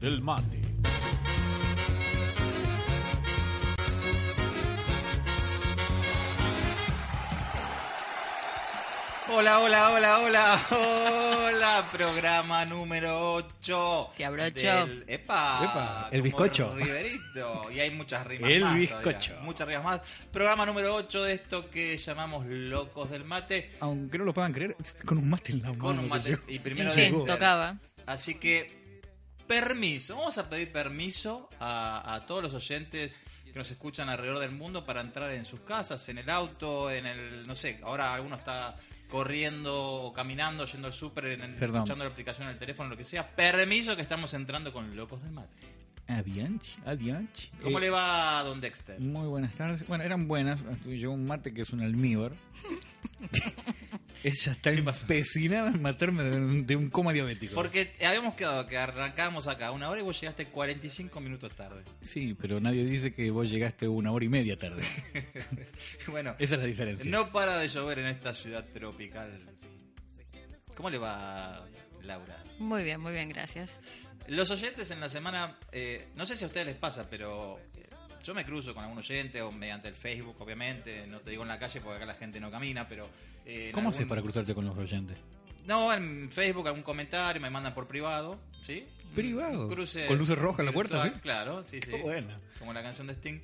del mate. Hola, hola, hola, hola, hola, programa número 8. Te abrocho. Epa, Epa, el como bizcocho. Riverito. Y hay muchas rimas El más. todavía, bizcocho. Muchas rimas más. Programa número 8 de esto que llamamos Locos del Mate. Aunque Ah, no lo puedan creer, con un mate en la mano. Con un que mate. yo- Y primero Sí, de llegó. tocaba. Así que, permiso. Vamos a pedir permiso a, a todos los oyentes que nos escuchan alrededor del mundo para entrar en sus casas, en el auto, en el. No sé, ahora alguno está corriendo o caminando, yendo al súper, en el- Perdón. escuchando la aplicación en el teléfono, lo que sea. Permiso que estamos entrando con Locos del Mate. Adianchi, adianchi. ¿Cómo Eh, le va a Don Dexter? Muy buenas tardes. Bueno, eran buenas. Ah, Yo un mate que es un almíbar. Ella está empecinada en matarme de un, de un coma diabético. Porque habíamos quedado que arrancábamos acá una hora y vos llegaste 45 minutos tarde. Sí, pero nadie dice que vos llegaste una hora y media tarde. Bueno, Esa es la diferencia. No para de llover en esta ciudad tropical. ¿Cómo le va, Laura? Muy bien, muy bien, gracias. Los oyentes en la semana, eh, no sé si a ustedes les pasa, pero eh, yo me cruzo con algún oyente o mediante el Facebook, obviamente. No te digo en la calle porque acá la gente no camina, pero. eh, en ¿Cómo haces algún- para cruzarte con los oyentes? No, en Facebook algún comentario me mandan por privado, ¿sí? Un- ¿Privado? un cruce ¿Con luces rojas en la virtual, puerta, sí? Claro, sí, sí. Qué bueno. Como la canción de Sting.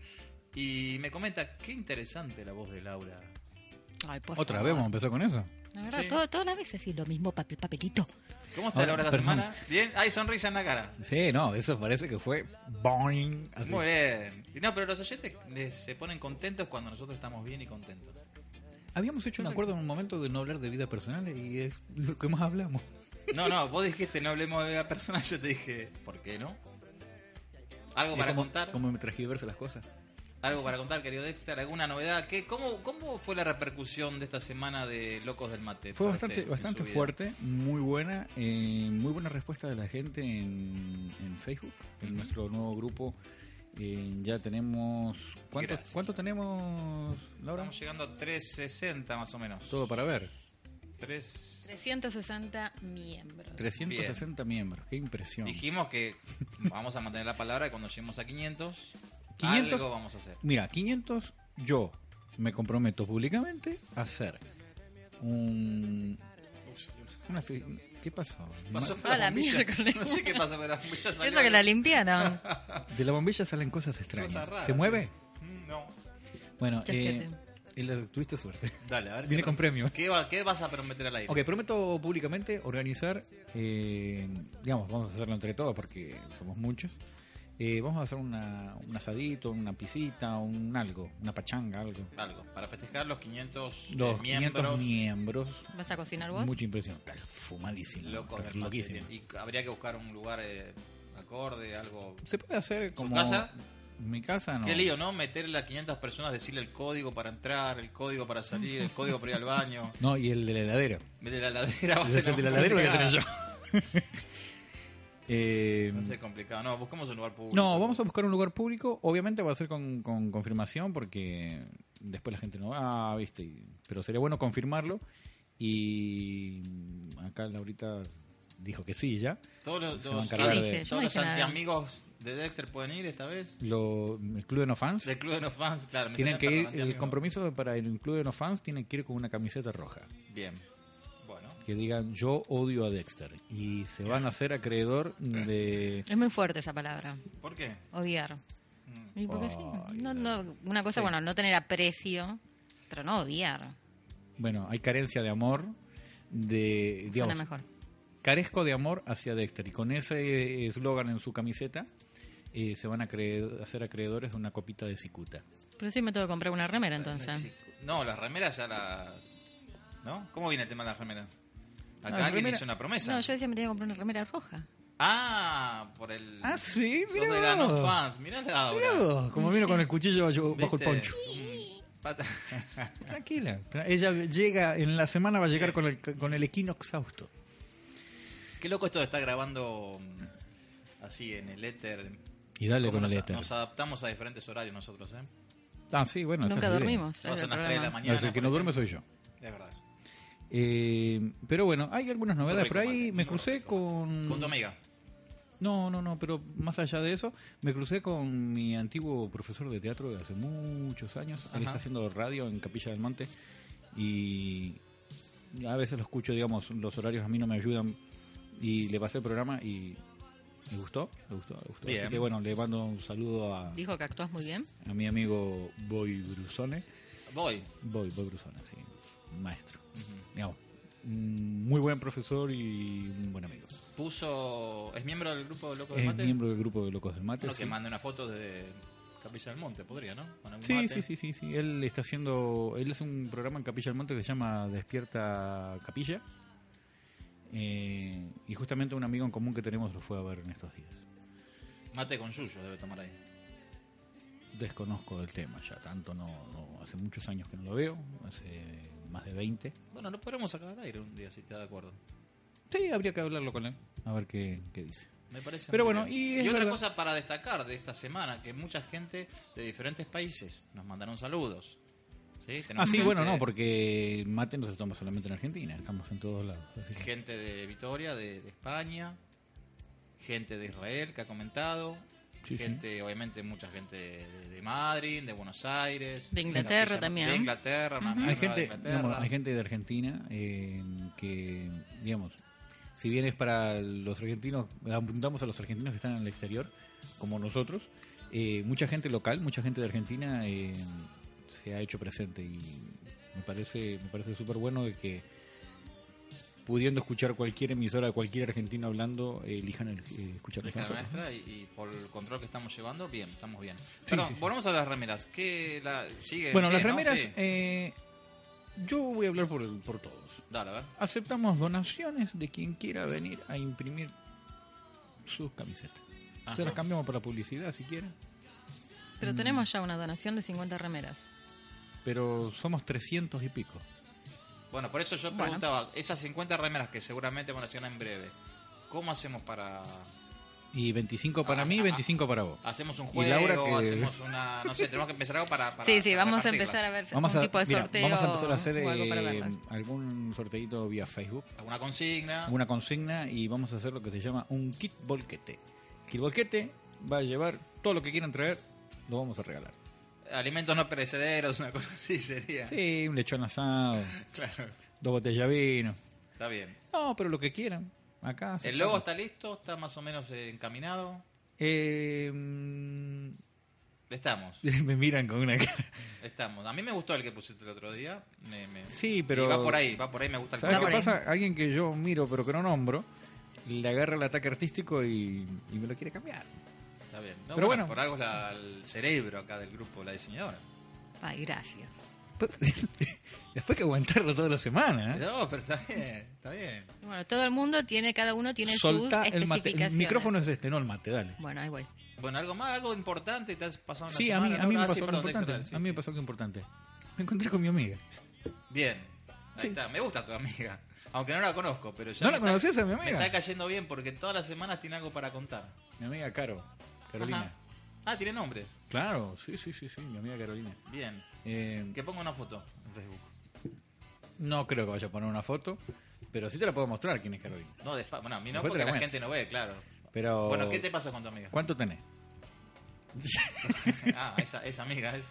Y me comenta, qué interesante la voz de Laura. Ay, por Otra favor. vez vamos a empezar con eso. La verdad, Sí. todo- todas las veces así, lo mismo papel, papelito. ¿Cómo está Ah, Laura esta perdón. semana? Bien, hay sonrisa en la cara. Sí, no, eso parece que fue boing. así. Muy bien. Y No, pero los oyentes eh, se ponen contentos cuando nosotros estamos bien y contentos. Habíamos hecho un acuerdo en un momento de no hablar de vida personal y es lo que más hablamos. No, no, vos dijiste no hablemos de la persona, yo te dije, ¿por qué no? ¿Algo para Como- contar? Como me transgiversa las cosas. ¿Algo para contar, querido Dexter? ¿Alguna novedad? ¿Qué, cómo, ¿Cómo fue la repercusión de esta semana de Locos del Mate? Fue para bastante, usted en bastante su vida? fuerte, muy buena, eh, muy buena respuesta de la gente en, en Facebook, en Ujú. nuestro nuevo grupo. Eh, ya tenemos... ¿cuánto, Gracias. ¿Cuánto tenemos, Laura? Estamos llegando a 360 más o menos. Todo para ver. Tres... 360 miembros. 360 miembros, qué impresión. Dijimos que vamos a mantener la palabra y cuando lleguemos a 500, 500. algo vamos a hacer. Mira, 500 yo me comprometo públicamente a hacer un... Una, fi- ¿Qué pasó? Pasó Ma- por la Ah, la bombilla. miércoles. No sé qué pasó por la bombilla. salió Eso que la algo. limpiaron. De la bombilla salen cosas extrañas. Cosas raras, ¿Se mueve? Mm, No. Bueno, eh, Chasquete. y la- tuviste suerte. Dale, a ver. Viene ¿qué con prom- premio. ¿Qué, va- qué vas a prometer al aire? Ok, prometo públicamente organizar, eh, digamos, vamos a hacerlo entre todos porque somos muchos. Eh, vamos a hacer una, un asadito, una pisita, un algo, una pachanga, algo. Algo. Para festejar los 500 eh, Los 500 miembros. miembros. ¿Vas a cocinar vos? Mucha impresión. Tal, fumadísimo. locos tal, del loquísimo. mate. Y habría que buscar un lugar eh, acorde, algo. Se puede hacer como... casa? Mi casa no. Qué lío, ¿no? Meterle a 500 personas, decirle el código para entrar, el código para salir, el código para ir al baño. No, y el de la heladera. De la ladera va a Ese es ser el de la más heladera voy a tener yo. complicado. Eh, Va a ser complicado. No, buscamos un lugar público. No, vamos a buscar un lugar público. Obviamente va a ser con, con confirmación porque después la gente no va, ¿viste? y- Pero sería bueno confirmarlo. Y acá Laurita dijo que sí ya. Todos los, Se van a los- encargar todos de- ¿Qué dije? Yo no los dije nada. antiamigos de Dexter pueden ir esta vez. Lo, el Club de No Fans. Del club de los fans, claro. me Tienen salen que ir, para el antiamigos. compromiso para el Club de No Fans tienen que ir con una camiseta roja. Bien. Bueno. Que digan yo odio a Dexter. Y se van a hacer acreedor de... Es muy fuerte esa palabra, ¿Por qué? odiar. Y porque sí, Ay, no- no- una cosa, bueno, no tener aprecio, pero no odiar. Bueno, hay carencia de amor. De, Suena digamos, mejor. carezco de amor hacia Dexter. Y con ese eslogan en su camiseta, eh, se van a acre- a ser acreedores de una copita de cicuta. Pero sí me tengo que comprar una remera entonces. Sí. No, las remeras ya la. ¿No? ¿Cómo viene el tema de las remeras? Acá las alguien remeras- hizo una promesa. No, yo decía me tenía que comprar una remera roja. Ah, por el. sí, Sos de la No fans. Mirá la obra. Como vino con el cuchillo yo- ¿Viste? bajo el poncho. Mm, pata- Tranquila. tra- Ella llega, en la semana va a llegar con el, con el equinox auto. Qué loco esto de estar grabando mm, así en el éter. Y dale ¿Cómo con nos, el éter. Nos adaptamos a diferentes horarios nosotros, ¿eh? Ah, sí, bueno. esa Nunca es la idea. dormimos. Son las el 3 de problema. la No, mañana. es el que no por duerme soy ejemplo. yo. Es verdad. Eh, pero bueno, hay algunas novedades. rico, Por ahí mate, me muy crucé con... Con tu amiga. No, no, no, pero más allá de eso, me crucé con mi antiguo profesor de teatro de hace muchos años. Él Ajá. está haciendo radio en Capilla del Monte y a veces lo escucho, digamos, los horarios a mí no me ayudan y le pasé el programa y me gustó, me gustó, me gustó. Bien. Así que bueno, le mando un saludo a, Dijo que actúas muy bien. a mi amigo Boy Brusone. Voy. Boy, Boy Brusone, sí, un maestro. Digamos, un muy buen profesor y un buen amigo. Puso. ¿Es miembro del grupo de Locos del Es Mate? miembro del grupo de Locos del Mate. Uno que sí. mande una foto de Capilla del Monte, podría, ¿no? Con algún Sí, mate. sí, sí, sí, sí. Él está haciendo, él hace un programa en Capilla del Monte que se llama Despierta Capilla. Eh, y justamente un amigo en común que tenemos lo fue a ver en estos días. Mate con Yuyo debe tomar ahí. Desconozco del tema ya, tanto no, no- hace muchos años que no lo veo, hace más de 20. Bueno, lo podremos sacar al aire un día si te da de acuerdo. Sí, habría que hablarlo con él, a ver qué, qué dice. Me parece. Pero muy bueno, bien. y es otra verdad. cosa para destacar de esta semana, que mucha gente de diferentes países nos mandaron saludos. ¿Sí? Ah, Tenemos sí, bueno, gente- no, porque el mate no se toma solamente en Argentina, estamos en todos lados. Pues, así que- Gente de Vitoria, de, de España, gente de Israel que ha comentado, Sí, sí. gente, obviamente, mucha gente de, de Madrid, de Buenos Aires, De Inglaterra Capilla- también. De Inglaterra, más hay menos, de gente, Inglaterra. digamos, hay gente de Argentina eh, que, digamos, si bien es para los argentinos, apuntamos a los argentinos que están en el exterior, como nosotros, eh, mucha gente local, mucha gente de Argentina eh, se ha hecho presente y me parece, me parece súper bueno de que pudiendo escuchar cualquier emisora de cualquier argentino hablando, eh, elijan el- eh, escucharnos a Deja la nosotros. nuestra y, y por el control que estamos llevando, bien, estamos bien. Perdón, sí, sí. volvemos a las remeras. ¿Qué la, sigue Bueno, bien, las ¿no? remeras, Sí. eh, yo voy a hablar por, por todos. Dale, a ver. Aceptamos donaciones de quien quiera venir a imprimir sus camisetas. Ajá. Se las cambiamos para publicidad si quieren. Pero tenemos ya una donación de 50 remeras. Pero somos 300 y pico. Bueno, por eso yo Bueno. preguntaba, esas 50 remeras que seguramente van a llegar en breve, ¿cómo hacemos para...? Y 25 para mí, 25 para vos. ¿Hacemos un Y juego? Laura que- ¿Hacemos una...? No sé, tenemos que empezar algo para... para- sí, sí, para vamos a repartirlas. empezar a ver si Vamos algún a, tipo de mira, sorteo vamos a empezar a hacer o algo para eh, verlas. algún sorteito vía Facebook, ¿Alguna consigna? alguna consigna y vamos a hacer lo que se llama un kit bolquete. Kit bolquete va a llevar todo lo que quieran traer, lo vamos a regalar. Alimentos no perecederos, una cosa así sería. Sí, un lechón asado, Claro, dos botellas de vino. está bien. No, pero lo que quieran. Acá. ¿El aceptamos. logo está listo? ¿Está más o menos eh, encaminado? Eh, mm, Estamos. me miran con una cara. Estamos. A mí me gustó el que pusiste el otro día. Me- me- Sí, pero- Y va por ahí, va por ahí, me gusta el ¿Sabes Va qué color. por ahí. pasa? Alguien que yo miro pero que no nombro, le agarra el ataque artístico y, y me lo quiere cambiar. Está bien. No, Pero bueno. bueno, Por algo es la- el cerebro acá del grupo, la diseñadora. Ay, gracias. Pero- Después que aguantarlo toda la semana. ¿eh? No, pero está bien, está bien. Y Bueno, todo el mundo tiene, cada uno tiene Soltá sus el mate. El especificaciones. micrófono es este, no el mate, dale. Bueno, ahí voy. Bueno, algo más, algo importante te has pasado en la Sí, a mí, semana. a mí Laura? me Ah, sí, pasó algo perdón, te importante. extrañé, A mí me sí, pasó algo importante. Me encontré con mi amiga. sí. Bien. Ahí Sí. está, me gusta tu amiga. Aunque no la conozco, pero ya. ¿No me la está- conoces a mi Me está amiga? cayendo bien porque todas las semanas tiene algo para contar. Mi amiga Caro. Carolina. Ajá. Ah, tiene nombre. Claro, sí, sí, sí, sí, mi amiga Carolina. Bien. Eh, Que ponga una foto en Facebook. no creo que vaya a poner una foto, pero sí te la puedo mostrar quién es Carolina. No, de Espa- Bueno, a mí no, Después te porque la la muestro. gente no ve, claro. Pero. Bueno, ¿qué te pasa con tu amiga? ¿Cuánto tenés? ah, esa, esa amiga. es-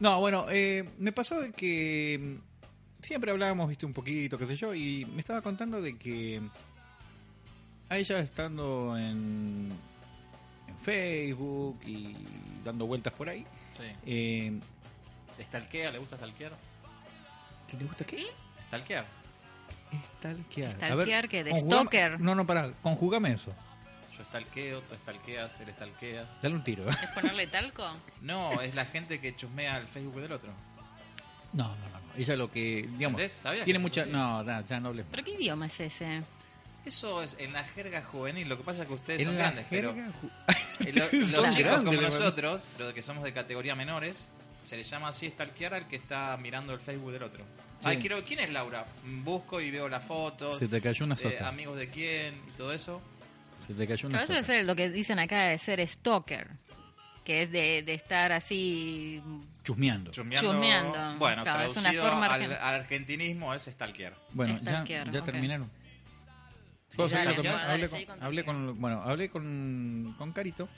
No, bueno, eh, me pasó de que mm, siempre hablábamos, viste, un poquito, qué sé yo, y me estaba contando de que a ella estando en, en Facebook y dando vueltas por ahí, Sí. eh, ¿Estalquea? ¿Le gusta stalkear? ¿qué le gusta qué? ¿Stalkear? Stalkear. Stalkear, ¿qué? ¿De conjugame- stalker? No, no, pará, conjugame eso. Yo stalkeo, tú stalkeas, él stalkea. Dale un tiro. ¿Es ponerle talco? No, es la gente que chusmea el Facebook del otro. No, no, no. Ah, no. Ella lo que, digamos, ¿Entendés? ¿Sabías tiene que eso mucha... sí? No, da, ya no hablemos. ¿Pero qué idioma es ese? Eso es en la jerga juvenil. Lo que pasa es que ustedes son En la grandes, jerga ju- pero eh, lo- los Son chicos grandes, como la verdad. nosotros, los que somos de categoría menores, se le llama así stalkear al que está mirando el Facebook del otro. Sí. Ay, quiero, ¿quién es Laura? Busco y veo la foto. Se te cayó una eh, sota. amigos de quién y todo eso. Se te cayó Claro, una eso de sota. ser lo que dicen acá de ser stalker, que es de, de estar así. Chusmeando. Chusmeando. Chusmeando. Bueno, Claro, es una traducido forma al, argen- al argentinismo es stalkear. Bueno, ya, Stalker, ya ok. terminaron. Puedo dale, seguir dale, con- hablé, seguí con con, tu hablé idea. con- bueno, hablé con, con Carito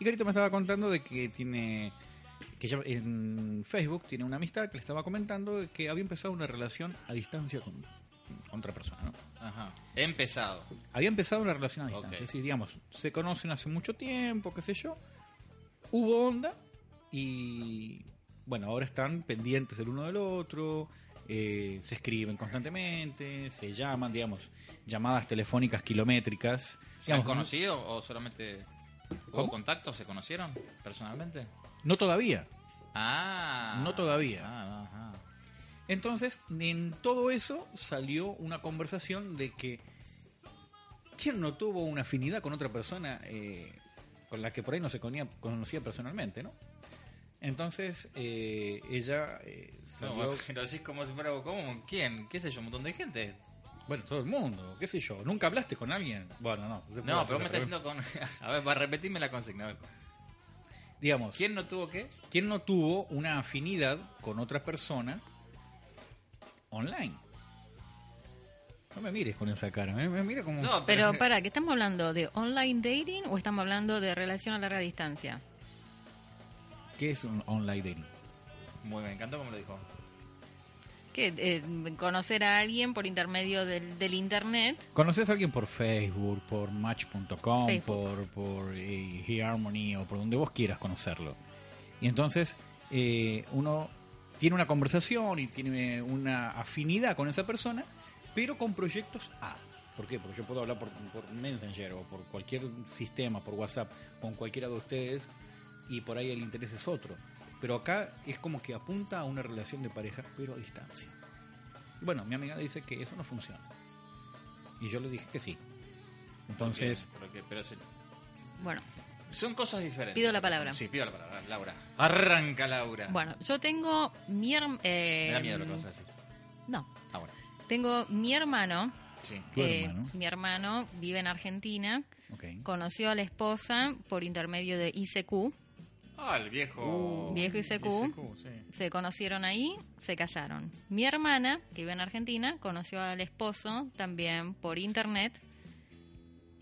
y Carito me estaba contando de que tiene que ella en Facebook tiene una amistad que le estaba comentando de que había empezado una relación a distancia con, con otra persona, ¿no? Ajá. He empezado. Había empezado una relación a distancia, Ok. es decir, digamos, se conocen hace mucho tiempo, qué sé yo, hubo onda y bueno, ahora están pendientes el uno del otro, eh, se escriben constantemente, se llaman, digamos, llamadas telefónicas kilométricas. ¿Se han Digamos, no- conocido o solamente hubo ¿Cómo? contacto? ¿Se conocieron personalmente? No todavía. Ah. No todavía. Ah, ajá. Entonces, en todo eso salió una conversación de que ¿quién no tuvo una afinidad con otra persona eh, con la que por ahí no se conía- conocía personalmente, no? Entonces, eh, ella eh, No, salió, bueno, lo decís como si fuera como quién, qué sé yo, un montón de gente. bueno, todo el mundo, qué sé yo, nunca hablaste con alguien. Bueno, no. después No, haces pero vos me esa estás diciendo con. A ver, va, repetirme la consigna. a ver. pregunta. Digamos, ¿Quién no tuvo qué? ¿quién no tuvo una afinidad con otra persona online? No me mires con esa cara, me, me mira como... No, Pero para, ¿qué estamos hablando? ¿De online dating o estamos hablando de relación a larga distancia? ¿Qué es un online dating? Muy bien, me encantó como lo dijo. Que eh, conocer a alguien por intermedio del, del internet. ¿Conoces a alguien por Facebook, por Match.com, Facebook. por, por eh, eHarmony o por donde vos quieras conocerlo? Y entonces eh, uno tiene una conversación y tiene una afinidad con esa persona, pero con proyectos A. ¿Por qué? Porque yo puedo hablar por, por Messenger o por cualquier sistema, por WhatsApp, con cualquiera de ustedes y por ahí el interés es otro. Pero acá es como que apunta a una relación de pareja, pero a distancia. Bueno, mi amiga dice que eso no funciona. Y yo le dije que sí. Entonces, Porque- porque- pero se- Bueno, son cosas diferentes. Pido la palabra. Sí, pido la palabra, Laura. Arranca, Laura. bueno, yo tengo mi hermano. Me da miedo lo que vas a decir. No, Ah, bueno. tengo mi hermano. Sí. Tu eh, hermano. Mi hermano vive en Argentina. ok. Conoció a la esposa por intermedio de ICQ. Ah, el viejo. Uh, viejo ICQ. sí. Se conocieron ahí, se casaron. Mi hermana, que vive en Argentina, conoció al esposo también por internet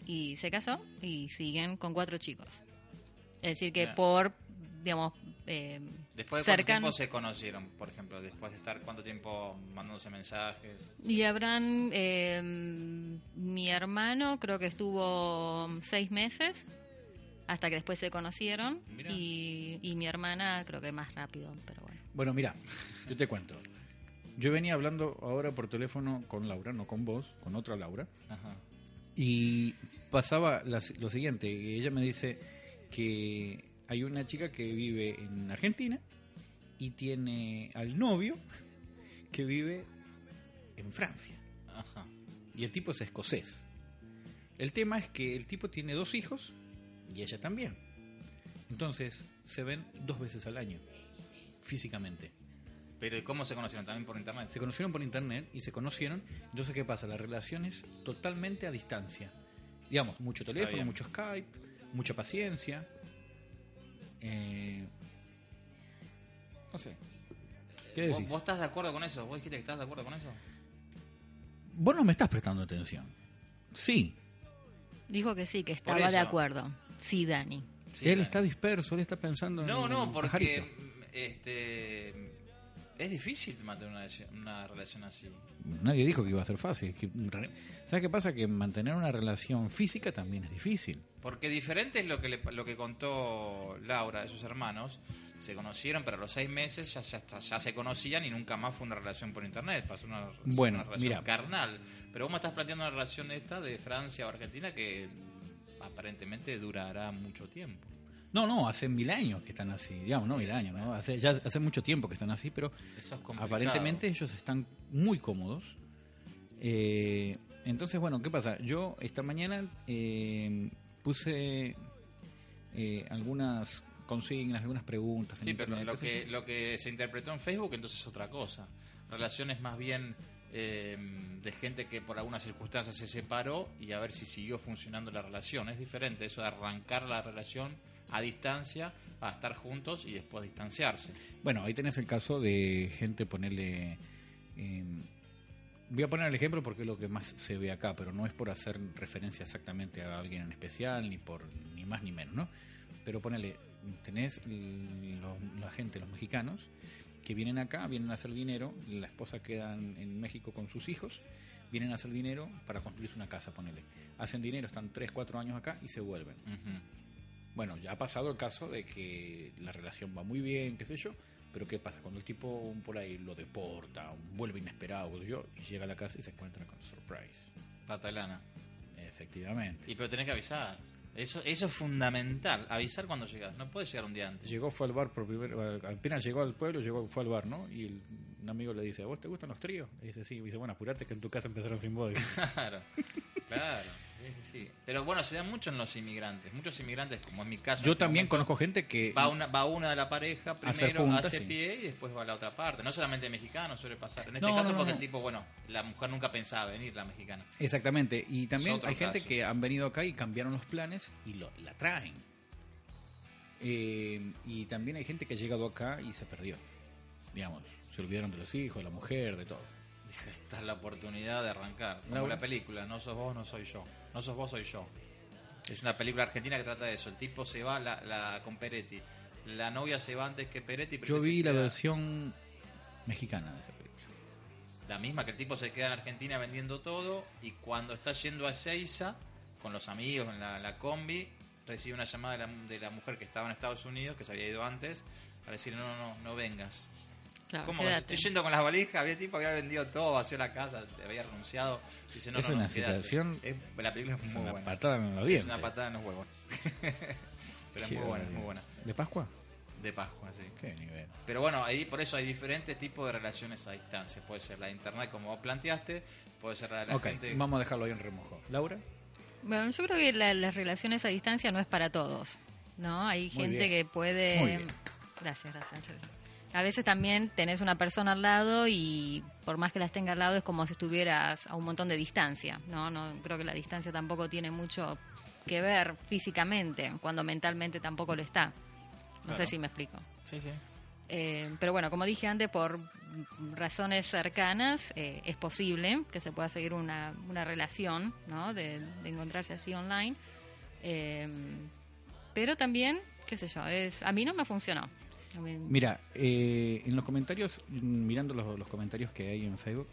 y se casó y siguen con cuatro chicos. Es decir, que Bien. por, digamos, eh, Después de cuánto cercan- tiempo se conocieron, por ejemplo, después de estar cuánto tiempo mandándose mensajes. Y habrán, eh, mi hermano creo que estuvo seis meses hasta que después se conocieron Mirá. y, y mi hermana creo que más rápido, pero bueno. Bueno, mira, yo te cuento. Yo venía hablando ahora por teléfono con Laura, no con vos, con otra Laura. Ajá. Y pasaba la- lo siguiente, ella me dice que hay una chica que vive en Argentina y tiene al novio que vive en Francia. Ajá. Y el tipo es escocés. El tema es que el tipo tiene dos hijos y ella también. Entonces se ven dos veces al año, físicamente. Pero ¿y cómo se conocieron? También por internet. Se conocieron por internet y se conocieron. Entonces, ¿qué pasa? La relación es totalmente a distancia. Digamos, mucho teléfono, bien. mucho Skype, mucha paciencia. Eh, no sé. ¿Qué ¿Vos, decís? vos estás de acuerdo con eso? ¿Vos dijiste que estás de acuerdo con eso? Vos no me estás prestando atención. Sí, Dijo que sí, que estaba eso. de acuerdo. Sí, Dani. Sí, él la- está disperso, él está pensando en No, en no, un porque pajarito. mm, este es difícil mantener una, una relación así. Nadie dijo que iba a ser fácil. es que re- ¿Sabes qué pasa? Que mantener una relación física también es difícil. Porque diferente es lo que, le- lo que contó Laura de sus hermanos. Se conocieron, pero a los seis meses ya, se- hasta- ya se conocían y nunca más fue una relación por internet. Pasó una, Bueno, una relación mira. carnal. Pero vos me estás planteando una relación esta de Francia o Argentina que aparentemente durará mucho tiempo. No, no, hace mil años que están así. Digamos, no mil años, ¿no? Hace, ya hace mucho tiempo que están así, pero Eso es complicado. aparentemente ellos están muy cómodos. Eh, entonces, bueno, ¿qué pasa? Yo esta mañana eh, puse eh, algunas consignas, algunas preguntas. en Sí, pero internet, lo qué sé que, yo. lo que se interpretó en Facebook entonces es otra cosa. Relaciones más bien eh, de gente que por alguna circunstancia se separó y a ver si siguió funcionando la relación. Es diferente eso de arrancar la relación a distancia, a estar juntos y después distanciarse. Bueno, ahí tenés el caso de gente, ponerle voy a poner el ejemplo porque es lo que más se ve acá, pero no es por hacer referencia exactamente a alguien en especial, ni por ni más ni menos, ¿no? Pero ponele, tenés l- los- la gente, los mexicanos, que vienen acá, vienen a hacer dinero, la esposa queda en, en México con sus hijos, vienen a hacer dinero para construirse una casa, ponele. Hacen dinero, están 3, 4 años acá y se vuelven. Ujú. Bueno, ya ha pasado el caso de que la relación va muy bien, qué sé yo, pero ¿qué pasa? Cuando el tipo por ahí lo deporta, vuelve inesperado, qué sé yo, y llega a la casa y se encuentra con Surprise. Patalana. Efectivamente. Y pero tenés que avisar. Eso, eso es fundamental. Avisar cuando llegas. No puedes llegar un día antes. Llegó, fue al bar, por primer, apenas llegó al pueblo, llegó, fue al bar, ¿no? Y el- un amigo le dice, ¿a vos te gustan los tríos? Le dice, sí, y dice, bueno, apurate que en tu casa empezaron sin vos. Dice, Claro, claro. Sí, sí, sí. Pero bueno, se da mucho en los inmigrantes. Muchos inmigrantes, como en mi caso. en yo este también momento, conozco gente que... Va una, va una de la pareja Hacer primero, punta, hace sí. pie y después va a la otra parte. No solamente mexicano suele pasar. En este No, caso, no, porque no. el tipo, bueno, la mujer nunca pensaba venir, la mexicana. Exactamente, y también Es otro hay gente caso. que han venido acá y cambiaron los planes y lo, la traen. Eh, y también hay gente que ha llegado acá y se perdió. Digamos, se olvidaron de los hijos, de la mujer, de todo. Dije, esta es la oportunidad de arrancar. Como No. la película, no sos vos, no soy yo. No sos vos, soy yo. Es una película argentina que trata de eso. El tipo se va la, la- con Peretti. La novia se va antes que Peretti. pero Yo se vi la queda- versión mexicana de esa película. La misma que el tipo se queda en Argentina vendiendo todo y cuando está yendo a Ezeiza con los amigos en la, la combi, recibe una llamada de la, de la mujer que estaba en Estados Unidos, que se había ido antes, para decir, no, no, no, no vengas. Claro, ¿Cómo? quédate. Estoy yendo con las valijas, había tipo había vendido todo, vació la casa, te había renunciado. Dice, no, Es no, no, una quédate". situación- Es- la película es Es muy una buena. patada en los es dientes. una patada en los huevos. Pero es Qué muy buena, es barbaridad. muy buena. ¿De Pascua? De Pascua, sí. Qué nivel. Pero bueno, ahí por eso hay diferentes tipos de relaciones a distancia. Puede ser la de internet, como vos planteaste, puede ser la de la ok, gente. vamos a dejarlo ahí en remojo. ¿Laura? Bueno, yo creo que la- las relaciones a distancia no es para todos, ¿no? Hay Muy gente bien. que puede... Muy bien. Gracias, gracias. Ángel. A veces también tenés una persona al lado y por más que las tenga al lado es como si estuvieras a un montón de distancia, ¿no? No creo que la distancia tampoco tiene mucho que ver físicamente, cuando mentalmente tampoco lo está. No sé Claro. si me explico. Sí, sí. Eh, pero bueno, como dije antes, por razones cercanas eh, es posible que se pueda seguir una, una relación, ¿no? De, de encontrarse así online. Eh, pero también, qué sé yo, es, a mí no me funcionó. A mí- Mira, eh, en los comentarios, mm, mirando los, los comentarios que hay en Facebook,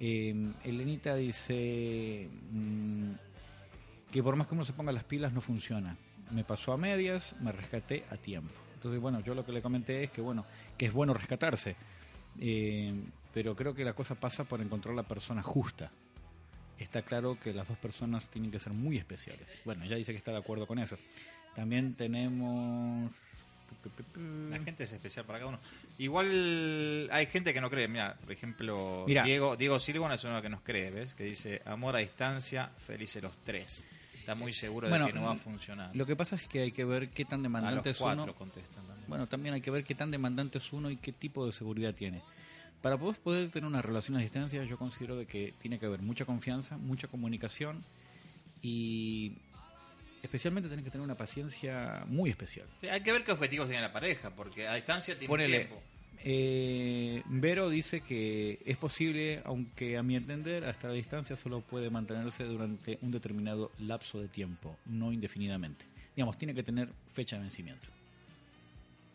eh, Elenita dice mm, que por más que uno se ponga las pilas no funciona. Me pasó a medias, me rescaté a tiempo. Entonces, bueno, yo lo que le comenté es que, bueno, que es bueno rescatarse, eh, pero creo que la cosa pasa por encontrar la persona justa. Está claro que las dos personas tienen que ser muy especiales. Bueno, ya dice que está de acuerdo con eso. También tenemos... La gente Este es especial para cada uno. Igual hay gente que no cree. Mira, por ejemplo, Mirá. Diego Diego Silvano es uno que nos cree, ¿ves? Que dice amor a distancia, felices los tres. Está muy seguro Bueno, mm, de que no va a funcionar. Lo que pasa es que hay que ver qué tan a demandante los es cuatro uno. contestan también. Bueno, también hay que ver qué tan demandante es uno y qué tipo de seguridad tiene. Para vos poder tener una relación a distancia, yo considero de que tiene que haber mucha confianza, mucha comunicación y especialmente tenés que tener una paciencia muy especial. Sí, hay que ver qué objetivos tiene la pareja, porque a distancia tiene Ponele, tiempo. eh, Vero dice que es posible, aunque a mi entender, hasta la distancia solo puede mantenerse durante un determinado lapso de tiempo, no indefinidamente. Digamos, tiene que tener fecha de vencimiento.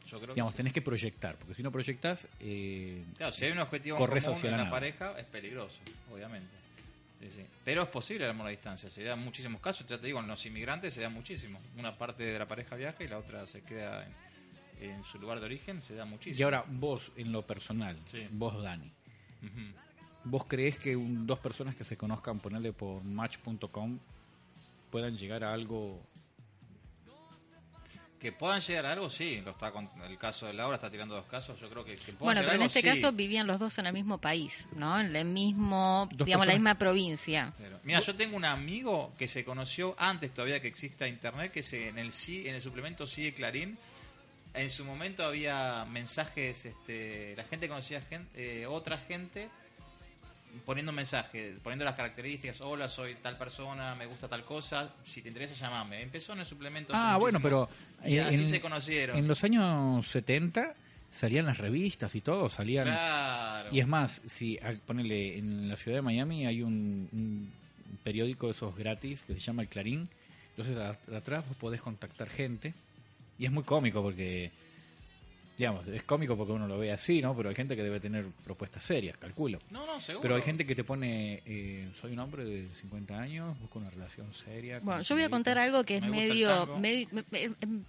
Yo creo que digamos, sí. tenés que proyectar, porque si no proyectas, eh, Claro, si hay un objetivo en Corres común hacia en la la nada. pareja, es peligroso, obviamente. Sí, sí. Pero es posible el amor a distancia, se dan muchísimos casos, ya te digo, en los inmigrantes se da muchísimo. Una parte de la pareja viaja y la otra se queda en, en su lugar de origen, se da muchísimo. y ahora vos en lo personal, Sí. vos Dani, Ujú. vos crees que un- dos personas que se conozcan, ponerle por match.com, puedan llegar a algo Que puedan llegar a algo, sí. Lo está con, el caso de Laura está tirando dos casos, yo creo que, que puedan Bueno, pero llegar a en algo, este sí. caso vivían los dos en el mismo país, ¿no? En el mismo, Dos digamos, la personas- misma provincia. Claro. Mira, yo tengo un amigo que se conoció antes todavía que exista internet, que se, en el sí, en el suplemento sigue Clarín. En su momento había mensajes, este, la gente conocía gen- eh, otra gente poniendo mensajes, poniendo las características, hola, soy tal persona, me gusta tal cosa, si te interesa llamame. Empezó en el suplemento. hace Ah, bueno, muchísimo. pero Y eh, así en, se conocieron. en los años 70 salían las revistas y todo, salían... Claro. Y es más, si ah, ponele en la ciudad de Miami hay un, un periódico de esos gratis que se llama El Clarín. Entonces a- atrás vos podés contactar gente. Y es muy cómico porque, digamos, es cómico porque uno lo ve así, ¿no? Pero hay gente que debe tener propuestas serias, calculo. No, no, seguro. Pero hay gente que te pone, eh, soy un hombre de 50 años, busco una relación seria. Bueno, yo voy a contar algo que es Me gusta el medio, tango. medi- me- me- em,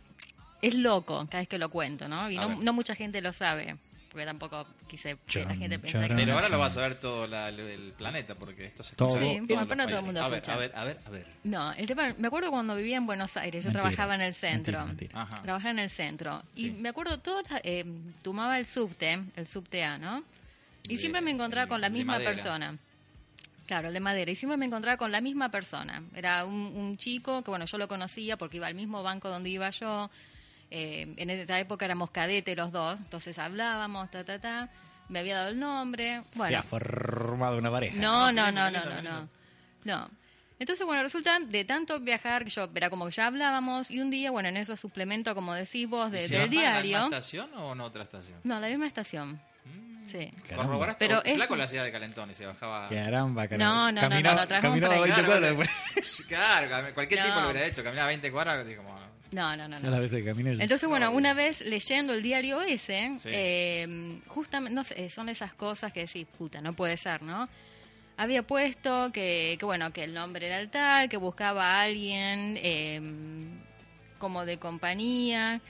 es loco cada vez que lo cuento, ¿no? Y A no, ver. no mucha gente lo sabe, porque tampoco quise que la Chan, gente pensara charan. Pero que... ahora lo va a saber todo la- el planeta, porque esto se Todo. escucha Sí, en bueno, todos pero no los todo el mundo países. escucha. A ver, a ver, a ver, a ver. No, el tema, me acuerdo cuando vivía en Buenos Aires, yo Mentira, trabajaba en el centro. mentira, mentira. Ajá. Trabajaba en el centro. Y Sí. me acuerdo, todo, eh, tomaba el subte, el subte A, ¿no? Y De- siempre me encontraba con la de misma madera. persona. Claro, el de madera. Y siempre me encontraba con la misma persona. Era un, un chico que, bueno, yo lo conocía porque iba al mismo banco donde iba yo. Eh, en esa época éramos cadetes los dos. Entonces hablábamos, ta, ta, ta. Me había dado el nombre. Bueno, Se ha formado una pareja. no, no, Ah, no, lindo, no, no, lindo, no. lindo. No. Entonces, bueno, resulta de tanto viajar, que yo era como que ya hablábamos, y un día, bueno, en esos suplementos, como decís vos, de- ¿Y se del baja en ¿La diario. misma estación o en otra estación? No, la misma estación. Sí. Caramba. Corroboraste, Pero pero es- Flaco la ciudad de Calentón y se bajaba. Caramba, No, no, no, no, caramba. Caminaba- lo trajimos caminaba por ahí. 20 Claro, cuadras. cuando- claro, cam- cualquier No. tipo lo hubiera hecho. Caminaba 20 cuadras y como... No, no, no. Son las no. veces que caminé yo. Entonces, bueno, No, una vez leyendo el diario ese, Sí. eh, justamente, no sé, son esas cosas que decís, puta, no puede ser, ¿no? Había puesto que, que bueno, que el nombre era el tal, que buscaba a alguien eh, como de compañía,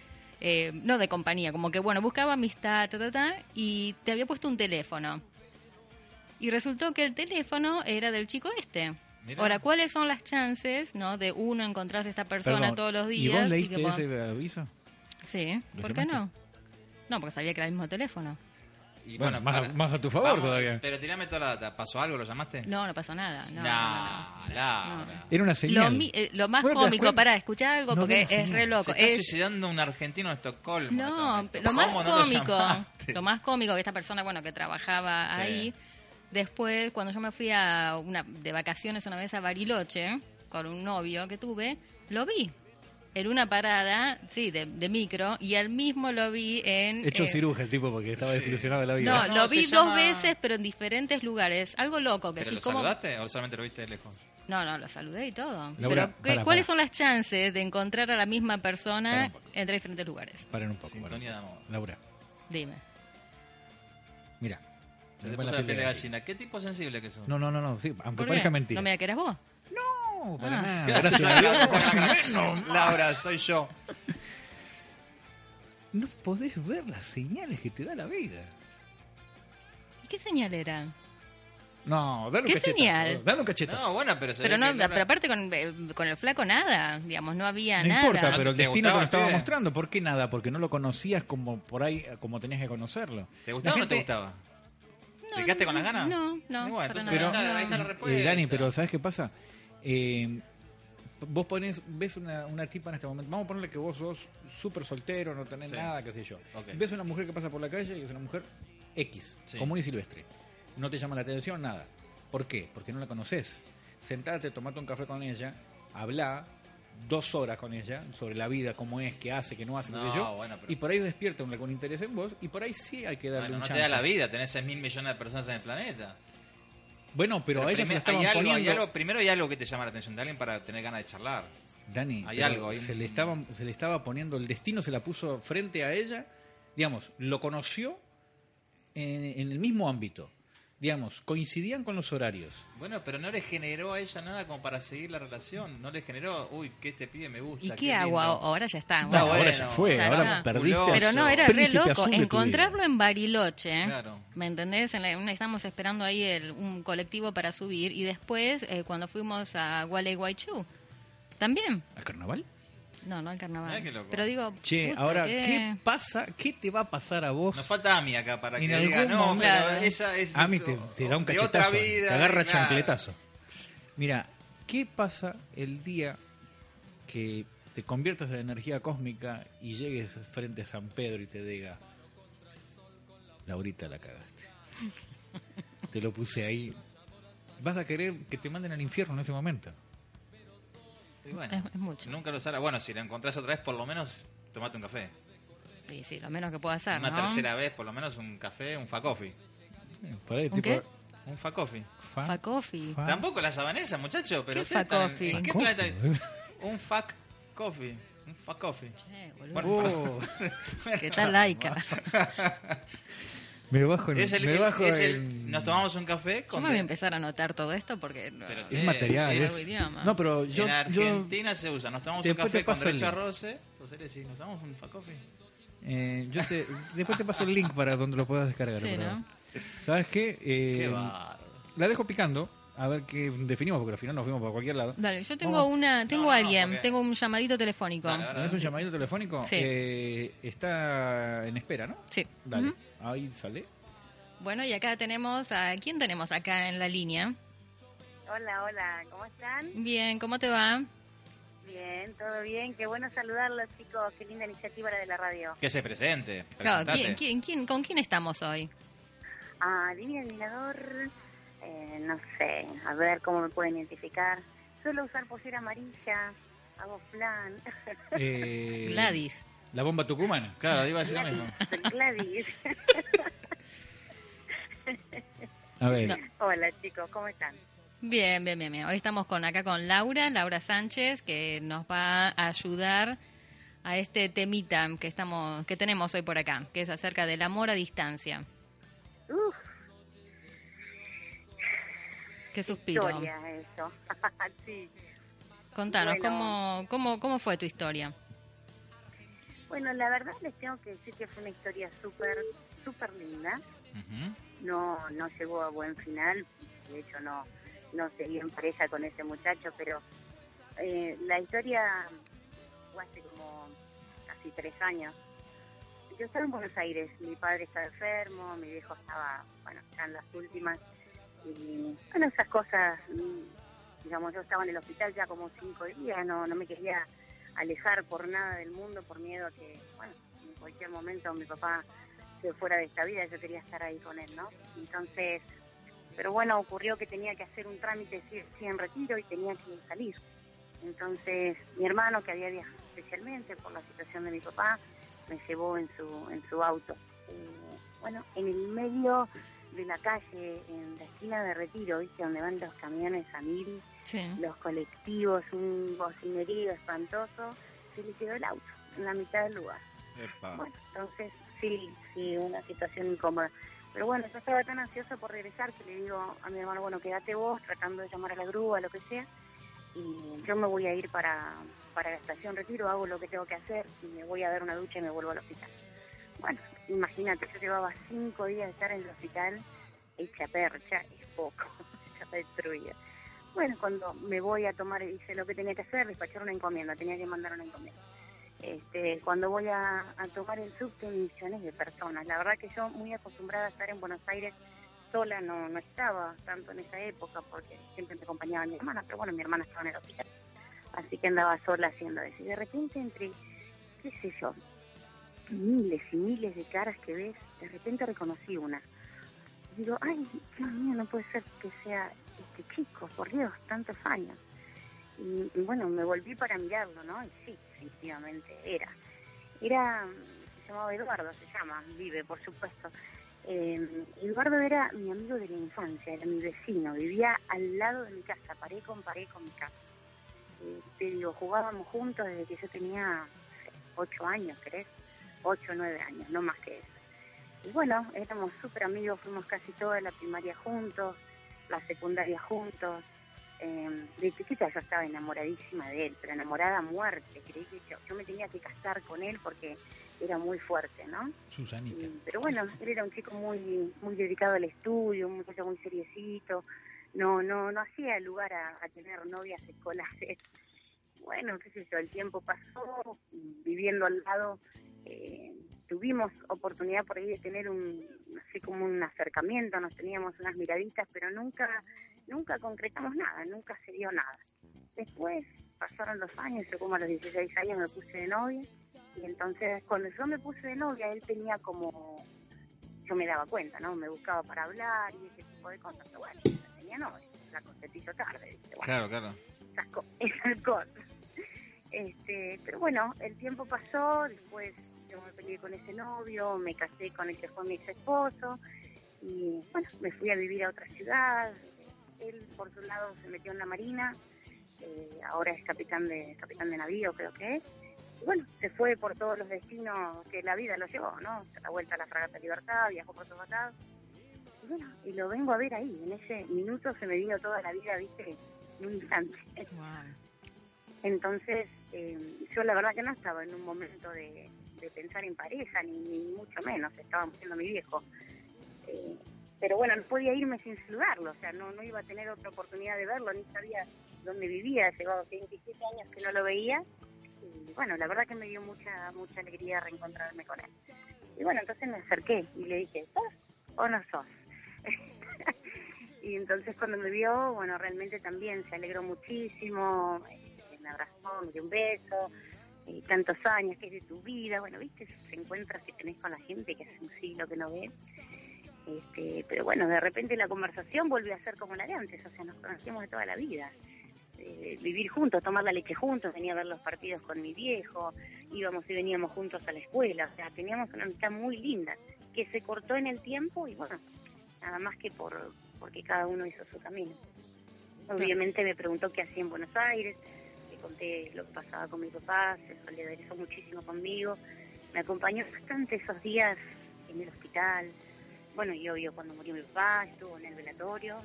eh, no de compañía, como que, bueno, buscaba amistad, ta, ta, ta, y te había puesto un teléfono. Y resultó que el teléfono era del chico este. Mirá. Ahora, ¿cuáles son las chances, no, de uno encontrarse a esta persona Perdón, todos los días? ¿Y vos que leíste podamos- ese aviso? Sí, ¿Lo ¿por qué no? llamaste? No, porque sabía que era el mismo teléfono. Y Bueno, más a- para- más a tu favor todavía. Pero tirame toda la data. ¿Pasó algo? ¿Lo llamaste? No, no pasó nada. No, no, Eh. Nah, No. Laura. Era una no. Lo, señal. mi- eh, lo más Bueno, ¿te das cómico, cuenta? para escuchar algo No porque dio es la señal. re Se loco. está Es, suicidando un argentino en Estocolmo. en este no, momento. lo más ¿Cómo no cómico, llamaste? lo, más cómico que esta persona, bueno, que trabajaba Sí. ahí. Después, cuando yo me fui a una de vacaciones una vez a Bariloche con un novio que tuve, lo vi en una parada, sí, de, de micro, y al mismo lo vi en Hecho eh, ciruja el tipo porque estaba sí. desilusionado de la vida. No, No, lo se vi dos llama- veces, pero en diferentes lugares. Algo loco que ¿Pero sí, lo ¿cómo- saludaste o solamente lo viste de lejos? No, no, lo saludé y todo. Laura, pero ¿qué- para, para. ¿cuáles son las chances de encontrar a la misma persona Para un poco. en tres diferentes lugares? Paren un poco. paren Sintonía un de amor. poco. Laura, Dime. mira. Se Me te pone puso la piel de gallina. ¿Qué tipo sensible que sos? No, no, no, no. Sí, aunque ¿Por qué? parezca mentira. ¿No me la querés vos? No, para Ah. nada. Gracias Gracias a Dios. Laura. Laura, soy yo. No podés ver las señales que te da la vida. ¿Y qué señal era? No, dale un ¿Qué cachetazo. señal? Dale un cachetazo. No, bueno, pero se Pero ve no, que Laura- pero aparte con, eh, con el flaco nada, digamos, no había No nada. importa, ¿No pero el te destino te gustaba lo el estaba pibe? mostrando. ¿Por qué nada? Porque no lo conocías como por ahí, como tenías que conocerlo. ¿Te gustaba La o no te gente- gustaba? No, ¿Te quedaste con las ganas? No, no, Y bueno, para entonces, nada, pero- no. ahí está la respuesta. Eh, Dani, pero ¿sabes qué pasa? Eh, vos ponés, ves una, una tipa en este momento, vamos a ponerle que vos sos súper soltero, no tenés Sí. nada, qué sé yo. Ok. Ves una mujer que pasa por la calle y es una mujer X, Sí. común y silvestre. No te llama la atención, nada. ¿Por qué? Porque no la conoces. Sentarte, tomate un café con ella, hablar dos horas con ella sobre la vida, cómo es, qué hace, qué no hace, qué No, sé yo. bueno, pero- Y por ahí despierta un, algún interés en vos y por ahí sí hay que darle Bueno, un no te chance. da la vida, tenés 6 mil millones de personas en el planeta. Bueno, pero, a ella se primer- la estaban hay algo, hay poniendo. algo- primero hay algo que te llama la atención de alguien para tener ganas de charlar. Dani, Hay pero algo, hay se, un- le estaba, se le estaba poniendo, el destino se la puso frente a ella, digamos, lo conoció en, en el mismo ámbito, digamos, coincidían con los horarios. Bueno, pero no le generó a ella nada como para seguir la relación. No le generó, uy, que este pibe me gusta. ¿Y qué hago? lindo. Ahora ya está. No, bueno. ahora ya fue, ya ahora está. perdiste Pero no, era re Príncipe loco. azul de tu Encontrarlo en Bariloche, ¿eh? Claro. ¿me entendés? En la- estábamos esperando ahí el- un colectivo para subir y después eh, cuando fuimos a Gualeguaychú, también. vida. ¿Al carnaval? No, no al carnaval. Mirá qué loco. Pero digo, Che, puta, ahora, qué- ¿qué? pasa? ¿Qué te va a pasar a vos? Nos falta Ami acá para que En diga, algún no, momento- pero esa es. Ami Ah, te, te da un de cachetazo, otra vida, te agarra claro. chancletazo. Mira, ¿qué pasa el día que te conviertas en energía cósmica y llegues frente a San Pedro y te diga, Laurita la cagaste? te lo puse ahí. Vas a querer que te manden al infierno en ese momento. Y bueno, Es- es mucho. Nunca lo sabrá. Bueno, si la encontrás otra vez, por lo menos tomate un café. Y sí, lo menos que puedo hacer, Una ¿no? tercera vez, por lo menos un café, un fa coffee. Por ahí, ¿Un qué? Un fa coffee. Eh, fa- Fa coffee. fa- Tampoco la sabanesa, muchacho, pero ¿Qué ustedes fa están en- fa- ¿en qué coffee, planeta? boludo. Un fuck coffee. Un fuck coffee. Che, boludo, Bueno, Oh, ¿Qué tal laica? me bajo el, es el, me el- bajo es el- el- nos tomamos un café Yo con me voy a empezar a anotar todo esto porque... Pero, es Sí, material es es- algo idioma. no pero yo en yo Argentina se usa, nos tomamos un Después te café con paso el derecho a link. roce. Entonces le decís, nos tomamos un fuck coffee. eh, yo te- después te paso el link para donde lo puedas descargar Sí, por ¿no? favor. sabes qué, Eh, Qué bárbaro. la dejo picando a ver qué definimos porque al final nos fuimos para cualquier lado Dale, yo tengo Vamos. una... Tengo no, no, alguien, porque- tengo un llamadito telefónico. Dale, dale. ¿Tenés un llamadito telefónico? Sí. Eh, está en espera, ¿no? Sí. Dale, Ujú. ahí sale. Bueno, y acá tenemos... ¿A quién tenemos acá en la línea? Hola, hola, ¿cómo están? Bien, ¿cómo te va? Bien, todo bien. Qué bueno saludarlos, chicos. Qué linda iniciativa la de la radio. Que se presente. Claro, ¿quién- presentate. quién- quién- ¿Con quién estamos hoy? Ah, divino admirador. Eh, no sé, a ver cómo me pueden identificar. Suelo usar pollera amarilla, hago plan. Eh, Gladys. La bomba tucumana. Claro, iba a decir lo mismo. Gladys. A ver, No. hola, chicos, ¿cómo están? Bien, bien, bien, bien. Hoy estamos con acá con Laura, Laura Sánchez, que nos va a ayudar a este temita que estamos, que tenemos hoy por acá, que es acerca del amor a distancia. Uf, Qué suspiro. historia eso. sí. Contanos, Bueno. ¿cómo, cómo, ¿cómo fue tu historia? Bueno, la verdad les tengo que decir que fue una historia súper, súper linda. Ujú. no no llegó a buen final de hecho no no seguí en pareja con ese muchacho pero eh, la historia fue hace como casi tres años yo estaba en Buenos Aires mi padre estaba enfermo mi viejo estaba bueno ya en las últimas y bueno esas cosas mm, digamos yo estaba en el hospital ya como cinco días no no me quería alejar por nada del mundo por miedo a que bueno en cualquier momento mi papá que fuera de esta vida, yo quería estar ahí con él, ¿no? Entonces, pero bueno, ocurrió que tenía que hacer un trámite sí, sí, en retiro y tenía que salir. Entonces, mi hermano, que había viajado especialmente por la situación de mi papá, me llevó en su, en su auto. Eh, bueno, en el medio de la calle, en la esquina de retiro, ¿viste? Donde van los camiones a mil, Sí. los colectivos, un bocinerío espantoso, se le quedó el auto en la mitad del lugar. Bueno, entonces sí, sí, una situación incómoda. Pero bueno, yo estaba tan ansiosa por regresar que le digo a mi hermano, bueno, quédate vos, tratando de llamar a la grúa, lo que sea, y yo me voy a ir para, para la estación Retiro, hago lo que tengo que hacer, y me voy a dar una ducha y me vuelvo al hospital. Bueno, imagínate, yo llevaba cinco días de estar en el hospital, hecha percha, es poco, ya destruida. Bueno, cuando me voy a tomar, hice lo que tenía que hacer, despachar una encomienda, tenía que mandar una encomienda este, cuando voy a, a tomar el subte millones de personas. La verdad que yo muy acostumbrada a estar en Buenos Aires sola no, no estaba tanto en esa época porque siempre me acompañaba mi hermana, pero bueno, mi hermana estaba en el hospital, así que andaba sola haciendo eso. Y de repente entre, qué sé yo, miles y miles de caras que ves, de repente reconocí una. Digo, ay, Dios mío, no puede ser que sea este chico, por Dios, tantos años. Y, y bueno, me volví para mirarlo, ¿no? Y sí, efectivamente era. Era, mm, se llamaba Eduardo, se llama, vive, por supuesto. Eh, Eduardo era mi amigo de la infancia, era mi vecino, vivía al lado de mi casa, paré con paré con mi casa. Eh, te digo, jugábamos juntos desde que yo tenía no sé, ocho años, ¿crees? Ocho, nueve años, no más que eso. Y bueno, éramos súper amigos, fuimos casi toda la primaria juntos, la secundaria juntos. Eh, de chiquita yo estaba enamoradísima de él, pero enamorada a muerte. Creí que yo, yo me tenía que casar con él porque era muy fuerte, ¿no? Susanita. Y- pero bueno, él era un chico muy muy dedicado al estudio, un muchacho muy seriecito. No no no hacía lugar a, a tener novias escolares. Bueno, qué sé yo, el tiempo pasó, viviendo al lado, eh, tuvimos oportunidad por ahí de tener un, así como un acercamiento, nos teníamos unas miraditas, pero nunca, nunca concretamos nada, nunca se dio nada. Después pasaron los años, yo como a los 16 años me puse de novia, y entonces cuando yo me puse de novia, él tenía como, yo me daba cuenta, ¿no? Me buscaba para hablar y ese tipo de cosas, pero bueno, ya tenía novia, la contestó tarde, ¿viste? Bueno, Claro, claro. esas co- esas cosas. Este, pero bueno, el tiempo pasó, después yo me peleé con ese novio, me casé con el que fue mi ex esposo y bueno, me fui a vivir a otra ciudad. Él por su lado se metió en la marina, eh, ahora es capitán de capitán de navío creo que es. Y bueno, se fue por todos los destinos que la vida lo llevó, ¿no? Se da vuelta a la fragata Libertad, viajó por todos lados. Y bueno, y lo vengo a ver ahí, en ese minuto se me vino toda la vida, viste, en un instante. Entonces, eh, yo la verdad que no estaba en un momento de, de pensar en pareja, ni, ni mucho menos, estaba muriendo mi viejo. Eh, pero bueno, no podía irme sin saludarlo, o sea, no, no iba a tener otra oportunidad de verlo, ni sabía dónde vivía, llevaba 27 años que no lo veía. Y bueno, la verdad que me dio mucha mucha alegría reencontrarme con él. Y bueno, entonces me acerqué y le dije, "Ah", ¿sos o no sos? y entonces cuando me vio, bueno, realmente también se alegró muchísimo, eh, me abrazó, me dio un beso, eh, tantos años que es de tu vida, bueno, viste, se encuentra que tenés con la gente que hace un siglo que no ves. Este, pero bueno, de repente la conversación volvió a ser como la de antes, o sea, nos conocemos de toda la vida. Eh, vivir juntos, tomar la leche juntos, venía a ver los partidos con mi viejo, íbamos y veníamos juntos a la escuela, o sea, teníamos una amistad muy linda, que se cortó en el tiempo y bueno, nada más que por porque cada uno hizo su camino. Obviamente me preguntó qué hacía en Buenos Aires, le conté lo que pasaba con mi papá, se solidarizó muchísimo conmigo, me acompañó bastante esos días en el hospital, bueno, y obvio cuando murió mi papá, estuvo en el velatorio.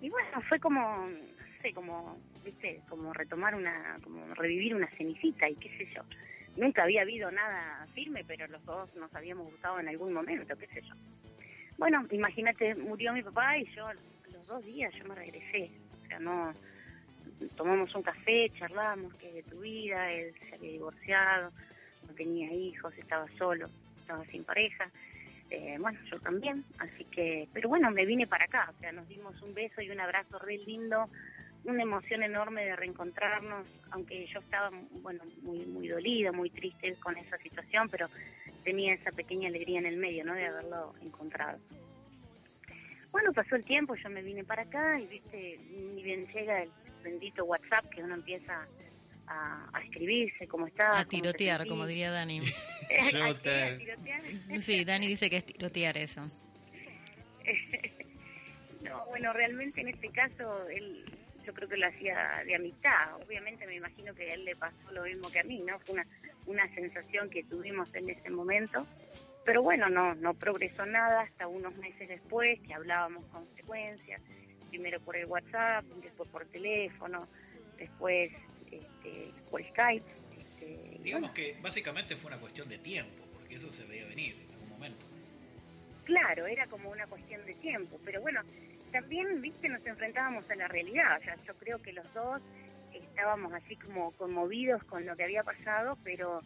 Y bueno, fue como, no sé, como, viste, como retomar una, como revivir una cenicita y qué sé yo. Nunca había habido nada firme, pero los dos nos habíamos gustado en algún momento, qué sé yo. Bueno, imagínate, murió mi papá y yo a los dos días yo me regresé. O sea, no, tomamos un café, charlamos, que es de tu vida, él se había divorciado, no tenía hijos, estaba solo, estaba sin pareja. Eh, bueno, yo también, así que, pero bueno, me vine para acá, o sea, nos dimos un beso y un abrazo re lindo, una emoción enorme de reencontrarnos, aunque yo estaba, bueno, muy, muy dolida, muy triste con esa situación, pero tenía esa pequeña alegría en el medio, ¿no? De haberlo encontrado. Bueno, pasó el tiempo, yo me vine para acá y, viste, ni bien llega el bendito WhatsApp que uno empieza a, a escribirse, cómo está. A cómo te tirotear, sentís. como diría Dani. Yo Así, te- a tirotear. Sí, Dani dice que es tirotear eso. No, bueno, realmente en este caso él, yo creo que lo hacía de amistad. Obviamente me imagino que a él le pasó lo mismo que a mí, ¿no? Fue una, una sensación que tuvimos en ese momento. Pero bueno, no, no progresó nada hasta unos meses después, que hablábamos con frecuencia, primero por el WhatsApp, después por teléfono, después este, por Skype. este, y Digamos que básicamente fue una cuestión de tiempo, porque eso se veía venir en algún momento. Claro, era como una cuestión de tiempo, pero bueno, también, viste, nos enfrentábamos a la realidad, o sea, yo creo que los dos estábamos así como conmovidos con lo que había pasado, pero,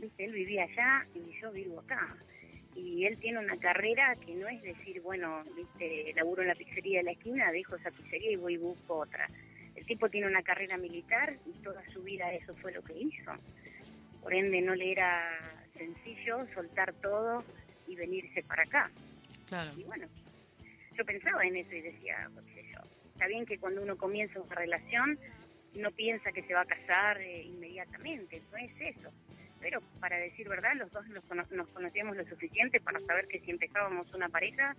viste, él vivía allá y yo vivo acá. Y él tiene una carrera que no es decir, bueno, viste, laburo en la pizzería de la esquina, dejo esa pizzería y voy y busco otra. El tipo tiene una carrera militar y toda su vida eso fue lo que hizo. Por ende, no le era sencillo soltar todo y venirse para acá. Claro. Y bueno, yo pensaba en eso y decía, qué sé yo, está bien que cuando uno comienza una relación no piensa que se va a casar eh, inmediatamente, no es eso. Pero para decir verdad, los dos nos, cono- nos conocíamos lo suficiente para saber que si empezábamos una pareja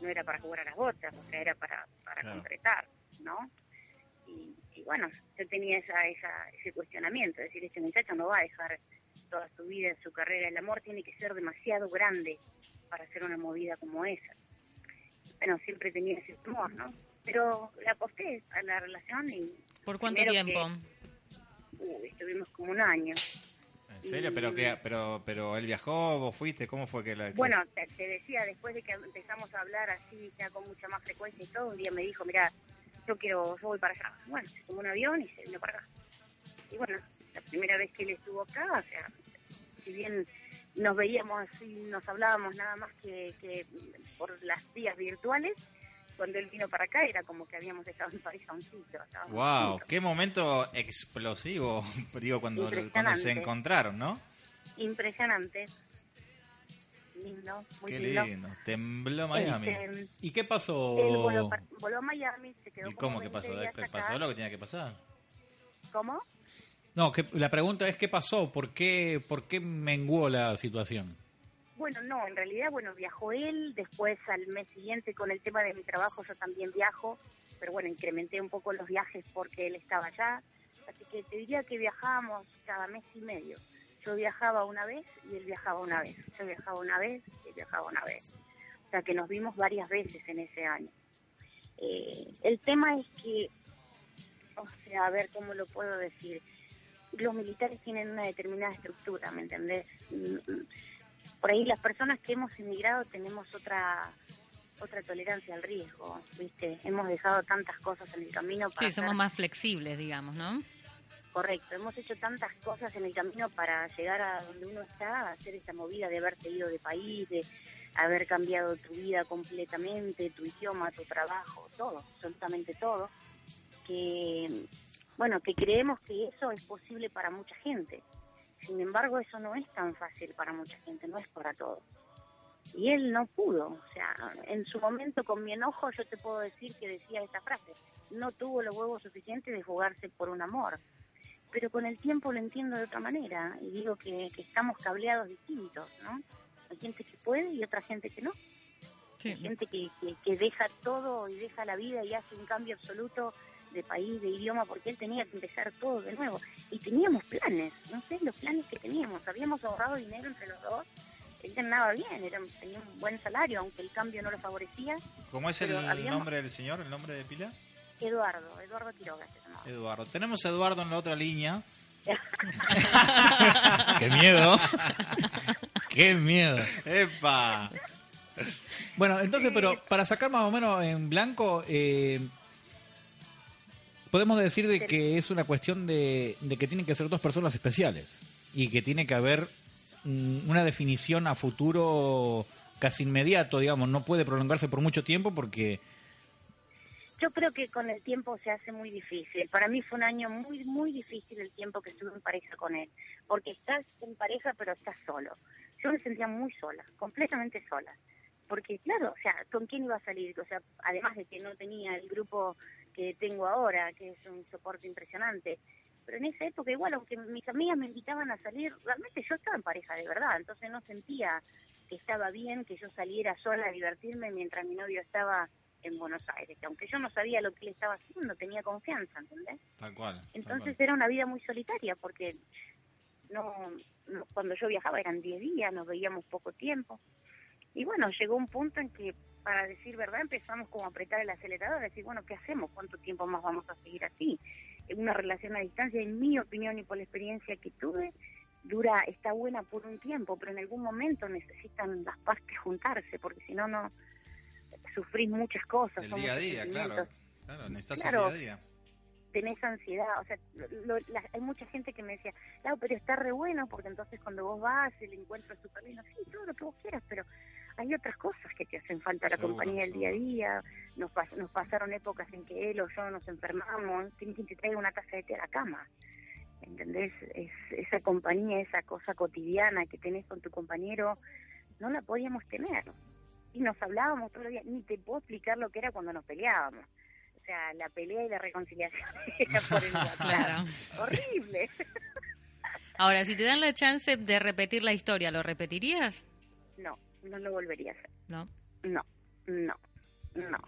no era para jugar a las botas, o sea, era para, para Claro. concretar, ¿no? Y, y bueno, yo tenía esa, esa, ese cuestionamiento, es decir, este muchacho no va a dejar toda su vida, su carrera, el amor tiene que ser demasiado grande para hacer una movida como esa. Bueno, siempre tenía ese temor, ¿no? Pero le aposté a la relación y ¿Por cuánto Primero tiempo? uh, estuvimos como un año. ¿En serio? ¿Pero, qué- pero, pero él viajó? ¿Vos fuiste? ¿Cómo fue que la.? que- Bueno, te, te decía, después de que empezamos a hablar así, ya con mucha más frecuencia y todo, un día me dijo, mira, yo quiero, yo voy para allá. Bueno, se tomó un avión y se vino para acá. Y bueno, la primera vez que él estuvo acá, o sea, si bien nos veíamos así, nos hablábamos nada más que, que por las vías virtuales, cuando él vino para acá era como que habíamos estado en París a un sitio. estábamos ¡Wow! juntos. ¡Qué momento explosivo! Digo, cuando, cuando se Impresionante. encontraron, ¿no? Impresionante. Lindo, muy ¡Qué lindo. lindo! Tembló Miami. Este, ¿Y qué Él pasó? voló, pa- voló a Miami, se quedó Oh. ¿Y cómo como que 20 pasó? días Dexter? acá. ¿Pasó lo que tenía que pasar? ¿Cómo? No, que, la pregunta es qué pasó, por qué, por qué menguó la situación. Bueno, no, en realidad, bueno, viajó él, después al mes siguiente con el tema de mi trabajo yo también viajo, pero bueno, incrementé un poco los viajes porque él estaba allá, así que te diría que viajábamos cada mes y medio. Yo viajaba una vez y él viajaba una vez, yo viajaba una vez y él viajaba una vez. O sea que nos vimos varias veces en ese año. Eh, el tema es que, o sea, a ver cómo lo puedo decir, los militares tienen una determinada estructura, ¿me entendés? Mm, por ahí las personas que hemos emigrado tenemos otra otra tolerancia al riesgo, ¿viste? Hemos dejado tantas cosas en el camino para Sí, somos hacer- más flexibles, digamos, ¿no? correcto, hemos hecho tantas cosas en el camino para llegar a donde uno está, hacer esta movida de haberte ido de país, de haber cambiado tu vida completamente, tu idioma, tu trabajo, todo, absolutamente todo, que bueno, que creemos que eso es posible para mucha gente. Sin embargo, eso no es tan fácil para mucha gente, no es para todos. Y él no pudo, o sea, en su momento con mi enojo yo te puedo decir que decía esta frase, no tuvo los huevos suficientes de jugarse por un amor. Pero con el tiempo lo entiendo de otra manera y digo que, que estamos cableados distintos, ¿no? Hay gente que puede y otra gente que no. Sí. Hay gente que, que- que deja todo y deja la vida y hace un cambio absoluto de país, de idioma, porque él tenía que empezar todo de nuevo. Y teníamos planes, no sé, los planes que teníamos. Habíamos ahorrado dinero entre los dos. Él ganaba bien, era, tenía un buen salario, aunque el cambio no lo favorecía. ¿Cómo es el Pero habíamos- nombre del señor, el nombre de pila? Eduardo, Eduardo Quiroga se llamaba. Eduardo. Tenemos a Eduardo en la otra línea. ¡Qué miedo! ¡Qué miedo! ¡Epa! Bueno, entonces, pero para sacar más o menos en blanco, eh, podemos decir de que es una cuestión de, de que tienen que ser dos personas especiales y que tiene que haber mm, una definición a futuro casi inmediato, digamos, no puede prolongarse por mucho tiempo porque Yo creo que con el tiempo se hace muy difícil. Para mí fue un año muy, muy difícil el tiempo que estuve en pareja con él. Porque estás en pareja, pero estás solo. Yo me sentía muy sola, completamente sola. Porque, claro, o sea, ¿con quién iba a salir? O sea, además de que no tenía el grupo que tengo ahora, que es un soporte impresionante. Pero en esa época, igual, aunque mis amigas me invitaban a salir, realmente yo estaba en pareja de verdad. Entonces no sentía que estaba bien que yo saliera sola a divertirme mientras mi novio estaba en Buenos Aires, que aunque yo no sabía lo que él estaba haciendo, tenía confianza, ¿entendés? Tal cual. tal Entonces cual. era una vida muy solitaria porque no, no- cuando yo viajaba eran 10 días, nos veíamos poco tiempo. Y bueno, llegó un punto en que, para decir verdad, empezamos como a apretar el acelerador, a decir, bueno, ¿qué hacemos? ¿Cuánto tiempo más vamos a seguir así? En una relación a distancia, en mi opinión y por la experiencia que tuve, dura, está buena por un tiempo, pero en algún momento necesitan las partes juntarse, porque si no, no sufrís muchas cosas. El son día a muchos día, claro. sentimientos Claro, necesitas Claro. el día a día. tenés ansiedad, o sea, lo- lo- la- hay mucha gente que me decía, claro, pero está re bueno porque entonces cuando vos vas el encuentro es súper lindo, sí, todo lo que vos quieras, pero hay otras cosas que te hacen falta, la Seguro, compañía del día a seguro. día, nos, pas- nos pasaron épocas en que él o yo nos enfermamos, tiene que te traiga una taza de té a la cama, ¿entendés? Es, esa compañía, esa cosa cotidiana que tenés con tu compañero, no la podíamos tener. Y nos hablábamos todos los días, ni te puedo explicar lo que era cuando nos peleábamos. O sea, la pelea y la reconciliación era por el WhatsApp. Claro. Horrible. Ahora, si te dan la chance de repetir la historia, ¿lo repetirías? No, no lo volvería a hacer. No. No, no, no.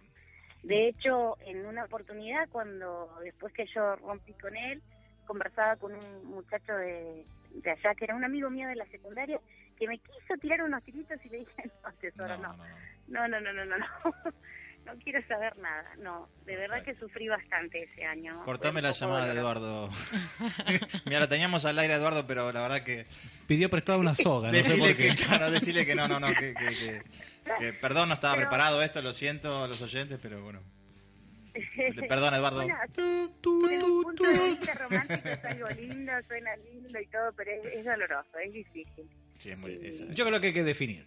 De hecho, en una oportunidad, cuando después que yo rompí con él, conversaba con un muchacho de, de allá, que era un amigo mío de la secundaria, que me quiso tirar unos tiritos y le dije, no, tesoro, no. no, no, no. No, no, no, no, no, no. No quiero saber nada. No, de verdad que sufrí bastante ese año. Cortame Fue la un poco llamada de doloroso. Eduardo. Mira, la teníamos al aire a Eduardo, pero la verdad que. pidió prestada una soga, no sé decirle por qué. que, claro, decirle que no, no, no. Que, que- que- que perdón, no estaba Pero- preparado esto, lo siento a los oyentes, pero bueno. Le- Perdón, Eduardo. Bueno, desde un punto de vista romántico es algo lindo, suena lindo y todo, pero es, es doloroso, es difícil. Sí, es muy- es- Yo creo que hay que definir.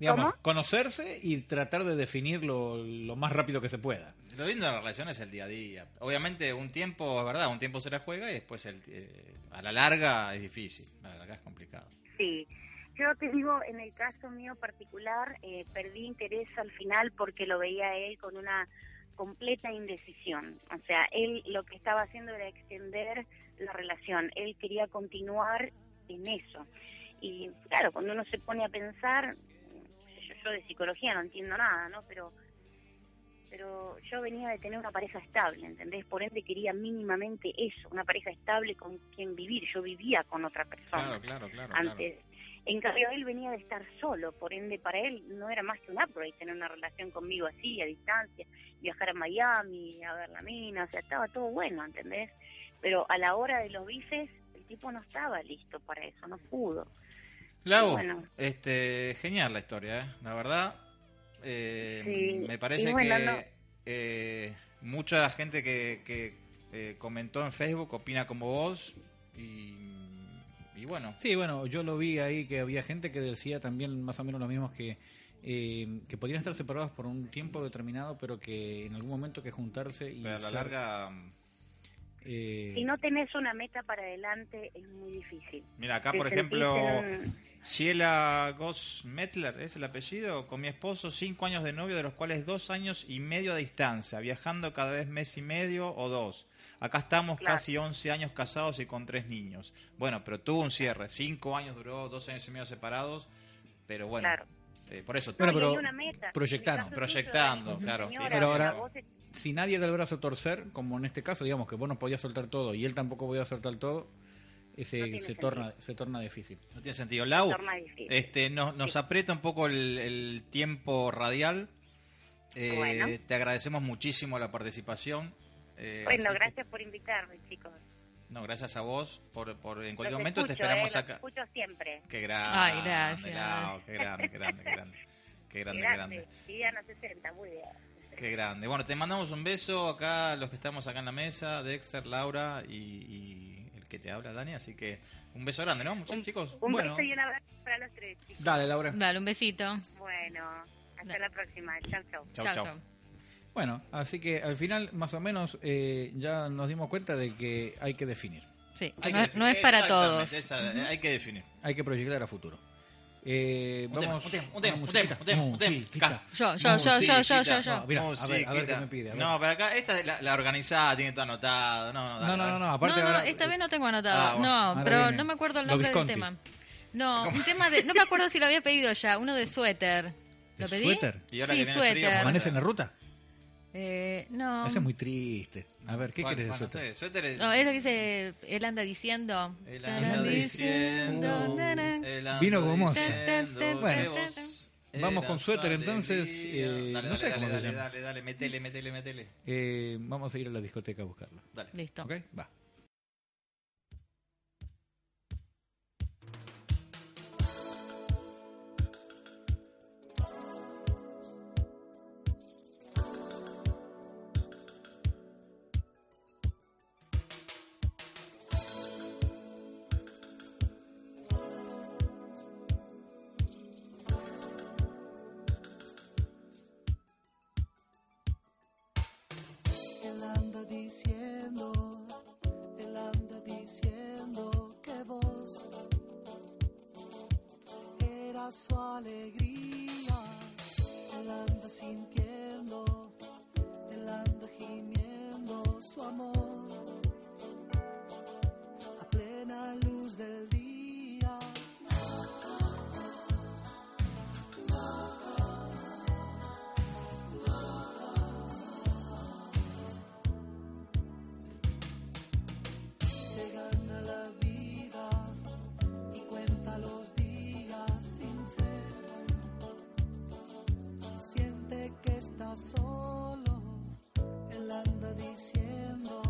Digamos, ¿Cómo? conocerse y tratar de definirlo lo más rápido que se pueda. Lo lindo de la relación es el día a día. Obviamente, un tiempo, es verdad, un tiempo se la juega y después el, eh, a la larga es difícil. A la larga es complicado. Sí. Yo te digo, en el caso mío particular, eh, perdí interés al final porque lo veía a él con una completa indecisión. O sea, él lo que estaba haciendo era extender la relación. Él quería continuar en eso. Y claro, cuando uno se pone a pensar, yo, yo de psicología no entiendo nada, ¿no? Pero pero yo venía de tener una pareja estable, ¿entendés? Por ende quería mínimamente eso, una pareja estable con quien vivir. Yo vivía con otra persona Claro, claro, claro. antes. En cambio, él venía de estar solo, por ende, para él no era más que un upgrade tener una relación conmigo así, a distancia, viajar a Miami, a ver la mina, o sea, estaba todo bueno, ¿entendés? Pero a la hora de los bifes, el tipo no estaba listo para eso, no pudo. Lau, Bueno. este, genial la historia, ¿eh? la verdad. eh, Sí, Me parece y bueno, que no. eh, mucha gente que, que, eh, comentó en Facebook opina como vos y, y bueno, Sí, bueno, yo lo vi ahí que había gente que decía también más o menos lo mismo que eh, que podían estar separados por un tiempo determinado, pero que en algún momento que juntarse y pero a la ser, larga, eh, Si no tenés una meta para adelante, es muy difícil. mira, acá Te por sentís ejemplo, eh, en un- Ciela Gossmetler, es el apellido, con mi esposo, cinco años de novio, de los cuales dos años y medio a distancia, viajando cada vez mes y medio o dos. Acá estamos Claro. casi 11 años casados y con tres niños. Bueno, pero tuvo un cierre, cinco años duró, dos años y medio separados, pero bueno, Claro. eh, por eso, Bueno, No, y pero hay una meta. En el proyectaron. caso Proyectando, tuyo, claro. señora, Pero ahora- vos te- si nadie da el brazo a torcer, como en este caso, digamos que vos no podías soltar todo y él tampoco podía soltar todo, ese No tiene se sentido. torna se torna difícil. no tiene sentido. Lau, Torna difícil. este, nos, nos aprieta un poco el, el tiempo radial. Eh, Bueno. Te agradecemos muchísimo la participación. Eh, bueno, así que- gracias por invitarme, chicos. No, gracias a vos. Por, por, en cualquier Los momento te escucho, esperamos eh, los acá. escucho siempre. Qué grande. Ay, gracias. Lau, qué grande, qué grande, qué grande. Qué grande, qué Grande. grande. Viviana 60, muy bien. Qué grande. Bueno, te mandamos un beso acá, los que estamos acá en la mesa, Dexter, Laura y, y el que te habla, Dani. Así que un beso grande, ¿no? Muchachos, chicos. Un Bueno. beso y un abrazo para los tres, chicos. Dale, Laura. Dale un besito. Bueno, hasta Da- la próxima. Chau, chau. Chau, Chau, chau. chau. Bueno, así que al final más o menos eh, ya nos dimos cuenta de que hay que definir, Sí, Hay no, que es- no es para Exactamente, todos. esa- ¿eh? Hay que definir. hay que proyectar a futuro. Eh, Un tema, vamos un tema, un tema, una un tema, musiquita. un tema, un tema. Musiquita. Yo, yo, yo, yo, yo, yo, No, yo. mira, a ver, a ver Musiquita. qué me pide. a ver. No, pero acá esta es la, la organizada, tiene todo anotado. No, no, dale, no, no, no, dale. no, aparte no, no, ahora- esta vez no tengo anotado. Ah, bueno. Ahora no, pero viene. no me acuerdo el Lo nombre del Visconti. tema. No, un tema de. No me acuerdo si lo había pedido ya, uno de suéter. ¿Lo ¿De pedí? suéter? Y ahora sí, que viene el frío, suéter. amanece en la ruta. Eh, no. Eso es muy triste. A ver, ¿qué Bueno, querés de bueno, suéter? no sé, suéter es- No, es lo que dice. Él anda diciendo. Él Tarán, anda diciendo. tarán. él anda Vino gomoso. diciendo que Bueno. vos Vamos eras con suéter, tu entonces, alegría. eh, Eh, dale, no sé dale, cómo se dale, llama. Dale, dale, metele, metele, metele. Eh, vamos a ir a la discoteca a buscarlo. Dale. Listo. ¿Ok? Va. Él anda diciendo, él anda diciendo que vos era su alegría. Él anda sintiendo, él anda gimiendo su amor a plena luz del día. se gana la vida y cuenta los días sin fe. Siente que está solo, él anda diciendo,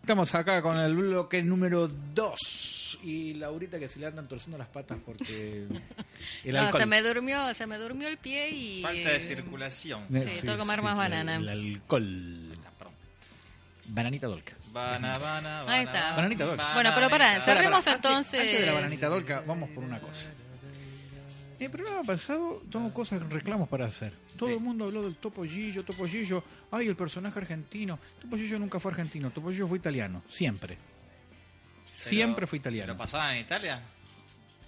Estamos acá con el bloque número 2 y Laurita que se le andan torciendo las patas porque el No, alcohol. se me durmió, se me durmió el pie y. Falta de circulación. Eh, Sí, tengo que comer más que banana. El alcohol. Bananita dolca. Bana, bana, Ahí bana, está. bana, Bananita Dolce. bana, Bueno, pero pará, bana. cerremos. Cerremos Antes- entonces- Antes de la bananita dolca, vamos por una cosa. En el programa pasado tengo cosas, reclamos para hacer. Todo Sí. el mundo habló del Topo Gillo, Topo Gillo. Ay, el personaje argentino. Topo Gillo nunca fue argentino, Topo Gillo fue italiano, siempre. Pero- siempre fue italiano. ¿Lo pasaban en Italia?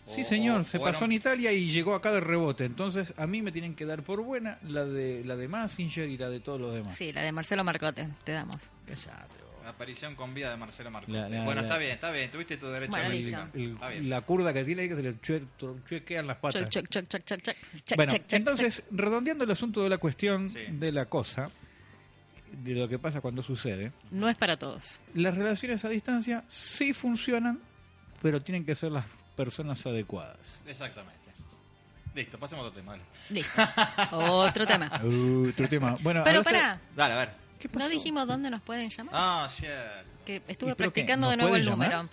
Sí, O- señor, o- se o pasó era en un- Italia y llegó acá de rebote. Entonces, a mí me tienen que dar por buena la de la de Massinger y la de todos los demás. Sí, la de Marcelo Marcote, te damos. Cállate, vos. Aparición con vida de Marcelo Marcos. La- la- bueno, la- está bien, está bien. Tuviste tu derecho Bueno, a listo. criticar. El- Está bien. la curda que tiene ahí que se le chue- tro- chuequean las patas. Choc, choc, choc, choc, choc, choc. Choc, bueno, choc, choc, entonces, redondeando el asunto de la cuestión Sí. de la cosa, de lo que pasa cuando sucede, choc. No es para todos. las relaciones a distancia sí funcionan, pero tienen que ser las personas adecuadas. Exactamente. Listo, pasemos a otro tema. dale. Listo. Otro tema. Uh, otro tema. Bueno, Pero hablaste- pará, Dale, a ver. ¿Qué pasó? ¿no dijimos dónde nos pueden llamar? Ah, cierto. que ¿Y estuve pero qué? practicando ¿Nos de nuevo el pueden llamar? número.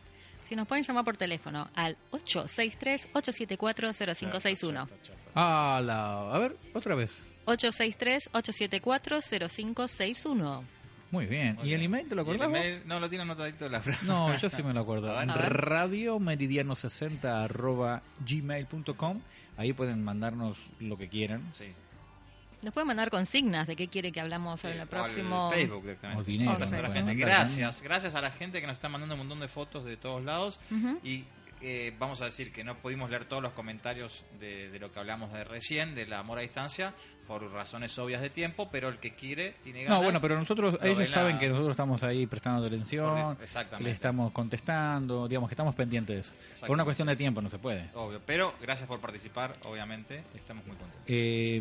Si nos pueden llamar por teléfono al 863-874-0561. Ah, la- A ver, otra vez. 863-874-0561. Muy bien. ¿Y el email te lo ¿Y el acordás? vos? email? No, lo tiene anotadito la frase. No, yo sí me lo acuerdo. A ver. Radio Meridiano60 arroba gmail.com. Ahí pueden mandarnos lo que quieran. Sí. Nos pueden mandar consignas de qué quiere que hablamos en Sí, el o próximo. al Facebook directamente. O dinero, Gracias, a la bueno, gente. mandan gracias, gracias a la gente que nos está mandando un montón de fotos de todos lados. Ujú. Y eh, vamos a decir que no pudimos leer todos los comentarios de, de lo que hablamos de recién, del amor a distancia, por razones obvias de tiempo, pero el que quiere tiene ganas. No, bueno, pero nosotros, No ellos ven la- saben que nosotros estamos ahí prestando atención, Correcto, exactamente. le estamos contestando, digamos que estamos pendientes de eso. Por una Exactamente. cuestión de tiempo no se puede. Obvio, pero gracias por participar, obviamente, estamos muy contentos. Eh,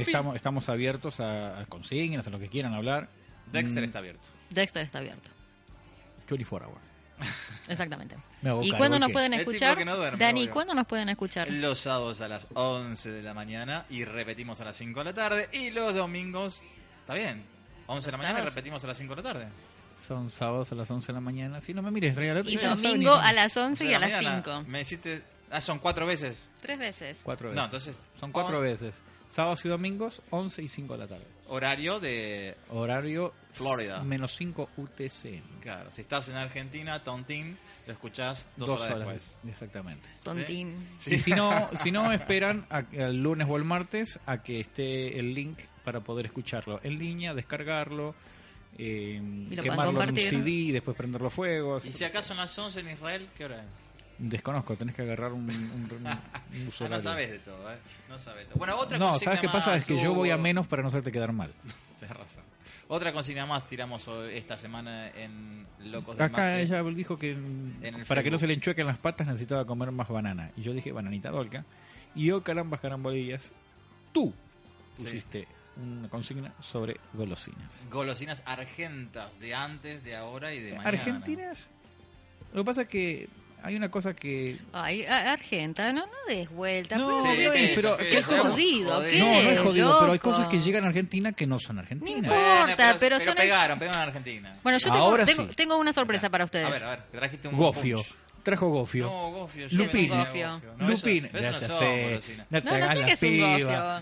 estamos, estamos abiertos a, a consignas, a lo que quieran hablar. Dexter Mm, está abierto. Dexter está abierto. 24 hours. Exactamente. Me hago ¿Y cargo, cuándo ¿y nos qué? pueden El Este tipo escuchar? que no duerme, Dani, obvio. ¿cuándo nos pueden escuchar? Los sábados a las 11 de la mañana y repetimos a las 5 de la tarde. Y los domingos, está bien, 11 de Los la mañana y sábados. repetimos a las 5 de la tarde. Son sábados a las 11 de la mañana. Si no me mires, Andrea, el otro Y día no sabe ni domingo cómo- a las 11 y a las mañana 5. Me hiciste. Ah, son cuatro veces. Tres veces. Cuatro veces. No, entonces. Son cuatro on- veces. Sábados y domingos, 11 y 5 de la tarde. Horario de. Horario Florida. s- menos 5 UTC. Claro, si estás en Argentina, Tontín, lo escuchás dos, Dos horas, horas. después. ¿Eh? de- Exactamente. Tontín. ¿Eh? Y si no, si no esperan a- al lunes o al martes a que esté el link para poder escucharlo en línea, descargarlo, eh, lo pueden quemarlo en un compartir. CD y después prenderlo a fuego. Y si acá son las 11 en Israel, ¿qué hora es? Desconozco, tenés que agarrar un, un, un- un Ah, no usuario. sabes de todo, ¿eh? No sabes de todo. Bueno, otra No, consigna ¿sabes qué pasa? más, Es que yo voy a Hugo. menos para no hacerte quedar mal. Tenés razón. Otra consigna más tiramos hoy- esta semana en Locos del Acá Mate. ella dijo que el para Facebook. que no se le enchuequen las patas necesitaba comer más banana. Y yo dije bananita dolca. Y oh carambas carambolillas, tú pusiste una consigna sobre golosinas. Golosinas argentas de antes, de ahora y de mañana. Argentinas. Lo que pasa es que hay una cosa que. Ay, a- Argenta, no, no des vuelta. No, pues, no ¿qué- des, pero- qué jodido, Joder. qué- no, no es jodido, pero hay loco. cosas que llegan a Argentina que no son argentinas. importa. pero pero, son- pegaron, pegaron a Argentina. Bueno, yo tengo, Ahora tengo, sí. tengo una sorpresa para ustedes. A ver, a ver, trajiste un Gofio. punch. Trajo Gofio. No, Gofio. Lupín. Lupín. Lupin. Eso, no Ya te son sé. golosinas. No te No, no hagas sé la qué es un piba.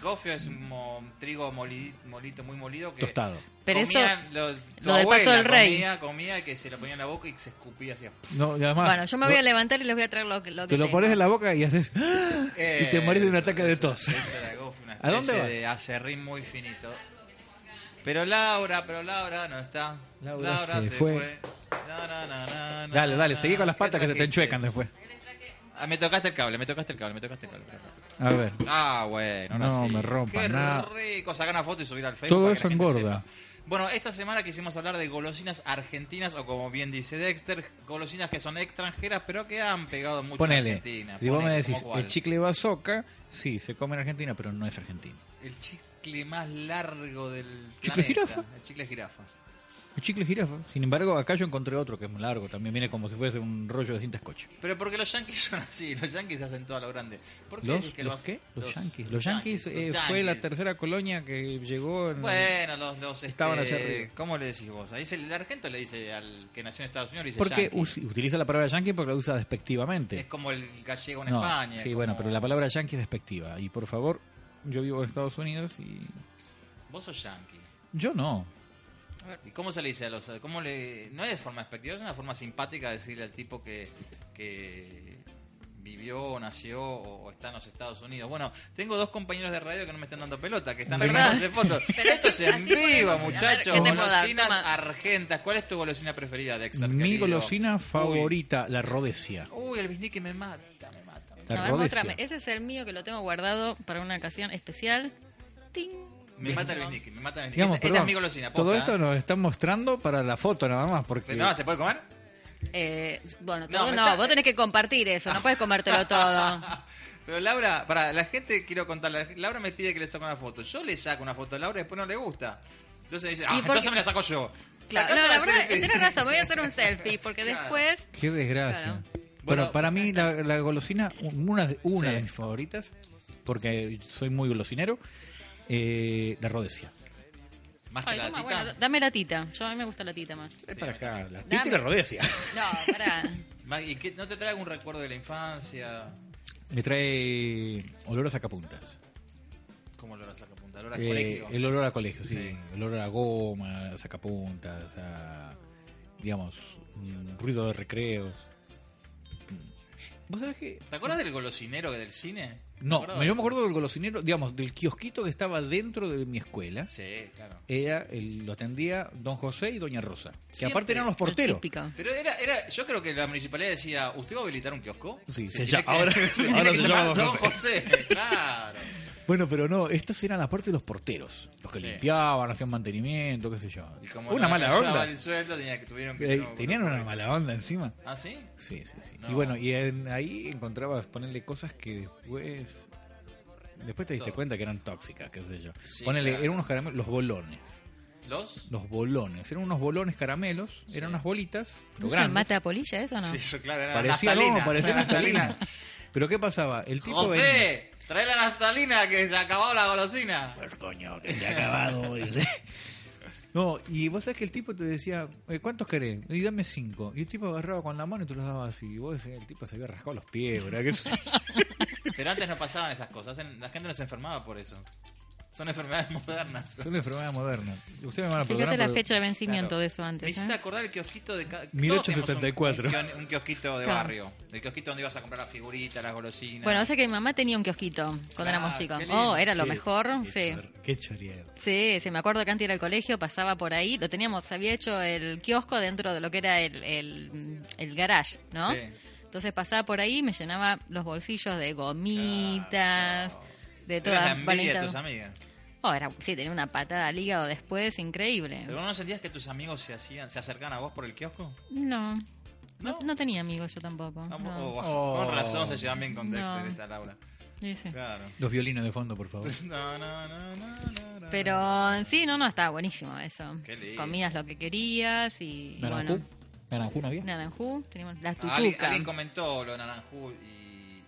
gofio. Gofio es un mo- trigo moli- molito, muy molido que Tostado. Pero eso- comían lo, tu del Paso abuela del Rey. Comía, comía y que se lo ponía en la boca y se escupía así. No, y además, Bueno, yo me voy lo- a levantar y les voy a traer lo, que- lo que Te lo tengo. pones en la boca y haces. ¡Ah! y te morís de un Eh, Eso, ataque de eso, tos. eso era Gofio, una ¿A dónde especie vas? de acerrín muy finito. Pero Laura, pero Laura no está. Laura se fue. Na, na, na, na, na, Dale, dale, na. seguí con las ¿Qué patas que se te trajiste? enchuecan después. Ah, me tocaste el cable, me tocaste el cable, me tocaste el cable. A ver. Ah, bueno, ahora No sí. me rompas Qué nada. rico, sacar una foto y subir al Facebook. Todo para que eso la gente engorda. sepa. Bueno, esta semana quisimos hablar de golosinas argentinas, o como bien dice Dexter, golosinas que son extranjeras, pero que han pegado mucho en Ponele. Argentina. Si vos me Ponele, decís, ¿como cuál? el chicle bazooka, sí, se come en Argentina, pero no es argentino. El chicle más largo del ¿Chicle planeta. jirafa? El chicle jirafa. El chicle jirafa. Sin embargo, acá yo encontré otro que es muy largo. También viene como si fuese un rollo de cinta scotch. Pero porque los yankees son así, los yankees hacen todo a lo grande. ¿Por qué ¿Los, decís que los qué? Los, yankees. Los yankees, eh, los fue la yankees? tercera colonia que llegó en... Bueno, los, los Estaban este, allá arriba. ¿Cómo le decís vos? Ahí es el, el argento le dice al que nació en Estados Unidos, le dice Porque yankee. us- utiliza la palabra yankee porque la usa despectivamente. es como el gallego en No, España. Sí, como- bueno, pero la palabra yankee es despectiva. Y por favor, yo vivo en Estados Unidos y... Vos sos yankee. Yo no. ¿Y cómo se le dice a los.? Cómo le, no es de forma despectiva, es una forma simpática de decirle al tipo que, que vivió, o nació o, o está en los Estados Unidos. Bueno, tengo dos compañeros de radio que no me están dando pelota, que están ¿Verdad? regalándose fotos. Pero Esto es así- en así vivo, podemos- a ver, muchachos. ¿qué te puedo dar? golosinas Toma. argentas. ¿Cuál es tu golosina preferida, Dexter? Mi querido? golosina Uy. Este, favorita, la rodesia. Uy, el bisnique me mata, me La mata. a ver, rodesia. muéstrame. Ese es el mío que lo tengo guardado para una ocasión especial. ¡Ting! Me mata el bisnique, me mata el bisnique. Digamos, esta, esta perdón, este es mi golosina. posta, todo ¿eh? esto nos están mostrando para la foto nada más, porque... ¿No? ¿Se puede comer? Eh, bueno, No, todo me no, está- vos tenés que compartir eso, no puedes comértelo todo. Pero Laura, para la gente quiero contarla. Laura me pide que le saque una foto. Yo le saco una foto a Laura y después no le gusta. Entonces dice, ah, porque- entonces me la saco yo. Claro, no, Sacate una la verdad, selfie. tenés razón, me voy a hacer un selfie, porque Claro. después Qué desgracia. Claro. Bueno, Bueno, para mí la, la golosina, una, de, una Sí. de mis favoritas, porque soy muy golosinero, eh, la rodesia. Más que Ay, la toma, tita. bueno, dame la tita. Yo a mí me gusta la tita más. Es para acá, Dame. la tita y la rodesia. No, pará. Ma- ¿Y qué- no te trae algún recuerdo de la infancia? Me trae olor a sacapuntas. ¿Cómo lo saca punta? ¿Laura Eh, colegio? el olor a colegio, sí. Sí. El olor a goma, a sacapuntas, a, digamos, mm, ruido de recreos. Mm. ¿Vos sabés que ¿Te acuerdas del golosinero que del cine? ¿Te No, acordás? me- yo me acuerdo del golosinero, digamos, del kiosquito que estaba dentro de mi escuela. Sí, claro. Era el- lo atendía don José y doña Rosa. Que Siempre, aparte eran los porteros. El típico. Pero era, era, yo creo que la municipalidad decía, ¿usted va a habilitar un kiosco? Sí, se Se tiene llama- ahora- tiene ahora que se llamar llama Don Don José. claro. Bueno, pero no, estos eran la parte de los porteros. Los que Sí. limpiaban, hacían mantenimiento, qué sé yo. Y como una no mala alcanzaba onda. el sueldo, tenía que tuvieron que... Eh, no, tenían no, una no. mala onda encima. ¿Ah, sí? Sí, sí, sí. No. Y bueno, y en- ahí encontrabas ponerle cosas que después. Después te diste Todo. cuenta que eran tóxicas, qué sé yo. Sí, ponele, claro. eran unos caramelos, los bolones. ¿Los? Los bolones. Eran unos bolones caramelos, eran unas bolitas. Pero ¿No se grandes. mata a polilla eso o no? Sí, eso, claro, era Parecía, naftalina. no, parecía Era naftalina. Pero ¿qué pasaba? El tipo venía. ¡José! ¡Trae la naftalina que se acabó la golosina! Pues coño, que se ha acabado. dice. no, y vos sabés que el tipo te decía, eh, ¿cuántos querés? Y dame cinco. Y el tipo agarraba con la mano y tú los dabas así. Y vos decías, el tipo se había rascado los pies, ¿verdad? ¿Qué sé yo? Pero antes no pasaban esas cosas, en- la gente no se enfermaba por eso. Son enfermedades modernas. Es una enfermedad moderna. Ustedes me van a Fíjate perdonar, la pero- fecha de vencimiento Claro. de eso Me antes. hiciste ¿eh? acordar el kiosquito de... ca- todos 1874. tenemos Un, un kiosquito de Claro. barrio. El kiosquito donde ibas a comprar las figuritas, las golosinas. Bueno, o sea que mi mamá tenía un kiosquito cuando Ah, éramos qué chicos. lindo. Oh, era lo Qué- mejor, qué sí. chor- Qué choreo. Sí, sí, me acuerdo que antes de ir al colegio pasaba por ahí, lo teníamos, había hecho el kiosco dentro de lo que era el, el, el garage, ¿no? Sí. Entonces pasaba por ahí y me llenaba los bolsillos de gomitas, Claro. de Eras la todas envidia de bonitas- tus amigas. Oh, era, sí, tenía una patada al hígado después, increíble. ¿Pero no sentías que tus amigos se hacían, se acercaban a vos por el kiosco? No. ¿No? No, no tenía amigos yo tampoco. Ah, no. oh, Oh. Con razón se llevan bien con Dexter No. esta Laura. Sí, sí. Claro. Los violines de fondo, por favor. No, no, no, no, no, no. Pero sí, no, no, estaba buenísimo eso. Qué lindo. Comías lo que querías y ¿Naranjú? bueno. ¿Naranjú no había? Naranjú, teníamos las Ah, alguien, tutucas. alguien comentó lo de Naranjú y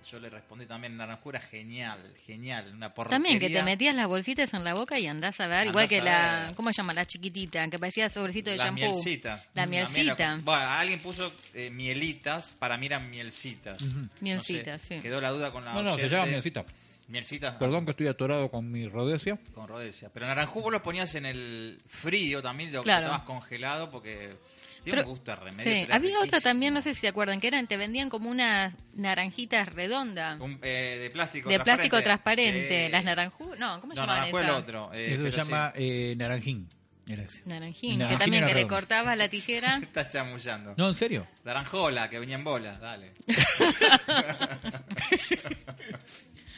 yo le respondí también, Naranjú era genial, genial, una porquería. También que te metías las bolsitas en la boca y andás a ver, Andás igual que a la, ver. ¿cómo se llama? La chiquitita, que parecía sobrecito de Las shampoo. mielcitas. La miel- mielcita. bueno, alguien puso eh, mielitas, para mí eran mielcitas. No sé, Mielcitas, sí. Quedó la duda con la No, no, se oyente. llama mielcita. Mielcitas. ah, Perdón que estoy atorado con mi rodesia. Con rodesia. Pero Naranjú vos lo ponías en el frío también, lo Claro. que estabas congelado porque tiene Pero- un gusto a remedio. Sí, pero había otra riquísimo. también, no sé si se acuerdan, que eran, te vendían como unas naranjitas redondas Un, eh, de plástico de plástico transparente. Sí. Las naranjú, no, ¿cómo se No, llamaban naranjú el esas? otro. eh, Eso se pero llama eh, naranjín. Era ese. Naranjín, Naranjín que también era que le redondo. cortabas la tijera. sí. Estás chamullando. No, en serio. Naranjola, que venía en bola, dale.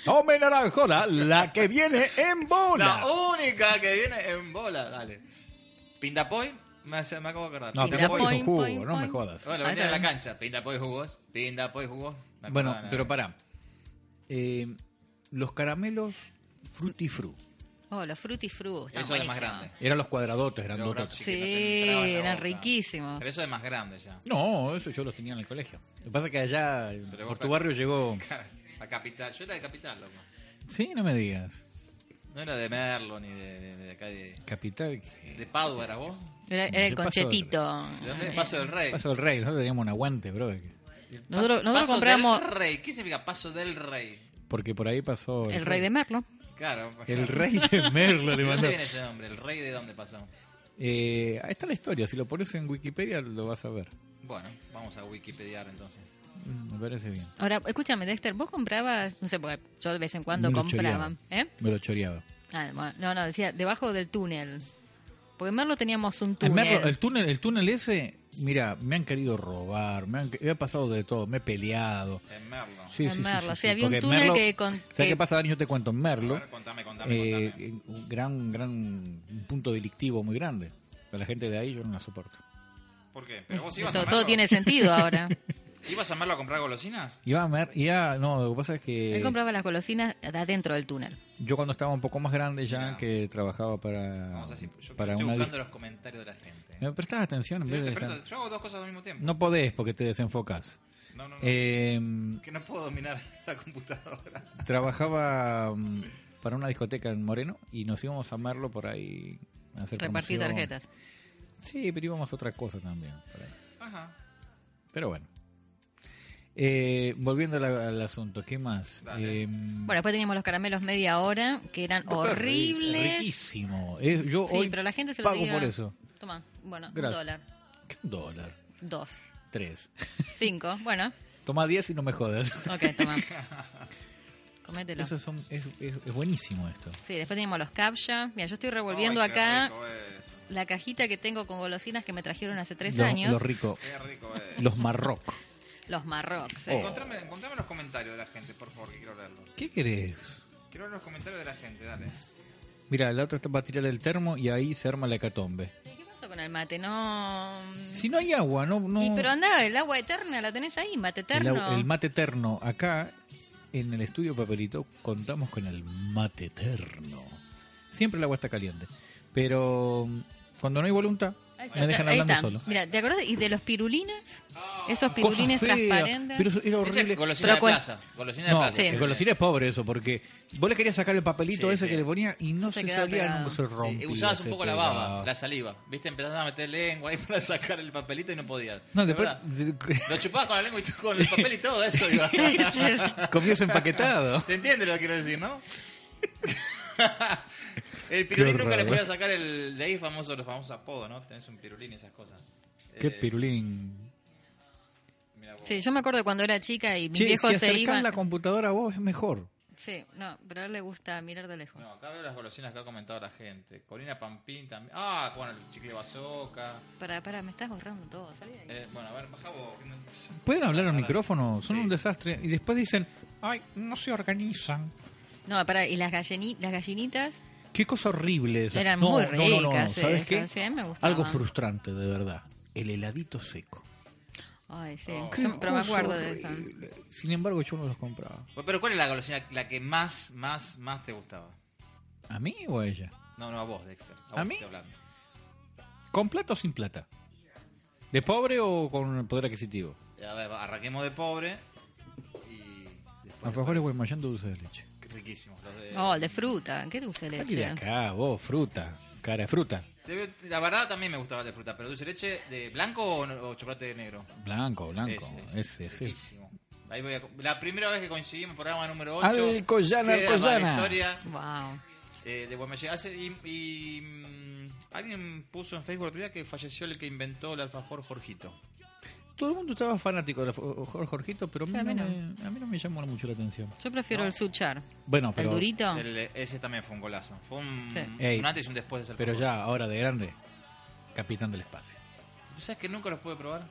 Hombre naranjola, la que viene en bola. La única que viene en bola, dale. Pindapoy, me, hace- me acabo de acordar. No, Y la Pindapoy es un poin, jugo, poin, no me poin. jodas. Bueno, Ah, venía en la está bien. cancha. Pindapoy jugos, Pindapoy jugos. Me Bueno, acordaba, pero nada. pará. Eh, los caramelos frutifru. Oh, los frutifrus. Eso es más grande. Eran los cuadradotes, eran Los grandototes. grandes, que no te Sí, entraban en la eran boca. riquísimos. Pero eso es más grande ya. No, eso yo los tenía en el colegio. Lo que pasa es que allá, Pero por vos- tu barrio llegó... La capital. Yo era de capital, loco. Sí, no me digas. No era de Merlo ni de, de- de acá de, Capital... de Padua, ¿era vos? Era, era el Yo paso- conchetito. ¿De dónde? Paso del Rey. Paso del Rey, nosotros teníamos un aguante, bro. Nosotros, nosotros Paso compramos del Rey. ¿Qué significa Paso del Rey? Porque por ahí pasó... el rey de Merlo. Claro. El rey de Merlo le ¿De mandó. dónde viene ese nombre? ¿El rey de dónde pasó? Eh, ahí está la historia, si lo pones en Wikipedia lo vas a ver. Bueno, vamos a Wikipediar entonces. Mm, Me parece bien. Ahora, escúchame, Dexter, vos comprabas, no sé, porque yo de vez en cuando Me lo compraba, ¿eh? Me lo choreaba. Ah, bueno, no, no, decía, debajo del túnel. Porque en Merlo teníamos un El túnel. Merlo- el túnel, el túnel ese, mira, me han querido robar, me han, he pasado de todo, me he peleado. En Merlo. Sí, En sí, sí, Merlo, sí, o sí, sea, había un porque túnel Merlo- que con- ¿Sabes que- qué pasa, Dani? Yo te cuento en Merlo. A ver, contame, contame, eh, contame. un gran, gran un punto delictivo muy grande. A la gente de ahí yo no la soporto. ¿Por qué? ¿Pero vos ibas a todo, Merlo? todo tiene sentido ahora. ¿Ibas a Merlo a comprar golosinas? Iba a Mer, iba, no, lo que pasa es que Él compraba las golosinas adentro del túnel. yo cuando estaba un poco más grande ya, Mirá. que trabajaba para, Vamos a decir, yo para estoy una... dis- buscando los comentarios de la gente. ¿Me prestás atención en Sí, vez yo, de te presto- estar- yo hago dos cosas al mismo tiempo. No podés porque te desenfocas. no, no. no. Eh, Que no puedo dominar la computadora. trabajaba mm, para una discoteca en Moreno y nos íbamos a Merlo por ahí a hacer Repartir promoción. tarjetas. Sí, pero íbamos a otra cosa también. por ahí. Ajá. Pero bueno. Eh, volviendo al, al asunto, ¿qué más? Dale. Eh, Bueno, después teníamos los caramelos media hora, que eran doctor, horribles. Riquísimo. Eh, yo Pues, Sí, hoy pero la gente se lo pago diga. por eso. Toma, bueno, Gracias. un dólar, ¿Qué un dólar? dos, Tres. cinco, bueno, Toma diez y no me jodas. ok, toma. Comételo. Eso son- es, es- es buenísimo esto. Sí, después teníamos los captcha. Mira, yo estoy revolviendo Ay, qué acá rico eso. la cajita que tengo con golosinas que me trajeron hace tres Lo- años. Lo rico. Qué rico eh. es. Los marroc. Los marrocs. sí. Encontrame, encontrame los comentarios de la gente, por favor, que quiero leerlos. ¿Qué querés? Quiero leer los comentarios de la gente, dale. Mira, la otra está para tirar el termo y ahí se arma la hecatombe. ¿Qué pasó con el mate? No. Si no hay agua, no. no Y pero anda, el agua eterna la tenés ahí, mate el, eterno. au- el mate eterno. Acá, en el estudio Papelito, contamos con el mate eterno. Siempre el agua está caliente. Pero mm, cuando no hay voluntad, Ahí está, me dejan ahí hablando está. solo. Mira, ¿te acordás? de- ¿Y de los pirulines? Esos Cosas pirulines feas, transparentes. Pero eso era Ese horrible. es golosina de Pero cuen- plaza. Golosina de No, plaza. Sí. el golosina es pobre eso, porque vos le querías sacar el papelito Sí, ese sí. que le ponía y no Se se, quedaba salía, pegado. nunca se Sí, rompía. usabas se un poco la pegaba. baba, la saliva. Viste, empezás a meter lengua ahí para sacar el papelito y no podías. No, De después verdad. Lo chupabas con la lengua y t- con el papel y todo eso iba. Sí, sí, sí. comías empaquetado. ¿Se entiende lo que quiero decir, no? el pirulín Qué ¿eh? nunca le horror. podía sacar el de ahí famoso, los famosos apodos, ¿no? Tenés un pirulín y esas cosas. Qué Eh, pirulín. mirá vos. Sí, yo me acuerdo cuando era chica y mis Che, viejos si se acercás iban. la computadora a vos es mejor. Sí, no, pero a él le gusta mirar de lejos. No, acá veo las golosinas que ha comentado la gente. Corina Pampín también. Ah, bueno, el chicle bazooka. Para, para, me estás borrando todo, salí de ahí. Eh, bueno, a ver, baja vos. que no- Pueden hablar al Ahora, micrófono, son sí. un desastre. Y después dicen, ay, no se organizan. No, para, y las, gallini- las gallinitas Qué cosa horrible esa. Eran no, muy no, no, no, ricas ¿sabes esas, qué? sí, a mí me gustaban. Algo frustrante, de verdad. El heladito seco. Ay, sí. Oh. Qué Yo- pero me cosa acuerdo de eso. horrible. Sin embargo, yo no los compraba. Bueno, Pero ¿cuál es la golosina la que más, más, más te gustaba? ¿A mí o a ella? No, no, a vos, Dexter. A, vos ¿A mí? estoy hablando. ¿Con plata o sin plata? ¿De pobre o con poder adquisitivo? Eh, A ver, arranquemos de pobre y después... Alfajores Guaymallén dulce de leche. Riquísimos los de... Oh, el de fruta. Qué dulce de Salí de leche. acá, vos, fruta. Cara de fruta. Te- La verdad también me gustaba el de fruta, pero dulce de leche de blanco o, no- o chocolate de negro. Blanco, blanco. Ese, Ese, ese. Riquísimo. Ahí voy a- la primera vez que coincidimos programa número 8. Alcoyana, Alcoyana. historia Wow. eh, de Guaymallén. Hace- y, y, mm, alguien puso en Facebook otro día que falleció el que inventó el alfajor Jorgito. Todo el mundo estaba fanático de Fo- Jor- Jorgito, pero a mí, Sí, a mí no, no. Me, a mí no me llamó mucho la atención. Yo prefiero el suchar. Bueno, El pero, durito. El- ese también fue un golazo. Fue un, Sí. un Ey. antes y un después de ser pero fútbol. ya, ahora de grande, capitán del espacio. ¿Tú sabes que nunca los pude probar?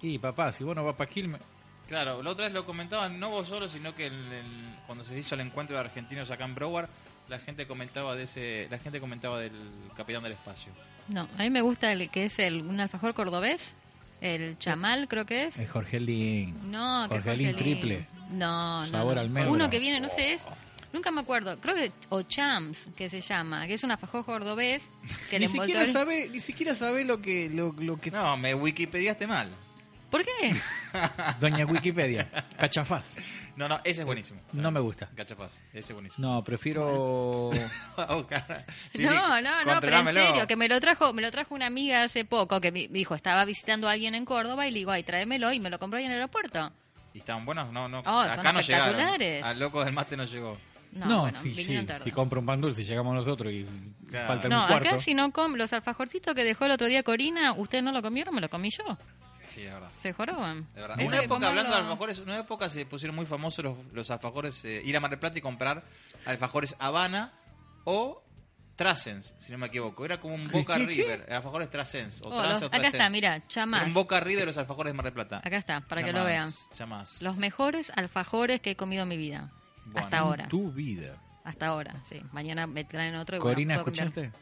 Y papá, si vos no vas para Quilmes, Claro, la otra vez lo comentaban, no vos solo, sino que el- el- cuando se hizo el encuentro de argentinos acá en Broward, la gente comentaba de ese, la gente comentaba del Capitán del Espacio. No, a mí me gusta el que es el, un alfajor cordobés. El chamal, creo que es. es Jorgelín. No, que Jorgelín Jorgelín. triple. No, no, Sabor no. almendra. Uno que viene, no sé, es Nunca me acuerdo, creo que, o Chams, que se llama, que es un alfajor cordobés, que el Ni siquiera envoltorio... sabe, ni siquiera sabe lo que, lo, lo que No, me wikipediaste mal. ¿Por qué? Doña Wikipedia. Cachafaz. No, no, ese es buenísimo. No me gusta. Cachapaz, ese es buenísimo. No, prefiero. Oh, cara. Sí, sí, no, no, no, pero en controlámelo. serio, que me lo trajo, me lo trajo una amiga hace poco, que me dijo, estaba visitando a alguien en Córdoba y le digo, ay, tráemelo y me lo compró ahí en el aeropuerto. Y estaban buenos, no, no. Oh, son acá no llegaron. Ah. espectaculares. Al loco del mate no llegó. No, bueno, sí, vinieron sí, tarde. si compro un pan dulce y llegamos nosotros y Claro. falta No, un cuarto. acá si no com los alfajorcitos que dejó el otro día Corina, ustedes no lo comieron, me lo comí yo. Sí, es verdad. Se joroban. Este De verdad. Esto Una de época, hablando de comerlo- alfajores, una época se pusieron muy famosos los, los alfajores, eh, ir a Mar del Plata y comprar alfajores Habana o Trasens, si no me equivoco. Era como un Boca River, alfajores Trasens o Oh, Trasens los- o acá Trasens. está, mira, chamás. Era un Boca River los alfajores de Mar del Plata. Acá está, para que lo vean. Chamás, Chamás. Los mejores alfajores que he comido en mi vida. Bueno. hasta ahora. Tu vida. Hasta ahora, sí. Mañana me traen otro y bueno, Corina, puedo cambiar. ¿escuchaste?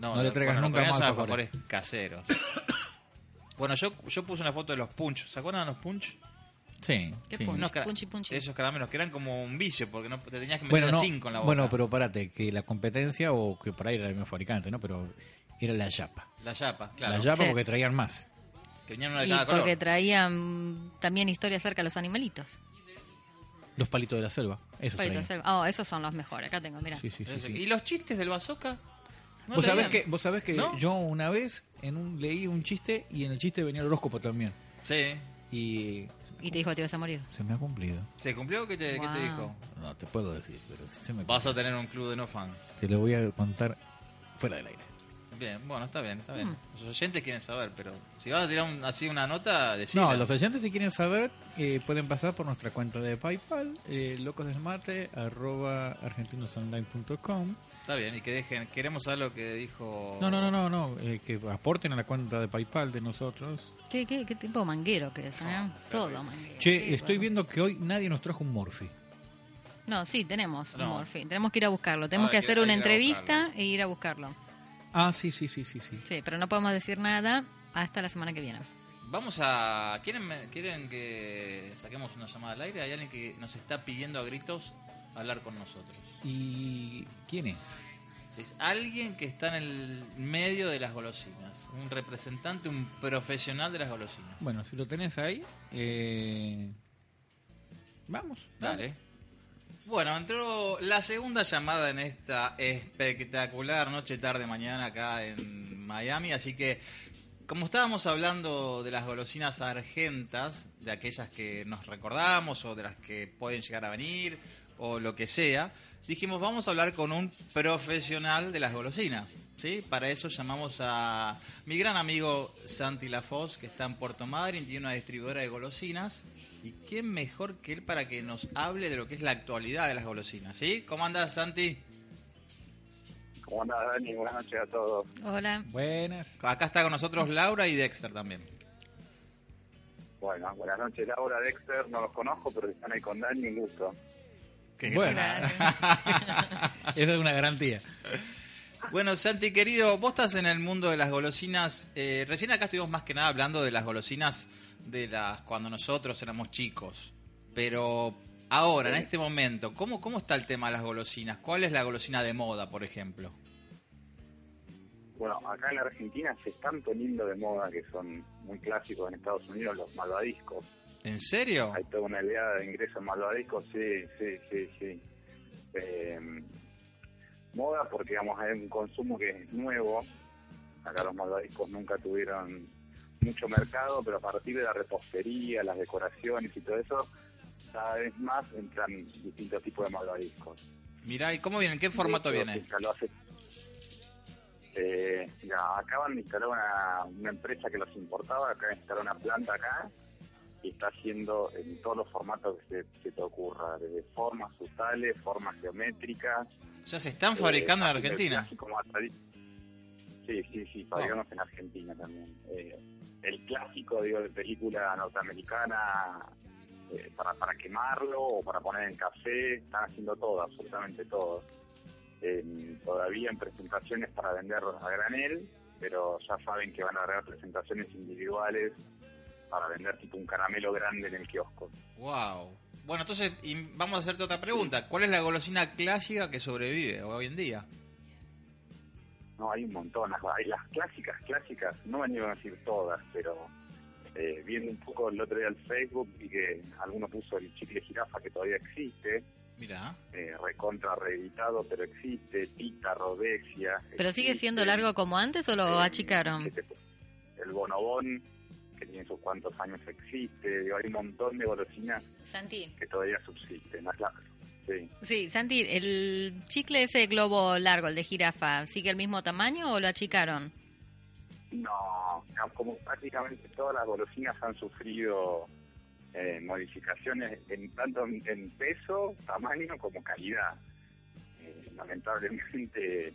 No, No le no, traigas bueno, nunca los más son alfajores. alfajores caseros. bueno, yo, yo puse una foto de los punch. ¿Se acuerdan de los punch? Sí. ¿Qué sí. punch? Unos cara- punchi, punchi. Esos caramelos que eran como un vicio porque no, te tenías que meter Bueno, no, a cinco en la boca. bueno, pero párate, que la competencia, o que por ahí era el mismo fabricante, ¿no? Pero era la yapa. La yapa, La claro. yapa Sí. porque traían más. Que venían una de Y cada color. porque traían también historias acerca de los animalitos. Los palitos de la selva. Eso Palitos de selva. Oh, esos son los mejores. Acá tengo, mira. Sí, sí, sí. Entonces, sí. ¿Y los chistes del bazooka? No ¿Vos, sabés leían. que, vos sabés que ¿No? yo una vez en un, leí un chiste y en el chiste venía el horóscopo también. Sí. Y Y te dijo que te ibas a morir. se me ha cumplido. ¿Se cumplió? ¿Qué te, qué te Wow. dijo? No te puedo decir, pero sí se me Vas a cumplió. tener un club de no fans. Te lo voy a contar fuera del aire. Bien, bueno, está bien, está bien. Mm. Los oyentes quieren saber, pero si vas a tirar un- así una nota, decíla. No, los oyentes si quieren saber eh, pueden pasar por nuestra cuenta de PayPal, eh, locosdesmate, arroba argentinosonline.com. Está bien, y que dejen. Queremos saber lo que dijo. No, no, no, no, no eh, que aporten a la cuenta de PayPal de nosotros. ¿Qué, qué, qué tipo manguero que es, ¿eh? Todo manguero. Che, Sí, estoy bueno. viendo que hoy nadie nos trajo un Morphy. No, sí, tenemos No. un morfín. Tenemos que ir a buscarlo. Tenemos Ah, que hay que- hacer una hay que ir a entrevista buscarlo. e ir a buscarlo. Ah, sí, sí, sí, sí, sí. Sí, pero no podemos decir nada hasta la semana que viene. Vamos a. ¿Quieren, me- ¿Quieren que saquemos una llamada al aire? Hay alguien que nos está pidiendo a gritos hablar con nosotros. ¿Y quién es? Es alguien que está en el medio de las golosinas. Un representante, un profesional de las golosinas. Bueno, si lo tenés ahí, eh, vamos. Dale. Bueno, entró la segunda llamada en esta espectacular noche, tarde, mañana acá en Miami. Así que, como estábamos hablando de las golosinas argentas, de aquellas que nos recordamos o de las que pueden llegar a venir o lo que sea, dijimos vamos a hablar con un profesional de las golosinas. ¿sí? Para eso llamamos a mi gran amigo Santi Lafoz, que está en Puerto Madryn, tiene una distribuidora de golosinas. ¿Y quién mejor que él para que nos hable de lo que es la actualidad de las golosinas? ¿Sí? ¿Cómo andas, Santi? ¿Cómo andás, Dani? Buenas noches a todos. Hola. Buenas. Acá está con nosotros Laura y Dexter también. Bueno, buenas noches, Laura, Dexter. No los conozco, pero si están ahí con Dani, un gusto. bueno, Gracias. esa es una garantía. Bueno, Santi, querido, vos estás en el mundo de las golosinas. Eh, recién acá estuvimos más que nada hablando de las golosinas de las cuando nosotros éramos chicos. Pero ahora, en este momento, ¿cómo, ¿cómo está el tema de las golosinas? ¿Cuál es la golosina de moda, por ejemplo? Bueno, acá en la Argentina se están poniendo de moda, que son muy clásicos en Estados Unidos, los malvadiscos. ¿En serio? Hay toda una oleada de ingresos en malvadiscos, sí, sí, sí, sí. Eh, moda porque, digamos, hay un consumo que es nuevo. Acá los malvadiscos nunca tuvieron mucho mercado, pero a partir de la repostería, las decoraciones y todo eso, cada vez más entran distintos tipos de malvadiscos. Mirá, ¿y cómo viene? ¿En qué formato Esto se viene? instaló hace- Eh, mira, acaban de instalar una, una empresa que los importaba, acaban de instalar una planta acá y está haciendo en todos los formatos que se, se te ocurra, desde formas frutales, formas geométricas. Ya se están fabricando eh, en Argentina. así como atradi- Sí, sí, sí, fabricamos en Argentina también. Eh, el clásico, digo, de película norteamericana eh, para, para quemarlo o para poner en café, están haciendo todo, absolutamente todo. Eh, todavía en presentaciones para vender a granel, pero ya saben que van a agregar presentaciones individuales para vender tipo un caramelo grande en el kiosco. Wow. Bueno, entonces y vamos a hacerte otra pregunta. ¿Cuál es la golosina clásica que sobrevive hoy en día? No, hay un montón. Hay las clásicas, clásicas. No me animo a decir todas, pero eh, viendo un poco el otro día el Facebook y que alguno puso el chicle jirafa que todavía existe. Mira, eh, recontra reeditado, pero existe, Tita, Rodexia. ¿Pero sigue existe, siendo largo como antes o lo eh, achicaron? que te- El bonobón, que tiene sus cuantos años existe, digo, hay un montón de golosinas Santi. que todavía subsisten. más la- Sí. Sí, Santi, el chicle ese globo largo, el de jirafa, ¿sigue el mismo tamaño o lo achicaron? No, no, como prácticamente todas las golosinas han sufrido eh, modificaciones en tanto en, en peso, tamaño como calidad. Eh, lamentablemente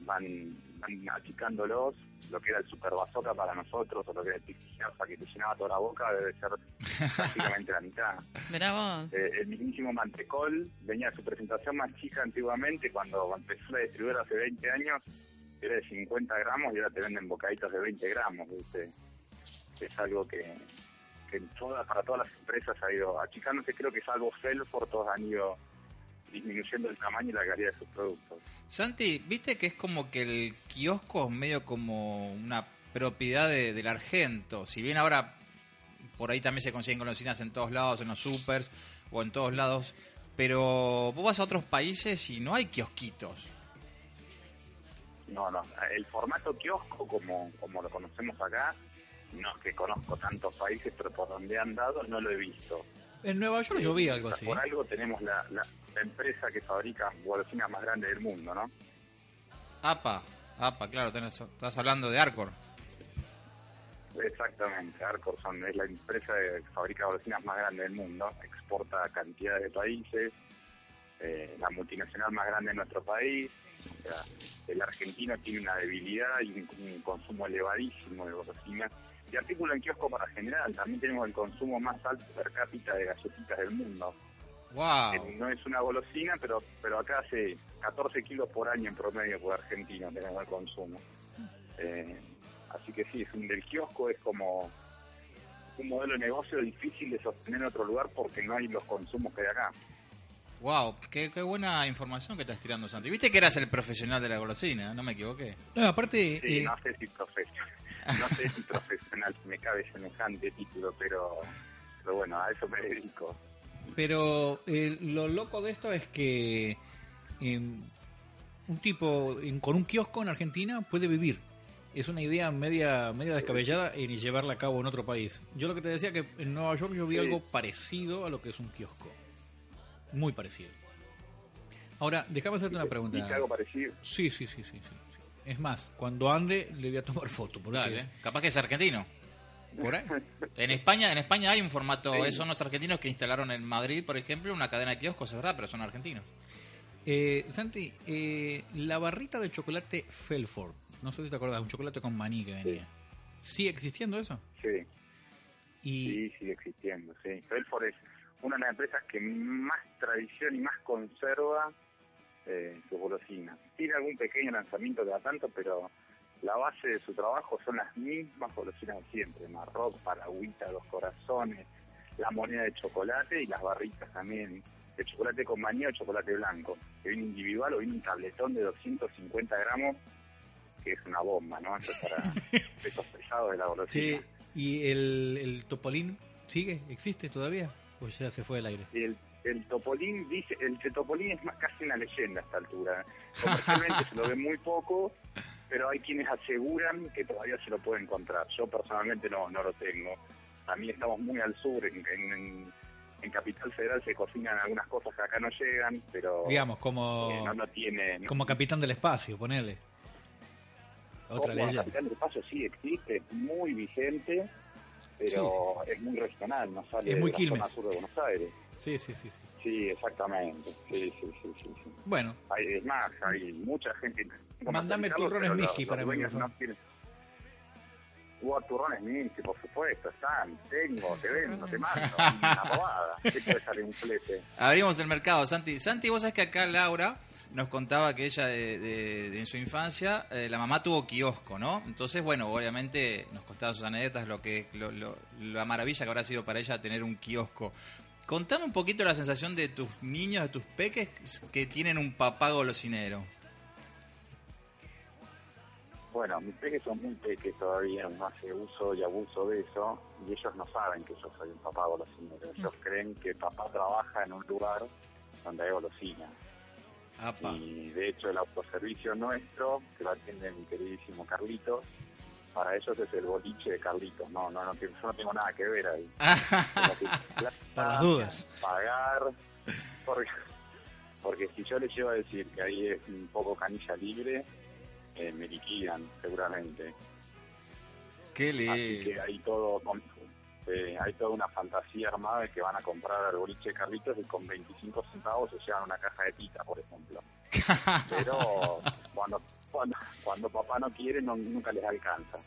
van, van achicándolos. Lo que era el super bazooka para nosotros o lo que era el para que te llenaba toda la boca debe ser prácticamente la mitad. Bravo. Eh, el mismísimo Mantecol venía de su presentación más chica antiguamente, cuando empezó a distribuir hace 20 años, era de 50 gramos y ahora te venden bocaditos de 20 gramos, ¿viste? Es algo que, que en todas- para todas las empresas ha ido achicándose, creo que salvo Felford, todos han ido disminuyendo el tamaño y la calidad de sus productos. Santi, viste que es como que el kiosco es medio como una propiedad de- del Argento. Si bien ahora por ahí también se consiguen golosinas en todos lados, en los supers o en todos lados, pero vos vas a otros países y no hay kiosquitos. No, no, el formato kiosco, como, como lo conocemos acá, no es que conozco tantos países, pero por donde han dado no lo he visto. En Nueva York yo vi algo así. Por algo tenemos la, la- la empresa que fabrica golosinas más grande del mundo, ¿no? Apa, apa, claro, tenés- estás hablando de Arcor. Exactamente, Arcorson es la empresa que fabrica golosinas más grande del mundo, exporta a cantidades de países, eh, la multinacional más grande de nuestro país. O sea, el argentino tiene una debilidad y un, un consumo elevadísimo de golosinas. Y artículo en kiosco para general, también tenemos el consumo más alto per cápita de galletitas del mundo. Wow. que Eh, no es una golosina, pero pero acá hace 14 kilos por año en promedio por argentino tenemos el consumo. Eh, así que sí, es un, el kiosco es como un modelo de negocio difícil de sostener en otro lugar porque no hay los consumos que hay acá. Wow, qué, qué buena información que estás tirando, Santi. Viste que eras el profesional de la golosina, no me equivoqué. No, aparte, Sí, eh, no sé si profesional, no sé si profesional me cabe semejante título, pero, pero bueno, a eso me dedico. pero eh, lo loco de esto es que eh, un tipo en- con un kiosco en Argentina puede vivir. Es una idea media, media descabellada en llevarla a cabo en otro país. Yo lo que te decía que en Nueva York yo vi Sí. algo parecido a lo que es un kiosco. Muy parecido. Ahora, déjame hacerte una pregunta. ¿Viste algo parecido? Sí, sí, sí, sí, sí, sí. Es más, cuando ande le voy a tomar foto. Porque Dale, capaz que es argentino. por ahí. En España, en España hay un formato, Sí. son los argentinos que instalaron en Madrid, por ejemplo, una cadena de kioscos, es verdad, pero son argentinos. Eh, Santi, eh, la barrita de chocolate Felford, no sé si te acordás, un chocolate con maní que venía. ¿Sigue existiendo eso? Sí. Y Sí, sigue existiendo, sí. Belfort es una de las empresas que más tradición y más conserva eh, sus golosinas. Tiene algún pequeño lanzamiento cada tanto, pero la base de su trabajo son las mismas golosinas de siempre. Marroc, Paragüita, Los Corazones, la moneda de chocolate y las barritas también. De chocolate con maní o chocolate blanco. Que viene individual o viene un tabletón de 250 gramos, que es una bomba, ¿no? Eso es para pesos pesados de la golosina. Sí, y el, el topolín sigue, existe todavía, o ya se fue del aire. el, el Topolín dice, el que Topolín es más casi una leyenda a esta altura. ¿eh? Comercialmente se lo ve muy poco, pero hay quienes aseguran que todavía se lo puede encontrar. Yo personalmente no, no lo tengo. También estamos muy al sur, en, en- en- en Capital Federal se cocinan algunas cosas que acá no llegan, pero Digamos, eh, como, no, no tiene... como capitán del espacio, ponele. Otra Como la leyenda. Capital del Paso sí existe, es muy vigente, pero Sí, es muy regional, no sale Es muy de la Quilmes. zona sur de Buenos Aires. Sí, sí, sí, sí. Sí, exactamente. Sí, sí, sí, sí, sí. Bueno, Hay, es más, hay mucha gente. Mándame turrones Miski para mí, mí. por favor. Hubo turrones Miski, por supuesto, están. Tengo, te vendo, te mando. Una robada. ¿Qué puede salir un flete? Abrimos el mercado, Santi. Santi, vos sabés que acá Laura nos contaba que ella de- de- de- en su infancia, eh, la mamá tuvo kiosco, ¿no? Entonces, bueno, obviamente nos contaba sus anécdotas, lo que lo- lo- la maravilla que habrá sido para ella tener un kiosco. Contame un poquito la sensación de tus niños, de tus peques que tienen un papá golosinero. Bueno, mis peques son muy peques todavía, no hace uso y abuso de eso, y ellos no saben que yo soy un papá golosinero. Ellos creen que papá trabaja en un lugar donde hay golosinas. Apa. Y de hecho el autoservicio nuestro, que lo atiende mi queridísimo Carlitos, para ellos es el boliche de Carlitos. No, no, no, yo no tengo nada que ver ahí. Tengo que ir a plata, Para las dudas. Pagar. Porque, porque si yo les llevo a decir que ahí es un poco canilla libre, eh, me liquidan seguramente. Qué Así lindo. que hay todo con- eh, hay toda una fantasía armada de que van a comprar al boliche de Carlitos y con 25 centavos se llevan una caja de pita, por ejemplo. Pero cuando, cuando, cuando papá no quiere, no- nunca les alcanza.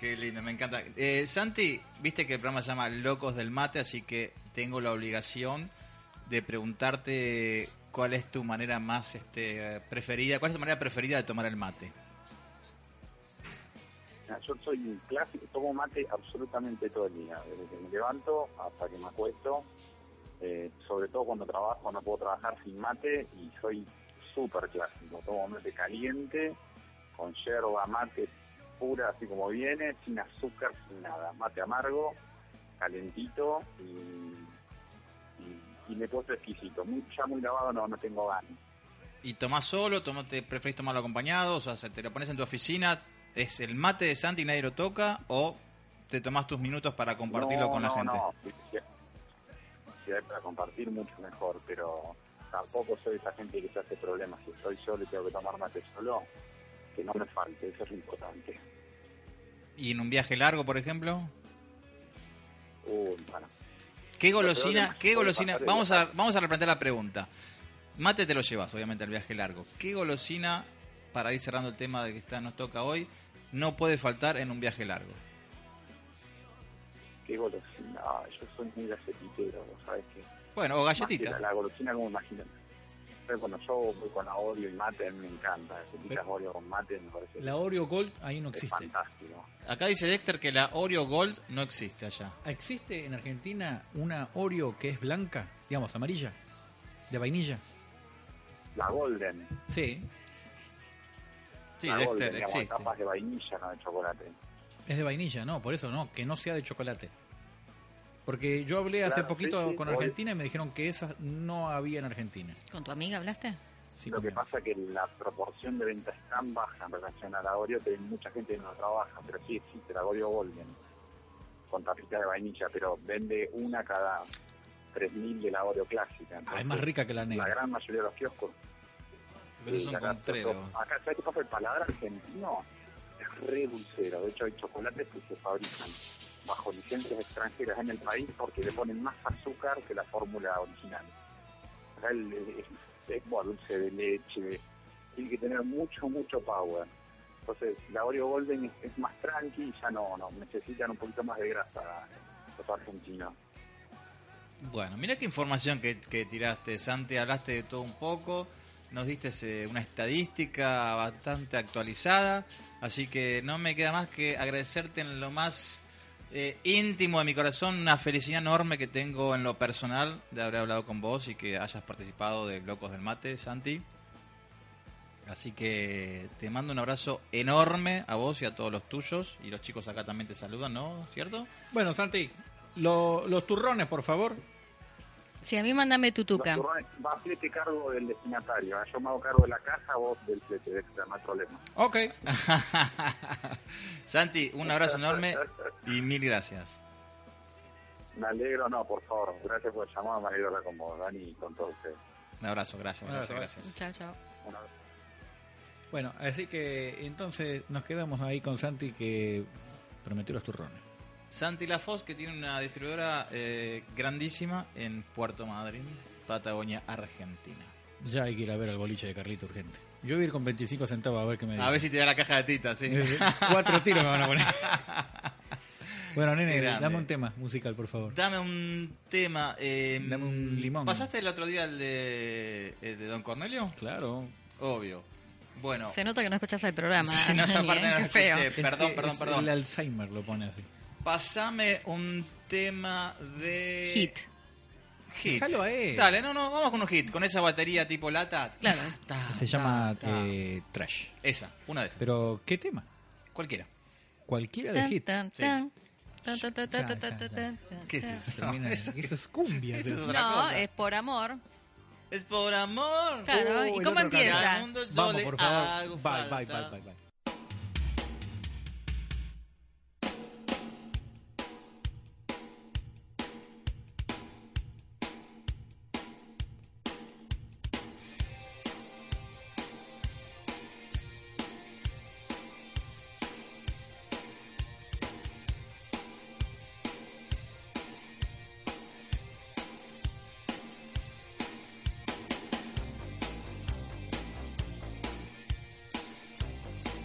Qué lindo, me encanta. Eh, Santi, viste que el programa se llama Locos del Mate, así que tengo la obligación de preguntarte cuál es tu manera más este, preferida, cuál es tu manera preferida de tomar el mate. Mira, Yo soy un clásico, tomo mate absolutamente todo el día, desde que me levanto hasta que me acuesto. Eh, sobre todo cuando trabajo, no puedo trabajar sin mate y soy súper clásico. Tomo mate caliente, con yerba, mate pura, así como viene, sin azúcar, sin nada. Mate amargo, calentito y, y, y me puesto exquisito. Muy, ya muy lavado no, no tengo ganas. ¿Y tomás solo? Tomás, ¿Te preferís tomarlo acompañado? O sea, se- ¿te lo pones en tu oficina? ¿Es el mate de Santi y nadie lo toca? ¿O te tomás tus minutos para compartirlo No, con la no, gente? No, Si- si hay para compartir mucho mejor, pero tampoco soy esa gente que se hace problemas. Si estoy solo y tengo que tomar mate solo, que no me falte, eso es lo importante. ¿Y en un viaje largo, por ejemplo? Uy, bueno. Lo peor ¿Qué que golosina? más ¿Qué puede golosina? pasar es Vamos a, viajar. vamos a replantear la pregunta. Mate te lo llevas, obviamente, al viaje largo. ¿Qué golosina, para ir cerrando el tema de que está, nos toca hoy, no puede faltar en un viaje largo? Qué golosina, Ah, yo soy muy galletitero, vos sabés que... Bueno, o más galletita. que La, la golosina como imaginan. Pero cuando yo voy con la Oreo y mate, a mí me encanta. Galletitas Oreo con mate me parece La Oreo Gold ahí no es existe. fantástico. Acá dice Dexter que la Oreo Gold no existe allá. ¿Existe en Argentina una Oreo que es blanca, digamos, amarilla, de vainilla? La Golden, Sí, Sí, la Golden, Dexter, digamos, existe. tapas de vainilla, no de chocolate. es de vainilla, no, por eso no, que no sea de chocolate. Porque yo hablé hace Claro, poquito sí, sí, con Oreo. Argentina y me dijeron que esas no había en Argentina. ¿Con tu amiga hablaste? Sí, lo que como- pasa es que la proporción de venta es tan baja en relación a la Oreo que mucha gente no la trabaja, pero sí existe la Oreo Golden con tapita de vainilla, pero vende una cada 3.000 de la Oreo clásica. Ah, Entonces, es más rica que la La negra. gran mayoría de los kioscos. Pero es un acá, contrero. acá, ¿sabes qué pasa? El paladar argentino es re dulcero. De hecho, hay chocolates que se fabrican bajo licencias extranjeras en el país porque le ponen más azúcar que la fórmula original. Acá el- es, es, bueno, dulce de leche. Tiene que tener mucho, mucho power. Entonces, la Oreo Golden es, es más tranqui y ya no, no, necesitan un poquito más de grasa los argentinos. Bueno, mira qué información que, que tiraste, Santi. Hablaste de todo un poco. Nos diste eh, una estadística bastante actualizada. Así que no me queda más que agradecerte en lo más eh, íntimo de mi corazón. Una felicidad enorme que tengo en lo personal de haber hablado con vos y que hayas participado de Locos del Mate, Santi. Así que te mando un abrazo enorme a vos y a todos los tuyos. Y los chicos acá también te saludan, ¿no? ¿Cierto? Bueno, Santi, lo- los turrones, por favor. Sí, a mí mándame tutuca. Los turrones- Va a flete cargo del destinatario. ¿eh? Yo me hago cargo de la caja, vos del flete, de extra, no hay problema. Ok. Santi, un abrazo enorme y mil gracias. Me alegro, no, por favor. Gracias por el llamado, me alegro de hablar con vos, Dani, y con todos ustedes. Un abrazo, gracias, Un abrazo, gracias, gracias. Chao, chao. Un abrazo. Bueno, así que entonces nos quedamos ahí con Santi que prometió los turrones. Santi Lafoz, que tiene una distribuidora eh, grandísima en Puerto Madryn, Patagonia, Argentina. Ya hay que ir a ver al boliche de Carlito urgente. Yo voy a ir con 25 centavos a ver qué me A ver si te da la caja de tita, sí. dice. Cuatro tiros me van a poner. bueno, nene, Qué grande. dame un tema musical, por favor. Dame un tema. eh, Dame un limón. ¿Pasaste el otro día el de, el de Don Cornelio? Claro. Obvio. Bueno, Se nota que no escuchás el programa. Sí, no, esa Dani, parte ¿eh? no la Qué feo. escuché. Perdón, perdón, es perdón. El Alzheimer lo pone así. pasame un tema de. Hit. Hit. Déjalo a él. Dale, no, no, vamos con un hit, con esa batería tipo lata. Claro. Ta, Se ta, llama ta. eh, Trash. Esa, una de esas. Pero, ¿qué tema? Cualquiera. Cualquiera de Tan, hit. tan, sí. tan. Tan, tan, tan, Ya, tan, ya, tan, ya. tan, tan, ¿Qué es tan. eso? Termina- eso- esas cumbias. eso es esas. otra No, cosa. es por amor. Es por amor. Claro, Oh, ¿y el cómo otro canal. Al empieza? mundo yo Vamos, le por favor. hago Bye, bye, falta. bye, bye, bye. Quiero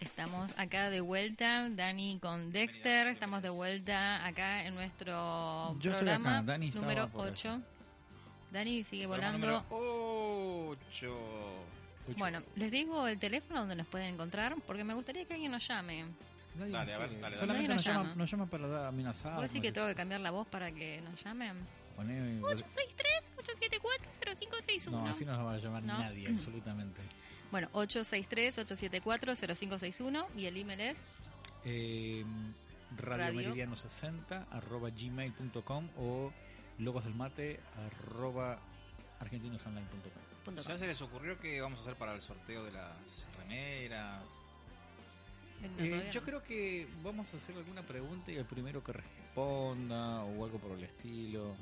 Estamos acá de vuelta, Dani con Dexter. Estamos de vuelta acá en nuestro Yo estoy programa acá, Dani estaba número por 8. Dani sigue Programa volando. número Ocho. Bueno, les digo el teléfono donde nos pueden encontrar porque me gustaría que alguien nos llame. Nadie Dale, nos a ver, quiere. dale, dale. Solamente Nadie nos, nos llaman, llama. nos llaman para dar amenazar. ¿Puedo decir que tengo que cambiar la voz para que nos llamen? 863-874-0561. No, así no nos va a llamar No. nadie, absolutamente. Bueno, 863-874-0561 y el email es Eh, Radio. Radio Meridiano 60 arroba gmail.com o logos del mate arroba argentinosonline.com. punto com. ¿Ya se les ocurrió qué vamos a hacer para el sorteo de las remeras? No, Eh, todavía yo no. creo que vamos a hacer alguna pregunta y el primero que responda o algo por el estilo.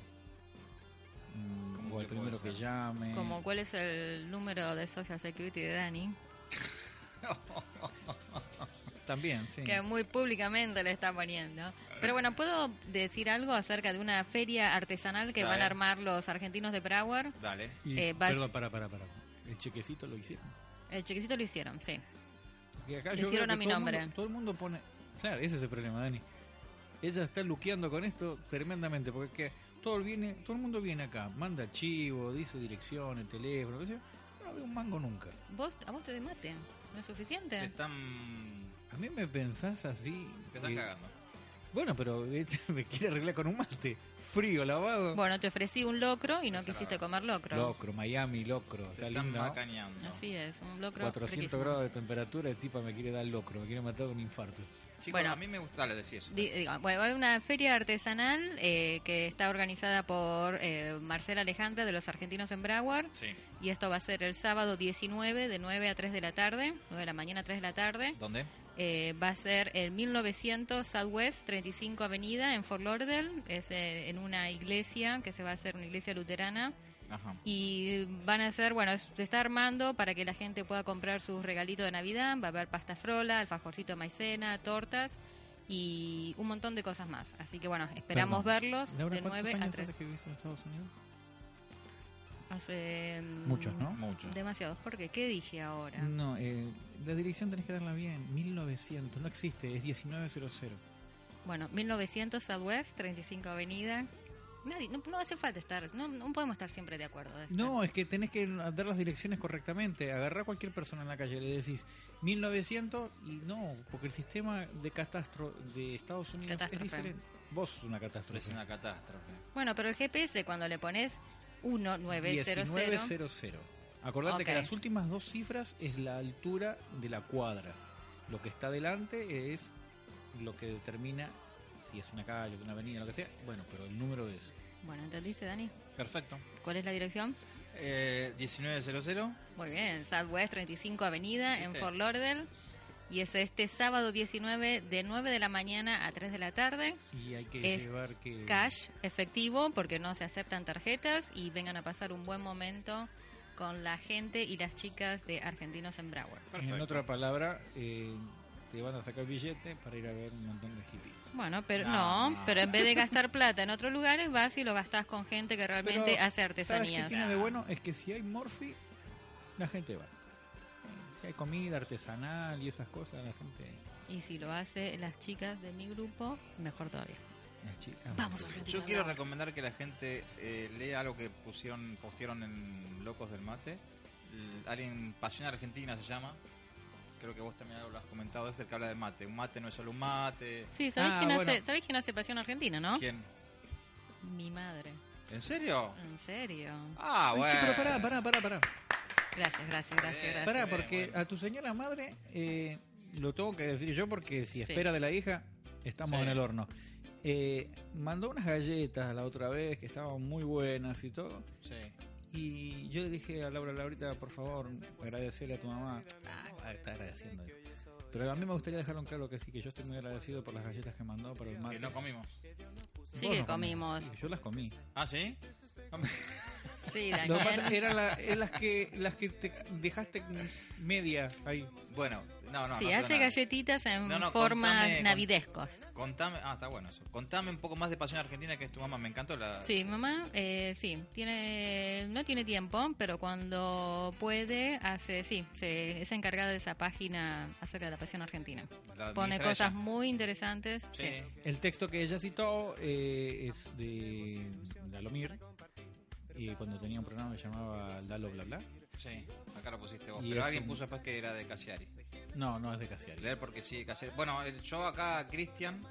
mm, ¿Cómo O el que puede primero que ser? llame. Como cuál es el número de Social Security de Dani, También, sí. que muy públicamente le está poniendo. Pero bueno, ¿puedo decir algo acerca de una feria artesanal que Dale. van a armar los argentinos de Broward? Dale. Y- eh, vas- Perdón, para, para, para. El chequecito lo hicieron. El chiquitito lo hicieron, sí. Que acá Lo yo hicieron veo que a mi todo el nombre. mundo- todo el mundo pone. Claro, ese es el problema, Dani. Ella está luqueando con esto tremendamente, porque es que todo, el viene, todo el mundo viene acá, manda archivo, dice dirección, el teléfono, qué sé yo. Yo no veo un mango nunca. ¿Vos, ¿A vos te mate? ¿No es Te suficiente? están. A mí me pensás así. Eh. Te están eh, cagando. bueno, pero este me quiere arreglar con un mate. Frío, lavado. Bueno, te ofrecí un locro y no Esa la quisiste verdad. comer locro. Locro, Miami, locro. Te Está están lindo. ¿no? macañando. Así es, un locro. 400 riquísimo. grados de temperatura, el tipo me quiere dar locro, me quiere matar de un infarto. Chicos, Bueno. a mí me gusta, les decía eso. Di- digo, Bueno, hay una feria artesanal eh, que está organizada por eh, Marcela Alejandra de los Argentinos en Broward. Sí. Y esto va a ser el sábado 19 de 9 a 3 de la tarde, 9 de la mañana a 3 de la tarde. ¿Dónde? Eh, va a ser el 1900 Southwest 35 Avenida en Fort Lauderdale. Es eh, en una iglesia que se va a hacer una iglesia luterana. Ajá. Y van a hacer, bueno, es- se está armando para que la gente pueda comprar sus regalitos de Navidad. Va a haber pasta frola, alfajorcito de maicena, tortas y un montón de cosas más. Así que bueno, esperamos Perdón. verlos Laura, de ¿cuántos 9 a años 3. hace que vivís en Estados Unidos? Hace. mm, Muchos, ¿no? Mucho. Demasiados, porque ¿qué dije ahora? No, eh, la dirección tenés que darla bien. 1900, no existe, es 1900. Bueno, 1900 Southwest, 35 Avenida. Nadie, no, no hace falta estar, no, no podemos estar siempre de acuerdo. Dexter. No, es que tenés que dar las direcciones correctamente. Agarrá a cualquier persona en la calle, le decís 1900 y no, porque el sistema de catastro de Estados Unidos Catástrofe. es diferente. Vos sos una catástrofe. Es una catástrofe. Bueno, pero el GPS cuando le pones 1900, 1900. Acordate Ok. que las últimas dos cifras es la altura de la cuadra. Lo que está delante es lo que determina si es una calle, una avenida, lo que sea. Bueno, pero el número es... bueno, ¿entendiste, Dani? Perfecto. ¿Cuál es la dirección? Eh, 1900. Muy bien, Southwest 35 Avenida en ¿Viste? Fort Lauderdale. Y es este sábado 19 de 9 de la mañana a 3 de la tarde. Y hay que Es llevar que... Cash, efectivo, porque no se aceptan tarjetas. Y vengan a pasar un buen momento con la gente y las chicas de Argentinos en Broward. En Perfecto. otra palabra, eh, te van a sacar billete para ir a ver un montón de hippies. Bueno, pero no, No. pero en vez de gastar plata en otros lugares, vas y lo gastás con gente que realmente Pero, hace ¿Sabes artesanías. qué tiene de bueno? Es que si hay Morphy, la gente va. Eh, Si hay comida artesanal y esas cosas, la gente... Y si lo hace las chicas de mi grupo, mejor todavía. las chicas- Vamos, Argentina. Yo quiero recomendar que la gente eh, lea algo que pusieron, postearon en Locos del Mate. L- Alguien, Pasión Argentina se llama. Creo que vos también algo lo has comentado, es el que habla del mate. Un mate no es solo un mate. Sí, ¿sabés, Ah, quién hace, bueno. ¿sabés quién hace Pasión Argentina, no? ¿Quién? Mi madre. ¿En serio? En serio. Ah, Ay, bueno. che, pero pará, pará, pará, pará. Gracias, gracias, gracias, Bien. gracias. Pará, bien, porque bueno. a tu señora madre eh, lo tengo que decir yo porque si espera de la hija, estamos Sí. en el horno. Eh, mandó unas galletas la otra vez que estaban muy buenas y todo. Sí. Y yo le dije a Laura, Laurita, por favor, agradecerle a tu mamá. Ah, está agradeciendo. digo. Pero a mí me gustaría dejarlo en claro que sí, que yo estoy muy agradecido por las galletas que mandó para el mate. Que no comimos. Sí Vos que no comiste. comimos. Sí, Yo las comí. ¿Ah, sí? Sí, Lo que pasa eh, Daniel. era la- es las que, las que te dejaste media ahí. Bueno, No, no, sí, no creo hace nada. galletitas en No, no, forma contame, con- navidescos. Contame, ah, está bueno eso. Contame un poco más de Pasión Argentina, que es tu mamá. Me encantó la. Sí, mamá, eh, sí, tiene, no tiene tiempo, pero cuando puede, hace, sí, se, es encargada de esa página acerca de la pasión argentina. la Pone administra cosas ella. muy interesantes. este, Sí. sí. El texto que ella citó eh, es de Lalomir. Y cuando tenía un programa que se llamaba Lalo Bla Bla. Sí, acá lo pusiste vos. Y Pero es alguien un- puso después que era de Casiari. No, no es de Casiari. Leer porque sí, Casiari. Bueno, el- yo acá, Cristian,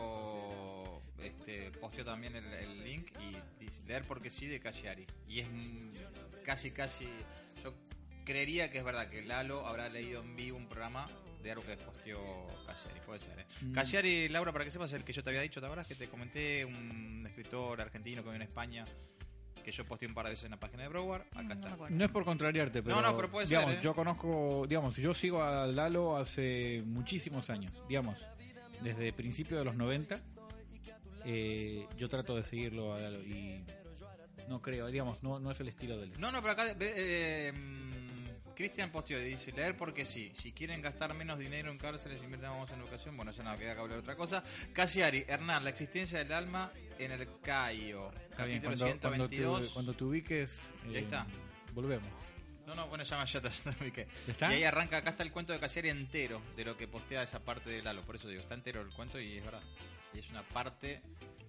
lo este, posteó también el, el link y dice leer porque sí de Casiari. Y es mm, casi, casi. Yo creería que es verdad que Lalo habrá leído en vivo un programa de algo que posteó Casiari. Puede ser, ¿eh? Casiari, Laura, para que sepas, el que yo te había dicho, ¿te acuerdas? Que te comenté un escritor argentino que vive en España. Que yo posteé un par de veces en la página de Broward. Acá No está. me acuerdo. No es por contrariarte, pero. No, no, pero puede ser, digamos, ¿eh? Yo conozco, digamos, yo sigo a Lalo hace muchísimos años, digamos, desde principios de los 90. eh, yo trato de seguirlo a Lalo y. No creo, digamos, no, no es el estilo del. No, no, pero acá eh, eh, mm, Cristian posteó y dice, leer porque sí. Si quieren gastar menos dinero en cárceles, inventamos en educación. Bueno, ya no queda que hablar de otra cosa. Casiari, Hernán, la existencia del alma en el Caio. Está bien, Capítulo cuando, cuando te, 122. cuando te ubiques. eh, Ya está. Volvemos. No, no, bueno, ya, me- ya, te- ya te ubiqué. ¿Ya está? Y ahí arranca, acá está el cuento de Casiari entero, de lo que postea esa parte de Lalo. Por eso digo, está entero el cuento y es verdad. Y es una parte...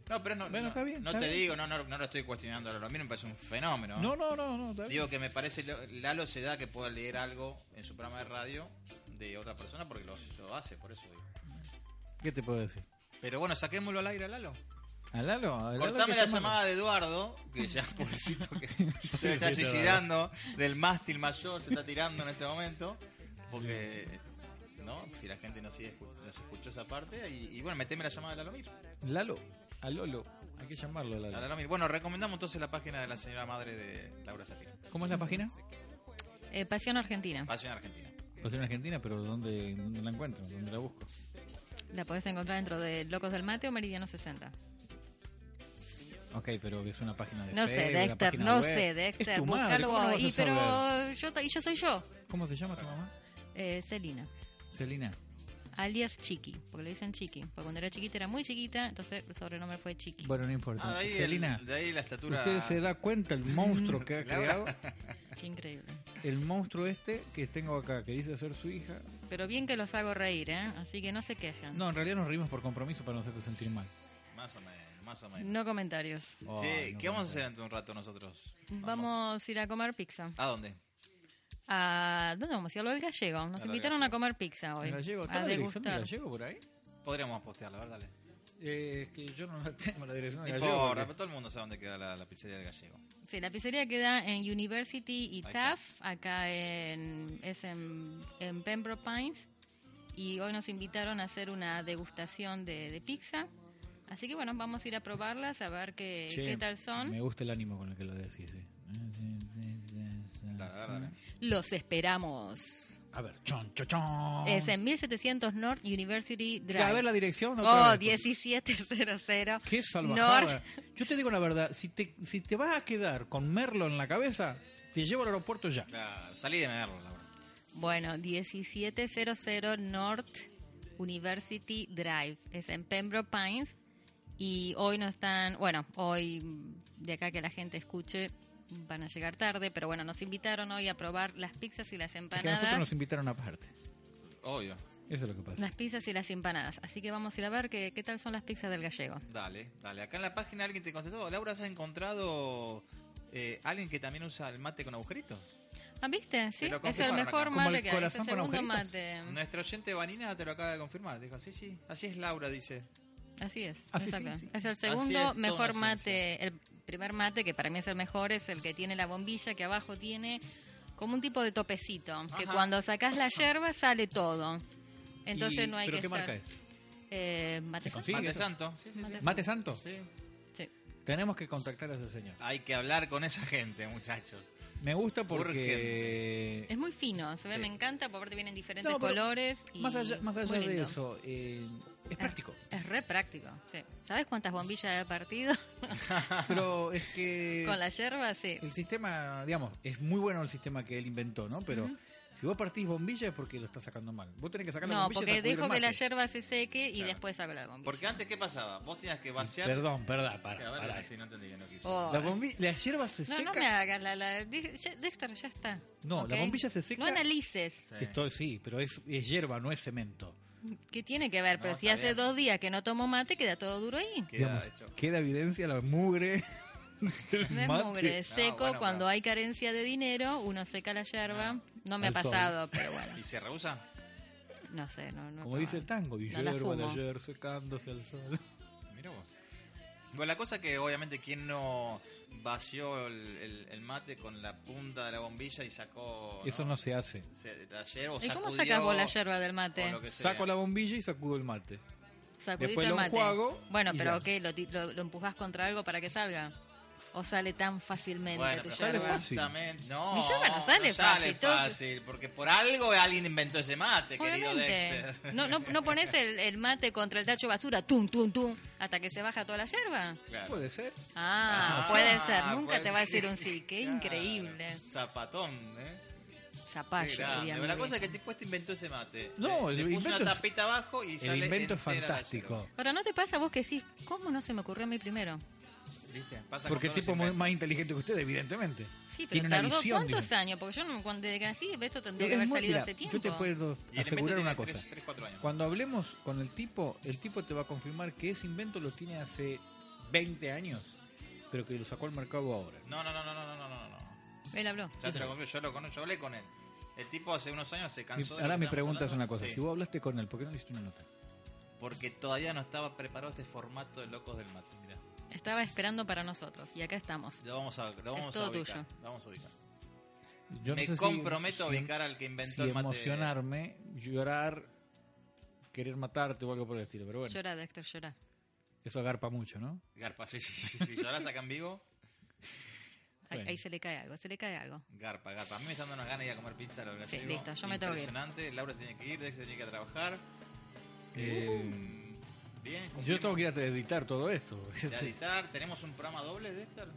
No, pero no, Bueno, no, está bien, no está te bien. digo, no, no, no lo estoy cuestionando. A mí me parece un fenómeno. No, no, no, no. está bien. Digo que me parece, Lalo se da que pueda leer algo en su programa de radio de otra persona porque lo, lo hace, por eso digo. ¿Qué te puedo decir? Pero bueno, saquémoslo al aire a Lalo. A Lalo. a Lalo Cortame que la se llama- llamada de Eduardo, que ya pobrecito que se está sí, suicidando del mástil mayor, se está tirando en este momento. Porque, ¿no? Si la gente no sigue, escu- nos escuchó esa parte. Y, y bueno, meteme la llamada de Lalo Mir. Lalo. A Lolo. Hay que llamarlo a a Lalo. Lalo Mir. Bueno, recomendamos entonces la página de la señora madre de Laura Zafir. ¿Cómo es la página? Eh, pasión argentina. Pasión Argentina. Lo en Argentina, pero ¿dónde, dónde la encuentro? ¿Dónde la busco? La podés encontrar dentro de Locos del Mate o Meridiano 60. Ok, pero es una página de No sé, Facebook, una Dexter, página no web. sé, Es Dexter, tu madre, búscalo ¿cómo no vos. vas a Y, pero saber? yo, ta- y yo soy yo, ¿Cómo se llama tu mamá? eh, Celina, Celina. alias Chiqui, porque le dicen Chiqui. Porque cuando era chiquita era muy chiquita, entonces el sobrenombre fue Chiqui. Bueno, no importa. Ah, de, ahí el- Celina, de ahí la estatura. usted se da cuenta el monstruo que ha creado, Qué increíble. el monstruo este que tengo acá, que dice ser su hija. Pero bien que los hago reír, ¿eh? Así que no se quejan. No, en realidad nos reímos por compromiso para no hacerte sentir mal. Más o menos, más o menos. No comentarios. che, Ay, Oh, no ¿qué vamos puedo a hacer ante un rato nosotros? Vamos a ir a comer pizza. ¿A dónde? ¿A dónde vamos? A lo del gallego. Nos Al invitaron a Gallego. comer pizza hoy. ¿En gallego? ¿Está a la dirección de degustar. gallego por ahí? Podríamos postearla, ¿verdad? Dale. Eh, es que yo no la tengo la dirección No de gallego. importa, porque- pero todo el mundo sabe dónde queda la, la pizzería del gallego. Sí, la pizzería queda en University y Ahí está. TAF, acá en, es en, en Pembroke Pines. Y hoy nos invitaron a hacer una degustación de, de pizza. Así que bueno, vamos a ir a probarlas, a ver qué, Che, qué tal son. Me gusta el ánimo con el que lo decís. sí. Dale, dale, dale. Los esperamos. A ver, chon, chon, chon. Es en 1700 North University Drive. Oh. A ver la dirección. otra Oh, vez, porque- 1700. Qué salvajada. North. Yo te digo la verdad, si te, si te vas a quedar con Merlo en la cabeza, te llevo al aeropuerto ya. Claro, salí de Merlo, la verdad. Bueno, 1700 North University Drive. Es en Pembroke Pines. Y hoy no están, bueno, hoy mm, de acá que la gente escuche van a llegar tarde, pero bueno, nos invitaron hoy a probar las pizzas y las Es que a nosotros empanadas. nos invitaron aparte. Obvio. Eso es lo que pasa. Las pizzas y las empanadas. Así que vamos a ir a ver qué, qué tal son las pizzas del gallego. Dale, dale. Acá en la página alguien te contestó. Laura, ¿has encontrado eh, alguien que también usa el mate con agujeritos? ¿Ah, viste? Sí, Te lo es el confirmaron acá. mejor Como el mate que hay. Es el corazón con segundo mate. agujeritos. Nuestro oyente Vanina te lo acaba de confirmar. Dijo, sí, sí. Así es Laura, dice. Así es. Así exacto. Ah, sí, sí. Es el Así segundo es, toda mejor una mate. El primer mate, que para mí es el mejor, es el que tiene la bombilla, que abajo tiene como un tipo de topecito. Que Ajá. cuando sacás la yerba sale todo. Entonces Y- no hay ¿Pero que qué estar- marca es? Eh, mate ¿Se consigue? Sí, mate eso. santo. Sí, sí, sí. Mate ¿Mate Santo? Sí. Sí. Tenemos que contactar a ese señor. Hay que hablar con esa gente, muchachos. Me gusta porque... Es muy fino, se ve, Sí. me encanta, porque aparte vienen diferentes No, pero colores. Y Más allá, más allá muy de lindo. eso, eh, es práctico. Es re práctico, sí. ¿Sabes cuántas bombillas he partido? Pero es que... Con la yerba, sí. El sistema, digamos, es muy bueno el sistema que él inventó, ¿no? Pero Si vos partís bombillas es porque lo estás sacando mal. Vos tenés que sacar la No, bombilla. y porque sacudir el dejo que la mate. hierba se seque y Claro. después saco la bombilla. Porque antes, ¿qué pasaba? Vos tenías que vaciar. Perdón, perdón, A para, ver, para. si no entendí bien lo que hice. Oh. La, bombi- la hierba se No, seca. no me hagas la... la- de- ya- Dexter, ya está. No, la ¿ok? bombilla se seca. No analices. Sí. Que estoy- sí, pero es, es hierba, no es cemento. ¿Qué tiene que ver? Pero No, si está hace bien. dos días que no tomo mate, queda todo duro ahí. Queda Digamos, hecho. queda evidencia la mugre. del No es mate. mugre, es No, seco. Ah, bueno, Cuando pero- hay carencia de dinero, uno seca la hierba. No, me ha Al sol. pasado, pero bueno. ¿Y se rehúsa? No sé, no, no. he Como dice el probado. tango, y No la hierba de fumo. ayer secándose al sol. Mira vos. Bueno, la cosa es que obviamente quien no vació el, el- el mate con la punta de la bombilla y sacó... Eso no se hace. Se, la hierba, o ¿Y cómo sacudió, sacas vos la hierba del o mate? lo que sea. Saco la bombilla y sacudo el mate. Sacudís después el lo mate. enjuago bueno, y pero ya. ¿qué? ¿Lo, ti- lo, lo empujás contra algo para que salga? ¿O sale tan fácilmente Bueno, tu pero sale yerba? fácil. justamente- No, Mi yerba no sale fácil, todo- fácil, Porque por algo alguien inventó ese mate, querido Obviamente. Dexter. ¿No, no, no pones el, el mate contra el tacho de basura, tum, tum, tum, hasta que se baja toda la hierba? Claro. Puede ser. Ah, Ah, puede ser. Nunca puede te va a decir ser. un sí. Qué Claro. increíble. Zapatón, ¿eh? Qué Zapallo, grande. diría Pero mi la cosa es vieja. que después te inventó ese mate. No, Le- le el puso invento una es- tapita abajo y El sale invento es entera la fantástico. yerba. Ahora, ¿no te pasa vos que decís, cómo no se me ocurrió a mí primero? ¿Viste? Pasa con Porque el todos los tipo mu- inventos. más inteligente que usted, evidentemente. Sí, pero Tiene una tardó visión, cuántos digamos. años, porque yo no, cuando desde que nací, esto tendría Es que haber muy- salido mira, hace tiempo. Yo te puedo Y el asegurar invento una tiene cosa. 3, 4 años. Cuando hablemos con el tipo, el tipo te va a confirmar que ese invento lo tiene hace 20 años, pero que lo sacó al mercado ahora. No, no, no, no, no, no, no, no. no. Él habló. Ya se lo confío, yo lo conozco, yo hablé con él. El tipo hace unos años se Mi- cansó de lo ahora que mi estábamos pregunta es hablando. una cosa. Sí. Si vos hablaste con él, ¿por qué no le hiciste una nota? Porque todavía no estaba preparado este formato de locos del mate. Mirá. Estaba esperando para nosotros y acá estamos. Lo vamos a, lo vamos a todo ubicar. tuyo. lo vamos a ubicar. Yo no Me sé si- comprometo a si- ubicar al que inventó si el mate. emocionarme, llorar, querer matarte o algo por el estilo. Pero bueno, Llora, Dexter, llora. eso agarpa mucho, ¿no? Garpa, sí, sí, sí, sí. Yo ahora sacan vivo. Ahí- Bueno. Ahí se le cae algo, se le cae algo. Garpa, garpa. A mí me están dando unas ganas de ir a comer pizza. La verdad, Sí, te digo. listo, yo me tengo que ir. Impresionante. Laura se tiene que ir, Dex se tiene que ir a trabajar. Uh. Eh, Bien, yo cumplimos. tengo que ir a editar todo esto. De editar. ¿Tenemos un programa doble, Dexter?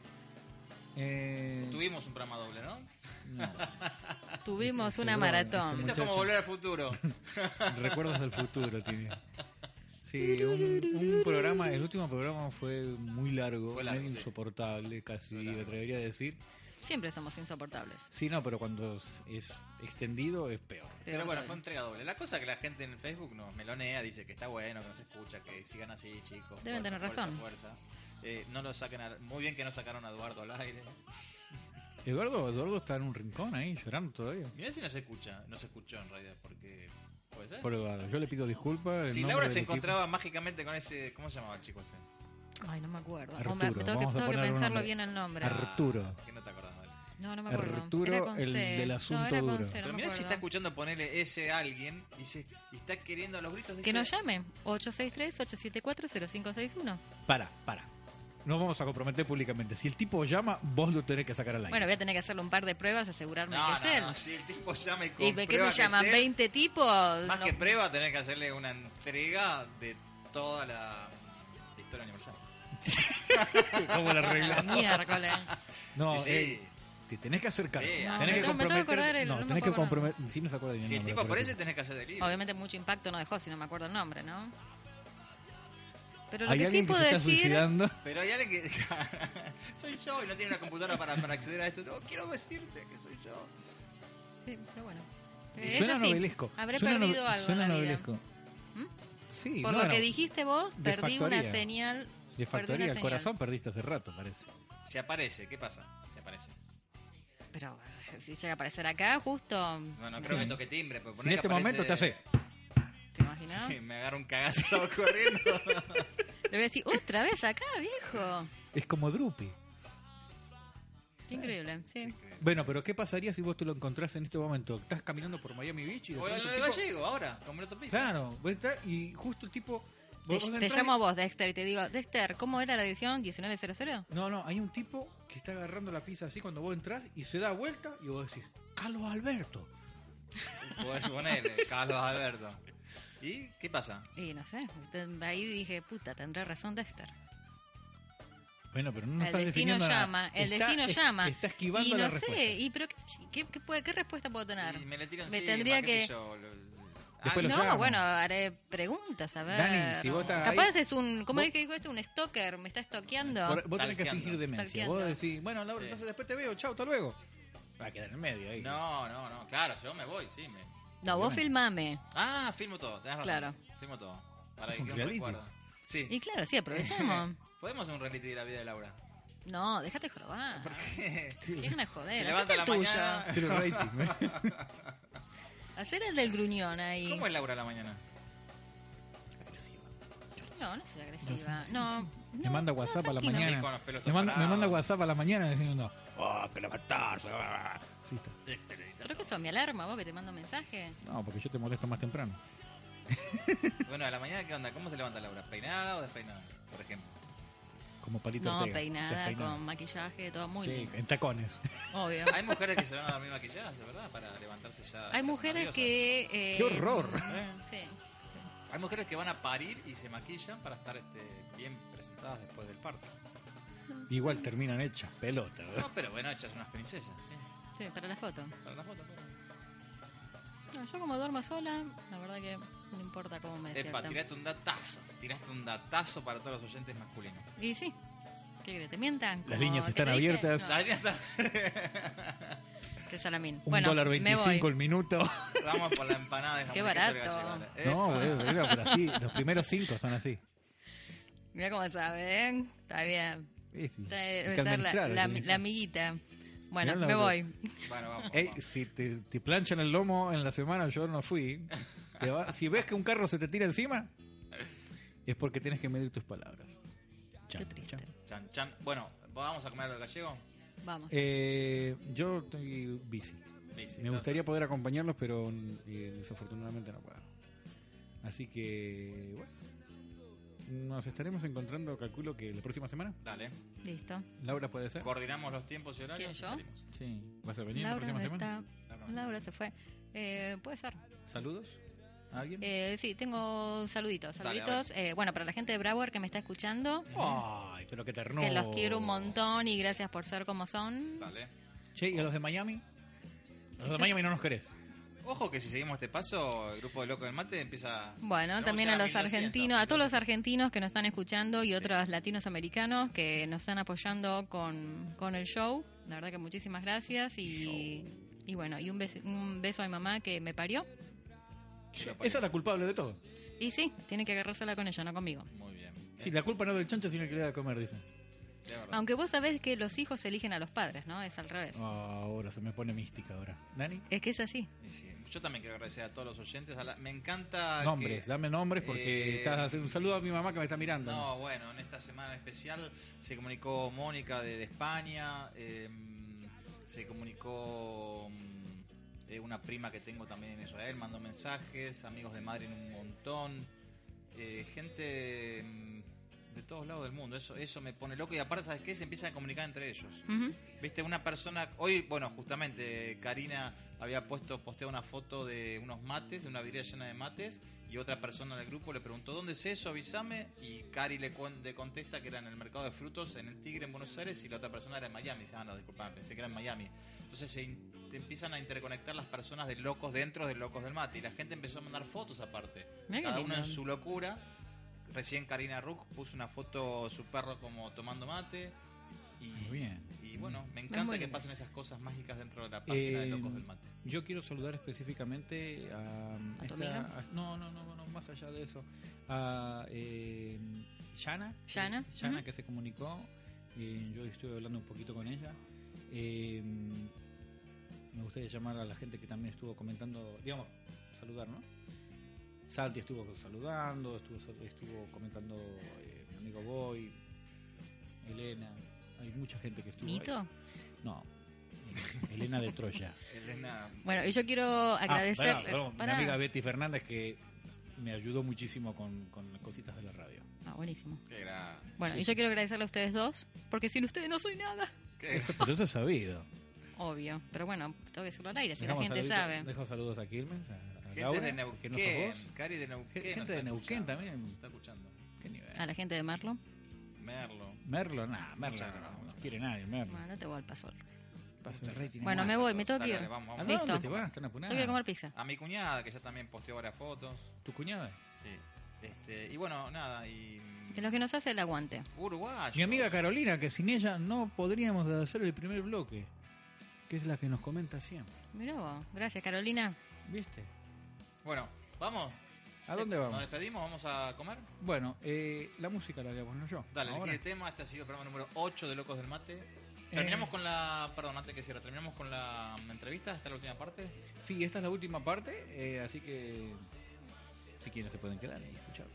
Eh, Tuvimos un programa doble, ¿no? no. Este Tuvimos Ese una broma, maratón. Esto es como este Muchacho. volver al futuro. Recuerdos del futuro tiene. Sí, un, un programa, el último programa fue muy largo, Fue largo, medio sí. insoportable, casi Fue largo. me atrevería a decir. Siempre somos insoportables. Sí, no, pero cuando es extendido es peor. Pero Peor bueno, todavía. fue entrega doble. La cosa que la gente en Facebook nos melonea, dice que está bueno, que nos escucha, que sigan así, chicos. Deben tener fuerza, razón. Fuerza. Eh, no lo saquen al- Muy bien que no sacaron a Eduardo al aire. Eduardo, Eduardo está en un rincón ahí llorando todavía. Mirá si no se escucha. No se escuchó en realidad, porque. ¿Puede ser? Por Eduardo, yo le pido disculpas. en Si nombre Laura del se equipo. encontraba mágicamente con ese. ¿Cómo se llamaba el chico este? Ay, no me acuerdo. Arturo, O me- tengo que, vamos a tengo que ponerle un pensarlo nombre. bien el nombre. Ar- Arturo. ¿Por qué Ah, no te acordás de él? no, no me acuerdo. Arturo, Era con el C. del asunto no, era con duro. C, no Pero me mirá si está acuerdo. escuchando ponerle ese a alguien y, se, y está queriendo a los gritos de Que ese- nos llame. 863-874-0561. Para, para. No vamos a comprometer públicamente. Si el tipo llama, vos lo tenés que sacar al aire. Bueno, voy a tener que hacerle un par de pruebas y asegurarme No, que es él. no, no, si el tipo llama y ¿Y comprueba qué te llaman? sea, ¿20 tipos? Más No. que prueba, tenés que hacerle una entrega de toda la historia universal. ¿Cómo la arreglamos? Miércoles. No, Y sí, eh, te tenés que acercar. Sí, No, tenés me que tengo- me tengo que comprometer- acordar el- no, no me tenés que acuerdo nada. comprometer. Si no se acuerda bien si el nombre, tipo aparece, acuérdate. tenés que hacer delirio. Obviamente mucho impacto no dejó, si no me acuerdo el nombre, ¿no? Pero lo Hay que sí alguien que puedo se está decir... suicidando. Pero hay alguien que. soy yo y no tiene una computadora para, para acceder a esto. No, quiero decirte que soy yo. Sí, pero bueno. Eh, Suena eso sí, novelesco. Habré Suena no- perdido algo en Suena la vida. novelesco. ¿Mm? Sí, Por no, lo no. que dijiste vos, de perdí una factoría. señal. De perdí factoría, una el señal. corazón perdiste hace rato, parece. Se aparece, ¿qué pasa? Se aparece. Pero eh, si llega a aparecer acá, justo. No, no creo Sí. que toque timbre. pero Si en poner que este aparece- momento te hace. ¿Te imaginas? Sí, me agarra un cagazo corriendo. Le voy a decir, otra vez acá, viejo. Es como Drupi. Qué increíble, sí. Bueno, pero ¿qué pasaría si vos te lo encontrás en este momento? Estás caminando por Miami Beach y de O el pronto el tipo- gallego, ahora, con Broto Pizza. Claro, vos estás- y justo el tipo. Te, vos- vos te entrás y- llamo a vos, Dexter, y te digo, Dexter, ¿cómo era la edición? ¿1900? No, no, hay un tipo que está agarrando la pizza así cuando vos entrás y se da vuelta y vos decís, Carlos Alberto. Podés ponerle, Pues Carlos Alberto. ¿Y qué pasa? Y no sé, te- ahí dije, puta, tendrá razón Dexter. Bueno, pero no nos El estás destino definiendo nada. llama, el Está- destino es- llama. Está esquivando y no la sé, respuesta. y pero qué- qué, qué puede- qué respuesta puedo tener? Y me le tiran Me encima, tendría qué que- Ah, sé yo, lo- Después lo no, llamo. bueno, haré preguntas, a ver. Dani, si vos estás ahí- Capaz es un, ¿cómo vos- es que dijo esto? Un stalker, me está stalkeando. Por- vos tenés que Stalkeando. fingir demencia. Vos Stalkeando. decís, bueno, Laura, Sí. entonces después te veo, chao, hasta luego. Va a quedar en el medio ahí. No, no, no, claro, yo me voy, sí. Me... no, vos obviamente. filmame. Ah, filmo todo, tenés razón. Claro. Filmo todo. Para Es que un quede reality. recuerdo. Sí. Y claro, sí, aprovechamos. Podemos hacer un reality de la vida de Laura. No, dejate jorobar. Es una Se joder. Hacete levanta a el la tuyo. mañana. Cero rating. Hacer el del gruñón ahí. ¿Cómo es Laura a la mañana? No, no soy agresiva. No, Me no, manda no, WhatsApp a la tranquilo. Sí, mañana. con los pelos Me manda, me separados. manda WhatsApp a la mañana diciendo, oh, que levantarse. ah". Sí, está. Creo que eso, mi alarma, vos que te mando mensaje. No, porque yo te molesto más temprano. Bueno, a la mañana, ¿qué onda? ¿Cómo se levanta Laura? ¿Peinada o despeinada? Por ejemplo. Como palito No, Ortega, peinada, despeinado. con maquillaje, todo muy Sí, lindo. en tacones. Obvio. Hay mujeres que se van a dormir maquilladas, de verdad, para levantarse ya. ya Hay son mujeres nerviosas. que. eh, ¡Qué horror! Sí. Hay mujeres que van a parir y se maquillan para estar este, bien presentadas después del parto. Igual terminan hechas pelota. ¿verdad? No, pero bueno, hechas unas princesas. sí. Sí, para la foto. Para la foto, pero- No, yo como duermo sola, la verdad que no importa cómo me Epa, despiertan. tiraste un datazo. Tiraste un datazo para todos los oyentes masculinos. Y sí. ¿Qué crees? ¿Te mientan? Las Como, líneas ¿qué están te dije? abiertas. No, Daría hasta- qué salamín. Un bueno, dólar me 25 voy. el minuto. Vamos por la empanada de jamón Qué y queso de barato. gallega, ¿eh? No, boludo, era por así. Los primeros cinco son así. Mira cómo saben. Está bien. Es- Está- debe hay que ser la- administrar, hay la, que la administrar. amiguita. Bueno, Mirá la me otra. voy. Bueno, vamos. Ey, vamos. Eh, si te, te planchan el lomo en la semana, yo no fui. te va- si ves que un carro se te tira encima, es porque tienes que medir tus palabras. Chan, Qué triste. chan. Chan, chan. Bueno, vamos a comer al gallego. Vamos. Eh, yo estoy bici. Sí, sí, Me no, gustaría poder acompañarlos, pero eh, desafortunadamente no puedo. Así que, bueno. Nos estaremos encontrando, calculo que la próxima semana. Dale. Listo. Laura puede ser. Coordinamos los tiempos y horarios. ¿Quién, y yo? salimos. Sí. ¿Vas a venir Laura la no próxima semana? está. Laura no Laura se fue. Eh, puede ser. ¿Saludos? ¿A alguien? Eh, sí, tengo saluditos. Dale, a Saluditos. Eh, bueno, para la gente de Broward que me está escuchando, Oh, Ay, pero qué ternura. que los quiero un montón y gracias por ser como son. Dale. Che, ¿y a los de Miami? A los de Miami no nos querés. Ojo que si seguimos este paso, el grupo de Loco del Mate empieza. Bueno, Vamos también a llegar los 1200, argentinos, a todos los 1200. argentinos que nos están escuchando y otros latinos americanos que nos están apoyando con, con el show. La verdad que muchísimas gracias y, y bueno, y un beso, un beso a mi mamá que me parió. Esa es la culpable de todo. Y sí, tiene que agarrársela con ella, no conmigo. Muy bien. Sí, la culpa no es del chancho, sino que le da de comer, dicen. De verdad. Aunque vos sabés que los hijos eligen a los padres, ¿no? Es al revés. Ah, ahora se me pone mística ahora. ¿Nani? Es que es así. Y sí, Yo también quiero agradecer a todos los oyentes. a la- Me encanta. Nombres, Ah, que- dame nombres porque Eh, estás haciendo un saludo a mi mamá que me está mirando. No, bueno, en esta semana especial se comunicó Mónica de, de España, eh, se comunicó mm, eh, una prima que tengo también en Israel, mandó mensajes, amigos de Madrid un montón, eh, gente mm, de todos lados del mundo, eso, eso me pone loco y aparte, ¿sabes qué? Se empiezan a comunicar entre ellos. Ujú. Viste, una persona. Hoy, bueno, justamente Karina había puesto, posteado una foto de unos mates, de una vidriera llena de mates, y otra persona del grupo le preguntó, ¿dónde es eso? Avísame. Y Cari le, cuen- le contesta que era en el mercado de frutos en el Tigre, en Buenos Aires, y la otra persona era en Miami. Dice, ah, no, disculpame, pensé que era en Miami. Entonces se in- te empiezan a interconectar las personas de locos dentro de locos del mate, y la gente empezó a mandar fotos aparte. Mirá qué Cada uno en lindo. su locura. Recién Karina Rook puso una foto su perro como tomando mate. Y, Muy bien. y bueno, me Es encanta muy que lindo. pasen esas cosas mágicas dentro de la página de Eh, Locos del Mate. Yo quiero saludar específicamente a. ¿A tu amiga? a- no, no, no, no, más allá de eso. A. eh, Yana. Yana, que- Yana ujú. que se comunicó. eh, yo estuve hablando un poquito con ella. Eh, me gustaría llamar a la gente que también estuvo comentando, digamos, saludar, ¿no? Santi estuvo saludando, estuvo, estuvo comentando eh, mi amigo Boy, Elena. Hay mucha gente que estuvo. ahí. ¿Mito? No. Elena de Troya. Elena, Bueno, y yo quiero agradecer. Ah, pará, perdón, Pará. Mi amiga Betty Fernández que me ayudó muchísimo con, con las cositas de la radio. Ah, buenísimo. qué gra- Bueno, y yo quiero agradecerle a ustedes dos, porque sin ustedes no soy nada. qué Eso, pero eso es sabido. Obvio, pero bueno, tengo que decirlo al aire, si Dejamos la gente saludito- sabe. Dejo saludos a Quilmes, a, a gente Laura, de que no sos Neuquén, vos. Cari de Neuquén. Gente nos de está Neuquén escuchando, también. nos está escuchando. Qué nivel. A la gente de Marlo. Merlo. Merlo, nada, Merlo Muchas no, gracias. no quiere nadie, Merlo. Bueno, no te voy al paso. Pasa el rating. Bueno, me voy, me tengo que Dale, ir. vamos, vamos. ¿A Listo. dónde te vas? Están Tengo que ir a apunadas. comer pizza. A mi cuñada, que ya también posteó varias fotos. ¿Tu cuñada? Sí. Este, y bueno, nada, y. De lo que nos hace el aguante. Uruguayo. Mi amiga Carolina, que sin ella no podríamos hacer el primer bloque, que es la que nos comenta siempre. Mirá vos. Gracias, Carolina. ¿Viste? Bueno, vamos. ¿A dónde Nos vamos? despedimos, vamos a comer. Bueno, eh, la música la voy a poner yo. Dale, ahora. Eh. elegí el tema. Este ha sido el programa número 8 de Locos del Mate. Terminamos con la. Perdón, antes que cierre, terminamos con la mm, entrevista. Esta es la última parte. Sí, esta es la última parte, eh, así que si quieren se pueden quedar y escuchar.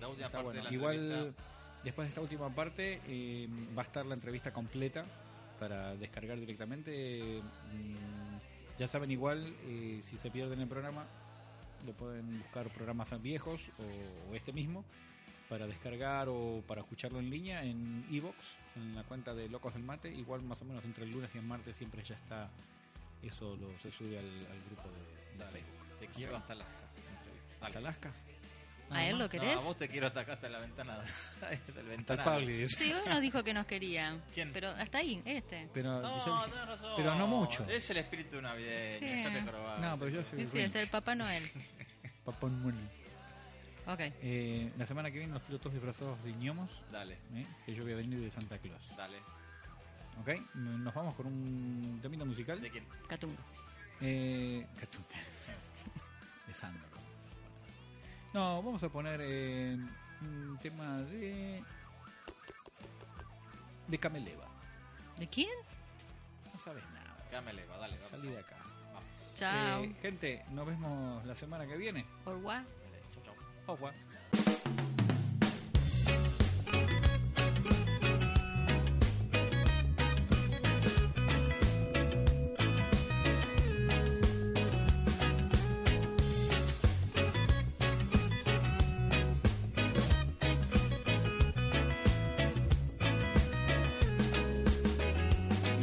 La última Está parte bueno. de la Igual, entrevista. después de esta última parte, eh, va a estar la entrevista completa para descargar directamente. Mm, ya saben, igual, eh, si se pierden el programa, lo pueden buscar programas viejos o, o este mismo para descargar o para escucharlo en línea en Evox, en la cuenta de Locos del Mate. Igual, más o menos entre el lunes y el martes, siempre ya está. Eso lo, se sube al, al grupo de, de Facebook. Te quiero hasta Alaska. ¿Hasta Alaska? Ah, ¿A él lo querés? No, a vos te quiero hasta acá, hasta la ventana. hasta el Hasta el ventanal. Pabli, dice. Sí, hoy nos dijo que nos quería. ¿Quién? Pero hasta ahí, este. Pero, No, ya dije- tenés razón. Eh, pero no mucho. Es el espíritu navideño. Sí. déjate probar. No, pero yo soy Sí, sí, es Grinch. el Papá Noel. Papá Noel. Ok. Eh, la semana que viene los quiero todos disfrazados de ñomos, Dale, eh, que yo voy a venir de Santa Claus. dale. ¿Ok? Nos vamos con un temita musical. ¿De quién? Catungo. Eh, Catum. de Sandro. No, vamos a poner eh, un tema de... De Cameleva. ¿De quién? No sabes nada. Cámele, va, dale, dale. Salí de acá. Chao. Eh, gente, nos vemos la semana que viene. Por what? Dale, chau, chau. Agua.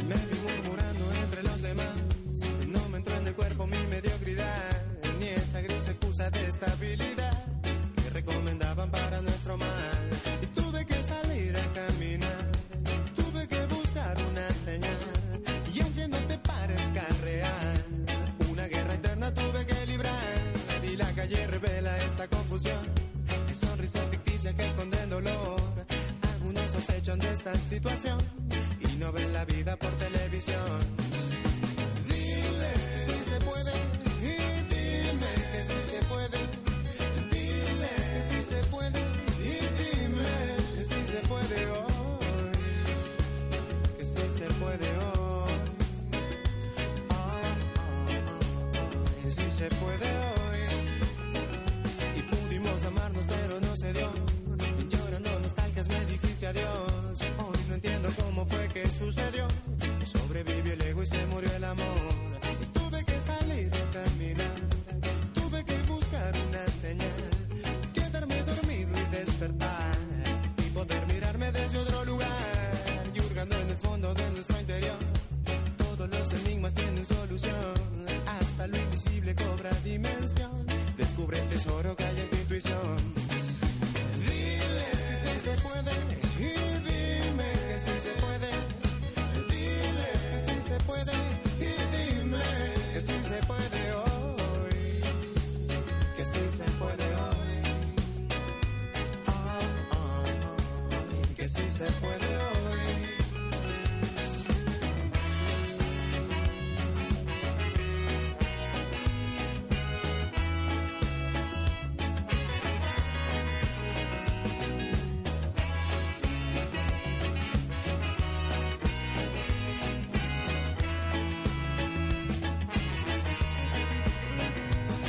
Me vi murmurando entre los demás. No me entró en el cuerpo mi mediocridad, ni esa gris excusa de estabilidad que recomendaban para nuestro mal. Y tuve que salir a caminar, tuve que buscar una señal. Y aunque no te parezca real, una guerra interna tuve que librar. Y la calle revela esa confusión, es sonrisa ficticia que esconden dolor. Algunos sospechan de esta situación y no ven la vida por televisión. Diles que sí se puede y dime que sí se puede. Diles que sí se puede y dime que sí se puede hoy. Que sí se puede hoy. Ah, ah, ah, ah, que sí se puede hoy y pudimos amarnos pero no se dio y llorando nostalgias me dijiste adiós hoy no entiendo cómo fue que sucedió que sobrevivió el ego y se murió el amor y tuve que salir a caminar tuve que buscar una señal quedarme dormido y despertar y poder mirarme desde otro lugar y hurgando en el fondo de nuestro interior todos los enigmas tienen solución. Hasta lo invisible cobra dimensión. Descubre el tesoro que hay en tu intuición. Diles que sí se puede y dime que sí se puede. Diles que sí se puede y dime que sí se puede hoy. Que sí se puede hoy. Ah, ah, ah, Que sí se puede hoy.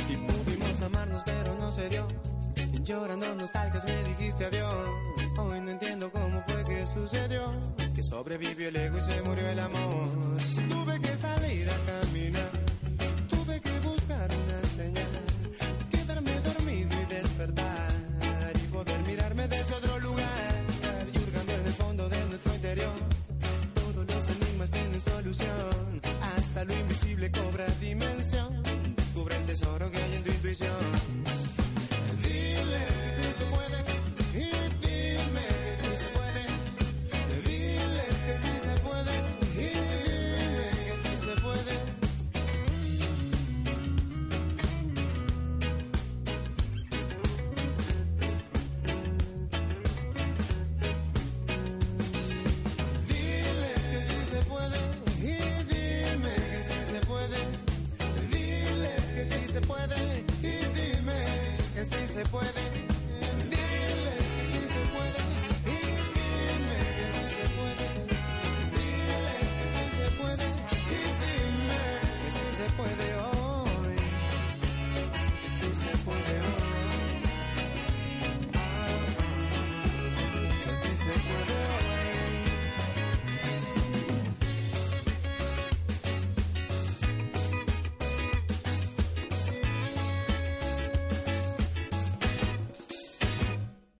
Y pudimos amarnos pero no se dio Y Llorando nostalgias me dijiste adiós Hoy no entiendo cómo fue que sucedió Que sobrevivió el ego y se murió el amor Tuve que salir a caminar Tuve que buscar una señal Quedarme dormido y despertar Y poder mirarme desde otro lugar Y hurgando en el fondo de nuestro interior todos los enigmas tienen solución. Hasta lo invisible cobra dimensión. Descubre el tesoro que hay en tu intuición. Dile que sí se puede. Y dime que sí se puede.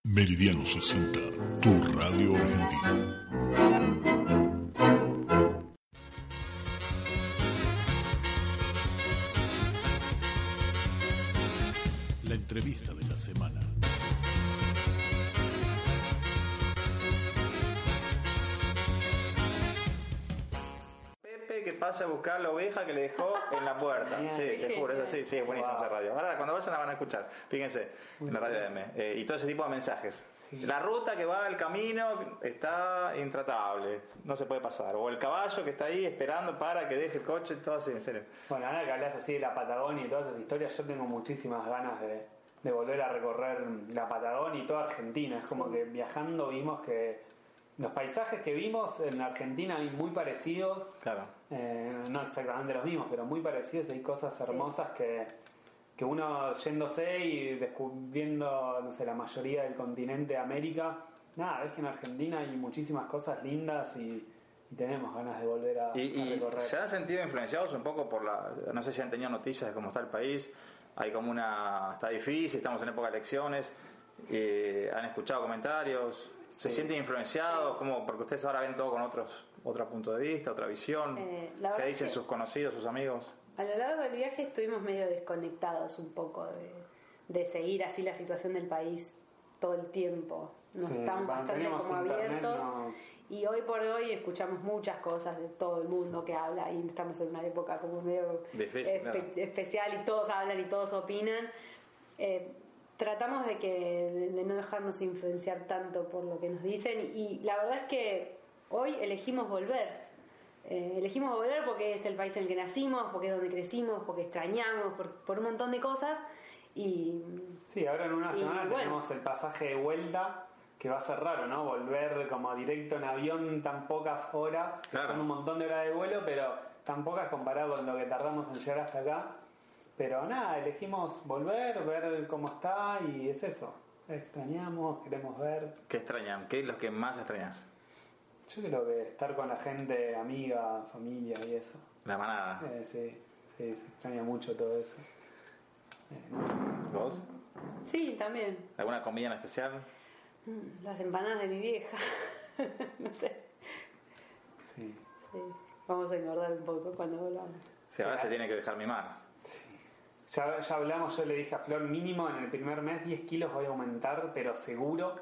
Meridiano 60, tu radio argentina. La entrevista de la semana. Pepe que pasa a buscar la oveja que le dejó en la puerta. Sí, te juro, es así, sí, es buenísima esa radio. Ahora cuando vayan la van a escuchar, fíjense, en la radio M. eh, y todo ese tipo de mensajes. La ruta que va al camino está intratable, no se puede pasar. O el caballo que está ahí esperando para que deje el coche, todo así, en serio. Bueno, ahora que hablas así de la Patagonia y todas esas historias, yo tengo muchísimas ganas de, de volver a recorrer la Patagonia y toda Argentina. Es como que viajando vimos que los paisajes que vimos en Argentina hay muy parecidos. Claro. Eh, no exactamente los mismos, pero muy parecidos. Hay cosas hermosas que, que uno yéndose y descubriendo, no sé, la mayoría del continente de América. Nada, ves que en Argentina hay muchísimas cosas lindas y, y tenemos ganas de volver a, Y, a y recorrer. se han sentido influenciados un poco por la. No sé si han tenido noticias de cómo está el país. Hay como una. Está difícil, estamos en época de elecciones. eh, han escuchado comentarios. ¿Se Sí. sienten influenciados? Como porque ustedes ahora ven todo con otros, otro punto de vista, otra visión. Eh, la ¿Qué verdad dicen que- sus conocidos, sus amigos? A lo largo del viaje estuvimos medio desconectados un poco de, de seguir así la situación del país todo el tiempo. Nos Sí, estamos bastante mantenemos como internet, abiertos. no- Y hoy por hoy escuchamos muchas cosas de todo el mundo que habla y estamos en una época como medio Difícil, espe- claro. especial y todos hablan y todos opinan. Eh, tratamos de que de, de no dejarnos influenciar tanto por lo que nos dicen y la verdad es que hoy elegimos volver. Eh, elegimos volver porque es el país en el que nacimos, porque es donde crecimos, porque extrañamos, por, por un montón de cosas y mm, Sí, ahora en una Y semana bueno. tenemos el pasaje de vuelta, que va a ser raro, ¿no? Volver como directo en avión tan pocas horas, que Claro. son un montón de horas de vuelo, pero tan pocas comparado con lo que tardamos en llegar hasta acá. Pero nada, elegimos volver, ver cómo está y es eso. Extrañamos, queremos ver. ¿Qué extrañan? ¿Qué es lo que más extrañas? Yo creo que estar con la gente, amiga, familia y eso. La manada. Eh, sí, sí, se extraña mucho todo eso. ¿Vos? sí, también. ¿Alguna comida en especial? Mm, Las empanadas de mi vieja. no sé. Sí. Sí. Vamos a engordar un poco cuando volvamos. Sí, ahora se tiene que dejar mimar. Ya, ya hablamos, yo le dije a Flor, mínimo en el primer mes 10 kilos voy a aumentar, pero seguro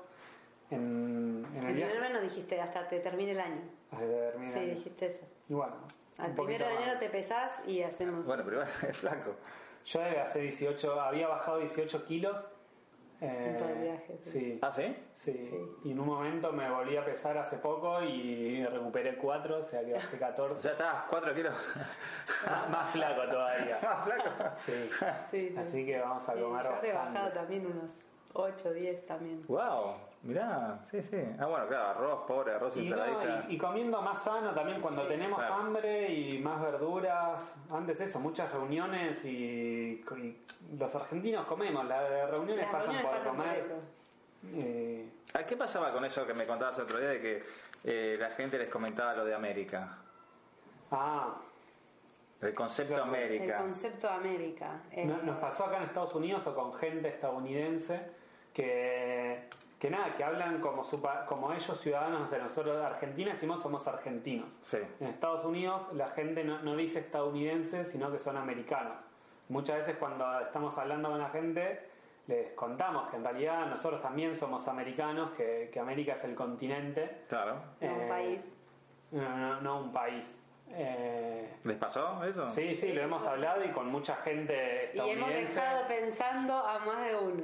en, en El el primer viaje. mes nos dijiste hasta te termine el año. Hasta que termine sí, el año. dijiste eso. Y bueno, Al un poquito primero de más. enero te pesás y hacemos. Bueno, pero igual es flaco. Yo desde hace 18, había bajado 18 kilos. eh, En todo el viaje, sí. Sí. ¿Ah, sí? Sí. Y en un momento me volví a pesar hace poco y recuperé 4, o sea que bajé 14. Ya estás 4 kilos. Más flaco todavía. Más flaco. Sí. Sí, sí. Así que vamos a Sí, comer yo he rebajado bastante. también unos 8, 10 también. Wow, mirá, sí, sí. Ah, bueno, claro, arroz, pobre, arroz, Y, no, ensaladita. y- y comiendo más sano también cuando tenemos claro. hambre y más verduras. Antes eso, muchas reuniones y, y los argentinos comemos. Las reuniones Las pasan reuniones pasan por por comer. eso. Eh, Ah, ¿Qué pasaba con eso que me contabas el otro día de que eh, la gente les comentaba lo de América? ah, El concepto El América. concepto de América. eh, No- nos pasó acá en Estados Unidos o con gente estadounidense que, que nada, que hablan como, su pa- como ellos ciudadanos. O sea, nosotros de Argentina decimos somos argentinos. Sí. En Estados Unidos la gente no, no dice estadounidense, sino que son americanos. Muchas veces cuando estamos hablando con la gente les contamos que en realidad nosotros también somos americanos, que, que América es el continente. Claro. no, un Eh, país. No, no, no un país. Eh, ¿Les pasó eso? sí, sí, lo hemos hablado y con mucha gente Y hemos estadounidense. dejado pensando a más de uno.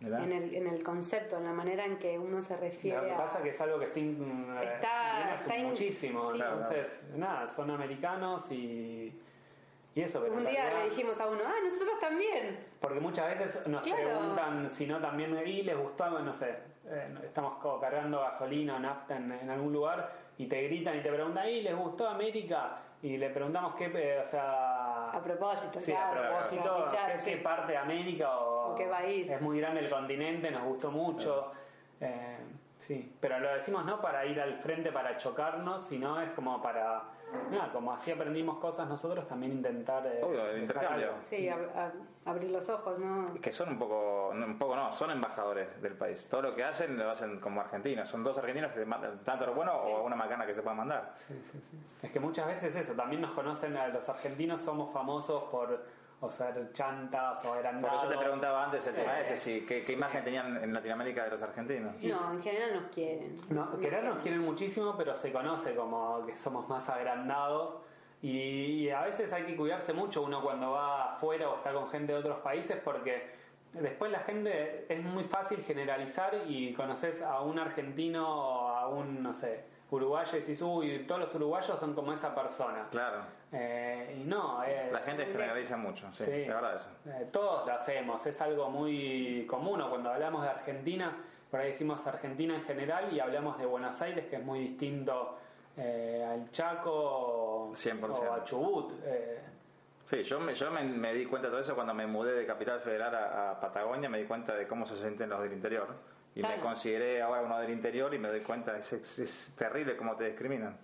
Mirá. En el, en el concepto, en la manera en que uno se refiere Lo que a. pasa es que es algo que está, in- eh, Está- viene hace está in- muchísimo. sí. Claro, claro. Entonces, nada, son americanos y, y eso. pero un en día realidad- le dijimos a uno, ah, nosotros también. Porque muchas veces nos Claro. preguntan si no también, y les gustó, no sé, eh, no- estamos como cargando gasolina o nafta en, en algún lugar y te gritan y te preguntan, y les gustó América? Y le preguntamos qué, eh, o sea... A propósito, sí, a claro, propósito, como pinchar, qué, qué parte de América o... ¿O qué país? Es muy grande el continente, nos gustó mucho. Eh, sí, pero lo decimos no para ir al frente, para chocarnos, sino es como para nada, como así aprendimos cosas nosotros, también intentar... eh, Obvio, el dejar intercambio. algo. Sí, ab- ab- abrir los ojos, ¿no? Que son un poco, no, un poco no, son embajadores del país. Todo lo que hacen lo hacen como argentinos. Son dos argentinos que mandan tanto lo Ah, bueno o una macana que se pueda mandar. Es que muchas veces eso, también nos conocen a los argentinos, somos famosos por o ser chantas o Por agrandados. eso te preguntaba antes el tema Eh, ese, si, ¿qué, qué imagen tenían en Latinoamérica de los argentinos? No, en general nos quieren. No, querer nos quieren muchísimo, pero se conoce como que somos más agrandados. Y, y a veces hay que cuidarse mucho uno cuando va afuera o está con gente de otros países porque después la gente es muy fácil generalizar y conoces a un argentino o a un, no sé, uruguayo y decís, uy, todos los uruguayos son como esa persona. Claro. Eh, y no, eh, La gente generaliza mucho, sí, Sí. la verdad eso. eh, todos lo hacemos, es algo muy común. o Cuando hablamos de Argentina, por ahí decimos Argentina en general y hablamos de Buenos Aires, que es muy distinto eh, al Chaco o- 100%. o a Chubut. eh. Sí, yo, me, yo me, me di cuenta de todo eso cuando me mudé de Capital Federal a, a Patagonia, me di cuenta de cómo se sienten los del interior. Y Claro. me consideré ahora uno del interior y me doy cuenta, es, es- es terrible cómo te discriminan.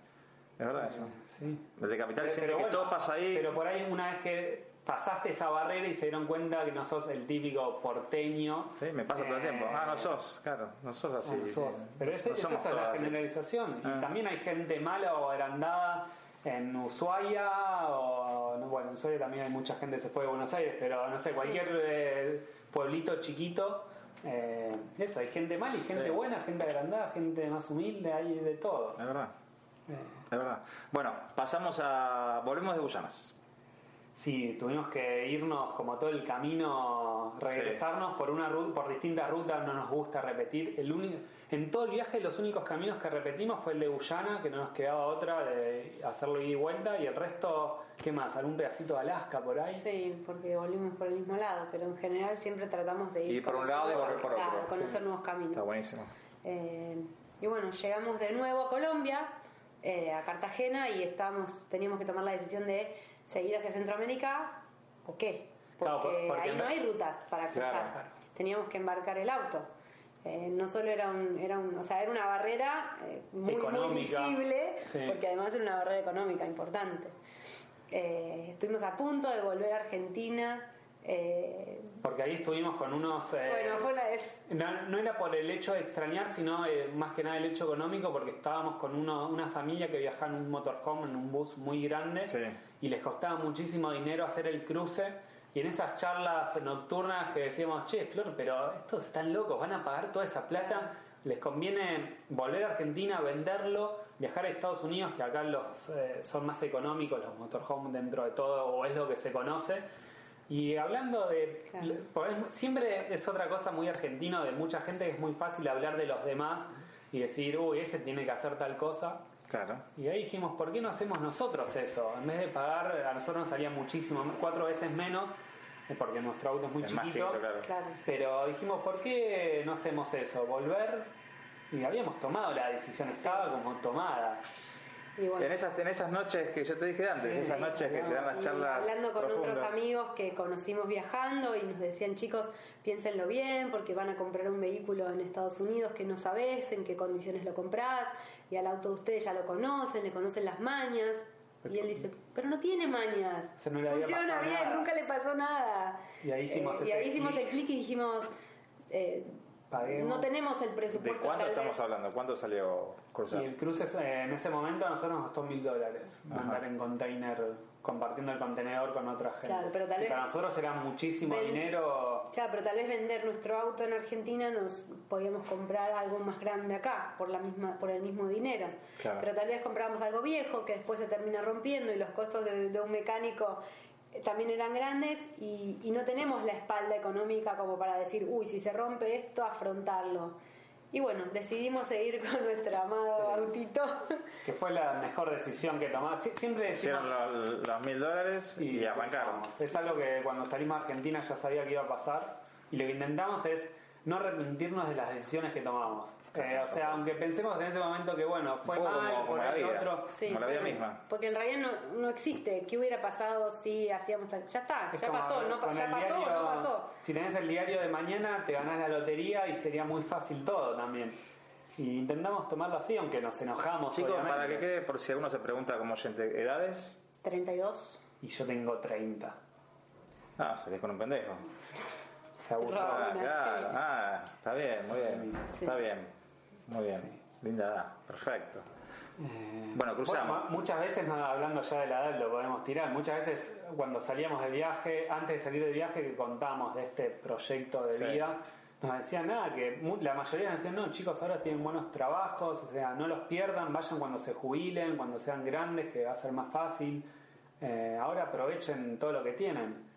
Es verdad eso. Sí. El de Capital Pero- siente pero que bueno, todo pasa ahí. Pero por ahí una vez que pasaste esa barrera y se dieron cuenta que no sos el típico porteño. Sí, me pasa todo el eh, ah, tiempo. Ah, no sos, claro, no sos así. no sos. Sí. Pero es, No es somos esa la todos así. Ah. generalización. Y también hay gente mala o agrandada en Ushuaia o... no, Bueno, en Ushuaia también hay mucha gente que se fue de Buenos Aires, pero no sé, cualquier eh, pueblito chiquito. eh, eso, hay gente mala y gente Sí. buena, gente agrandada, gente más humilde, hay de todo. Es verdad, es verdad. Bueno, pasamos a... Volvemos de Guyanas. Sí, tuvimos que irnos como todo el camino, regresarnos por una ru- por distintas rutas, no nos gusta repetir. El único, en todo el viaje los únicos caminos que repetimos fue el de Guyana, que no nos quedaba otra de hacerlo ida y vuelta, y el resto, ¿qué más? ¿Algún pedacito de Alaska por ahí? Sí, porque volvimos por el mismo lado, pero en general siempre tratamos de ir Ir por un lado y conociendo- volver por otro, claro, conocer sí. nuevos caminos. Está buenísimo. Eh, y bueno, llegamos de nuevo a Colombia, eh, a Cartagena, y estábamos, teníamos que tomar la decisión de seguir hacia Centroamérica o qué. Porque, Claro, por- porque ahí en no vez- hay rutas para cruzar. Claro, claro. Teníamos que embarcar el auto. Eh, no solo era un, era un- o sea, era una barrera eh, muy, muy Económica. visible, Sí. porque además era una barrera económica importante. Eh, estuvimos a punto de volver a Argentina. eh, Porque ahí estuvimos con unos... eh, bueno, fue una des- No, no era por el hecho de extrañar, sino eh, más que nada el hecho económico, porque estábamos con uno- una familia que viajaba en un motorhome, en un bus muy grande, y les costaba muchísimo dinero hacer el cruce. Y en esas charlas nocturnas que decíamos, che, Flor, pero estos están locos, van a pagar toda esa plata, les conviene volver a Argentina, venderlo, viajar a Estados Unidos, que acá los eh, son más económicos los motorhome dentro de todo, o es lo que se conoce. Y hablando de... Claro. por- siempre es otra cosa muy argentino de mucha gente que es muy fácil hablar de los demás y decir, uy, ese tiene que hacer tal cosa. Claro. Y ahí dijimos, ¿por qué no hacemos nosotros eso? En vez de pagar, a nosotros nos salía muchísimo, cuatro veces menos, eh, porque nuestro auto es muy Es chiquito. más chiquito, claro. Claro. Pero dijimos, ¿por qué no hacemos eso? Volver... Y habíamos tomado la decisión, estaba como tomada. y bueno. En esas, en esas noches que yo te dije antes, Sí. esas noches que se dan las Y charlas hablando con profundas. otros amigos que conocimos viajando y nos decían, chicos, piénsenlo bien porque van a comprar un vehículo en Estados Unidos que no sabés en qué condiciones lo comprás y al auto de ustedes ya lo conocen, le conocen las mañas. Y él dice, pero no tiene mañas. Se no le había Funciona pasado bien, nada. nunca le pasó nada. Y ahí hicimos Eh, y ese ahí hicimos clic. el clic y dijimos, eh, Paguemos. no tenemos el ¿De presupuesto cuánto tal estamos vez. hablando? ¿Cuánto salió cruzar? Y el cruce eh, en ese momento a nosotros nos costó mil dólares Ajá. mandar en container, compartiendo el contenedor con otra gente. Claro, pero tal Y vez- para nosotros era muchísimo Ven- dinero. Claro, pero tal vez vender nuestro auto en Argentina nos podíamos comprar algo más grande acá por la misma por el mismo dinero. Claro. Pero tal vez comprábamos algo viejo que después se termina rompiendo y los costos de, de un mecánico eh, también eran grandes y, y no tenemos la espalda económica como para decir, uy, si se rompe esto, afrontarlo. Y bueno, decidimos seguir con nuestro amado autito. Que fue la mejor decisión que tomamos. Sie- Siempre decimos... Hicieron los, los mil dólares y, arrancaron. cruzamos. Es algo que cuando salimos a Argentina ya sabía que iba a pasar. Y lo que intentamos es no arrepentirnos de las decisiones que tomamos. Eh, o sea, aunque pensemos en ese momento que, bueno, fue Un poco mal, como- como por la el vida. otro... Sí, Como la vida bueno, misma. Porque en realidad no, no existe. ¿Qué hubiera pasado si hacíamos tal? Ya está, Es Ah, ya como pasó, no, pa- con ya el pasó, diario- no pasó. Si tenés el diario de mañana, te ganás la lotería y sería muy fácil todo también. Y intentamos tomarlo así, aunque nos enojamos. Chicos, obviamente. para que quede, por si alguno se pregunta como oyente, ¿edades? 32. Y yo tengo 30. Ah, salís con un pendejo. Se abusó. Ah, Una, claro. sí. Ah, está bien, muy bien. Sí. Está bien. Muy bien. Linda edad. Perfecto. Bueno, cruzamos. Eh, Bueno, mu- muchas veces, no, hablando ya de la edad, lo podemos tirar. Muchas veces, cuando salíamos de viaje, antes de salir de viaje, que contamos de este proyecto de Sí. vida, nos decían nada, que mu- la mayoría nos decían, no, chicos, ahora tienen buenos trabajos, o sea, no los pierdan, vayan cuando se jubilen, cuando sean grandes, que va a ser más fácil. Eh, ahora aprovechen todo lo que tienen.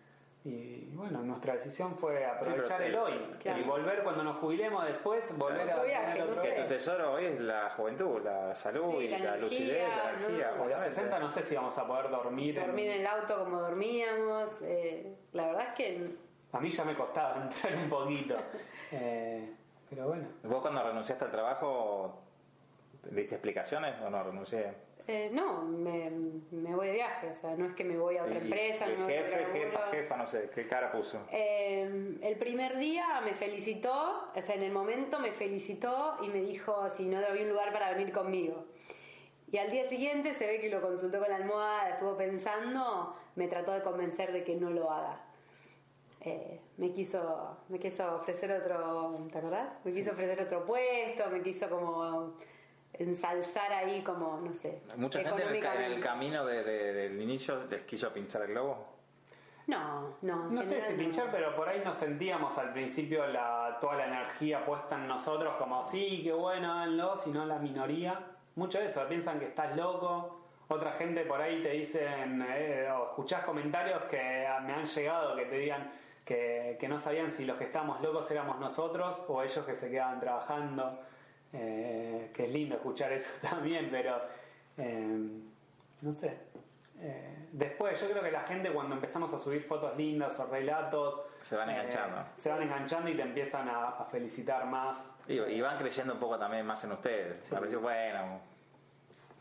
Y bueno, nuestra decisión fue aprovechar Sí, el pero hoy sí. Claro. y volver cuando nos jubilemos después, volver Claro. a tener otro Que tu tesoro hoy es la juventud, la salud Sí, y la la, energía, lucidez, la ¿no? energía. A los A los justamente. 60 no sé si vamos a poder dormir. en- Dormir en el auto como dormíamos. eh, la verdad es que A mí ya me costaba entrar un poquito. Eh, pero bueno. ¿Vos cuando renunciaste al trabajo diste explicaciones o no renuncié? eh, no, me, me voy de viaje. O sea, no es que me voy a otra Y- y empresa. el no me voy a otro jefe, jefa, laburo. jefa, no sé, ¿qué cara puso? Eh, el primer día me felicitó, o sea, en el momento me felicitó y me dijo si no había un lugar para venir conmigo. Y al día siguiente se ve que lo consultó con la almohada, estuvo pensando, me trató de convencer de que no lo haga. Eh, me quiso me quiso ofrecer otro, ¿te acordás? Me quiso ofrecer otro puesto, me quiso como ensalzar ahí como, no sé, Mucha gente en el, ca- en el económicamente. camino de- de- del inicio les quiso pinchar el globo. No, no. en No sé general si no. pinchar, pero por ahí nos sentíamos al principio la, toda la energía puesta en nosotros, como sí, qué bueno, háganlo, sino la minoría. Mucho de eso, piensan que estás loco. Otra gente por ahí te dicen, eh, o escuchás comentarios que me han llegado que te digan que, que no sabían si los que estábamos locos éramos nosotros o ellos que se quedaban trabajando. Eh, que es lindo escuchar eso también, pero eh, no sé. Eh, después, yo creo que la gente cuando empezamos a subir fotos lindas o relatos... eh, Se van enganchando. Se van enganchando y te empiezan a, a felicitar más. Y, y van creyendo un poco también más en ustedes. Al principio, bueno,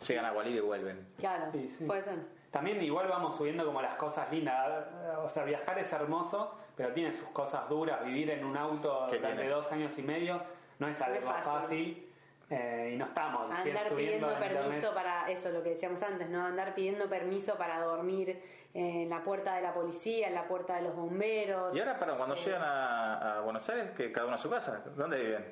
llegan a Bolivia y vuelven. Claro, puede ser. También igual vamos subiendo como las cosas lindas. O sea, viajar es hermoso, pero tiene sus cosas duras. Vivir en un auto ¿Qué durante tiene? dos años y medio no es algo es fácil. fácil. Eh, y no estamos recién Andar subiendo pidiendo a permiso internet. para eso, lo que decíamos antes, ¿no? Andar pidiendo permiso para dormir en la puerta de la policía, en la puerta de los bomberos. Y ahora, perdón, cuando llegan a, a Buenos Aires, que cada uno a su casa, ¿dónde viven?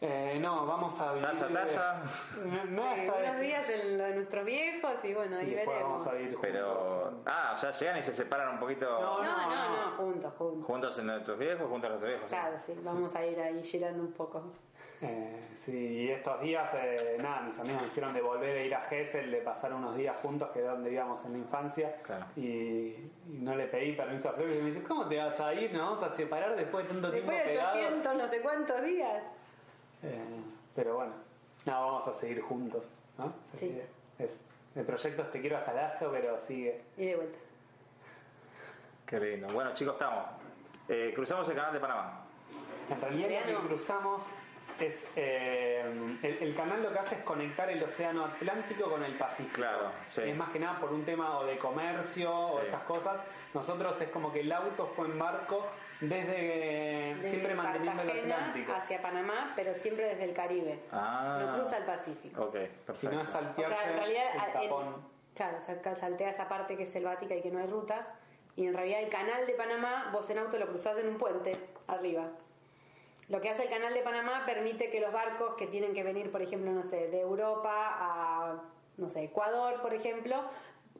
Eh, no, vamos a vivir. Taza, taza. No, no Eh, hasta- unos días en lo de nuestros viejos y bueno, ahí Y después veremos. vamos a ir Pero. Ah, o sea, llegan y se separan un poquito. No, no, no, juntos, juntos. Juntos en nuestros viejos, juntos en nuestros viejos. sí. Claro, sí, vamos a ir ahí girando un poco. Eh, sí, y estos días, eh, nada, mis amigos me dijeron de volver a ir a Gessel, de pasar unos días juntos, que es donde íbamos en la infancia. Y, y no le pedí permiso a Flor, y me dice, ¿cómo te vas a ir? Nos vamos a separar después de tanto Después de tiempo pegados. 800, no sé cuántos días. Eh, pero bueno, nada, vamos a seguir juntos, ¿no? Así Sí. que es- el proyecto es Te Quiero Hasta Alaska, pero sigue. Y de vuelta. Qué lindo. Bueno, chicos, estamos. Eh, cruzamos el canal de Panamá. En realidad lo que cruzamos es... eh, el, el canal lo que hace es conectar el océano Atlántico con el Pacífico. Claro, sí. Es más que nada por un tema o de comercio o Sí. esas cosas. Nosotros es como que el auto fue en barco desde, eh, Desde siempre manteniendo el Cartagena Atlántico. hacia Panamá, pero siempre desde el Caribe. Ah. No cruza el Pacífico. Ok, perfecto. Si no es O saltearse sea, en realidad, el al- en- tapón. claro, o sea, ca- saltea esa parte que es selvática y que no hay rutas. Y en realidad el canal de Panamá, vos en auto lo cruzás en un puente arriba. Lo que hace el canal de Panamá permite que los barcos que tienen que venir, por ejemplo, no sé, de Europa a, no sé, Ecuador, por ejemplo,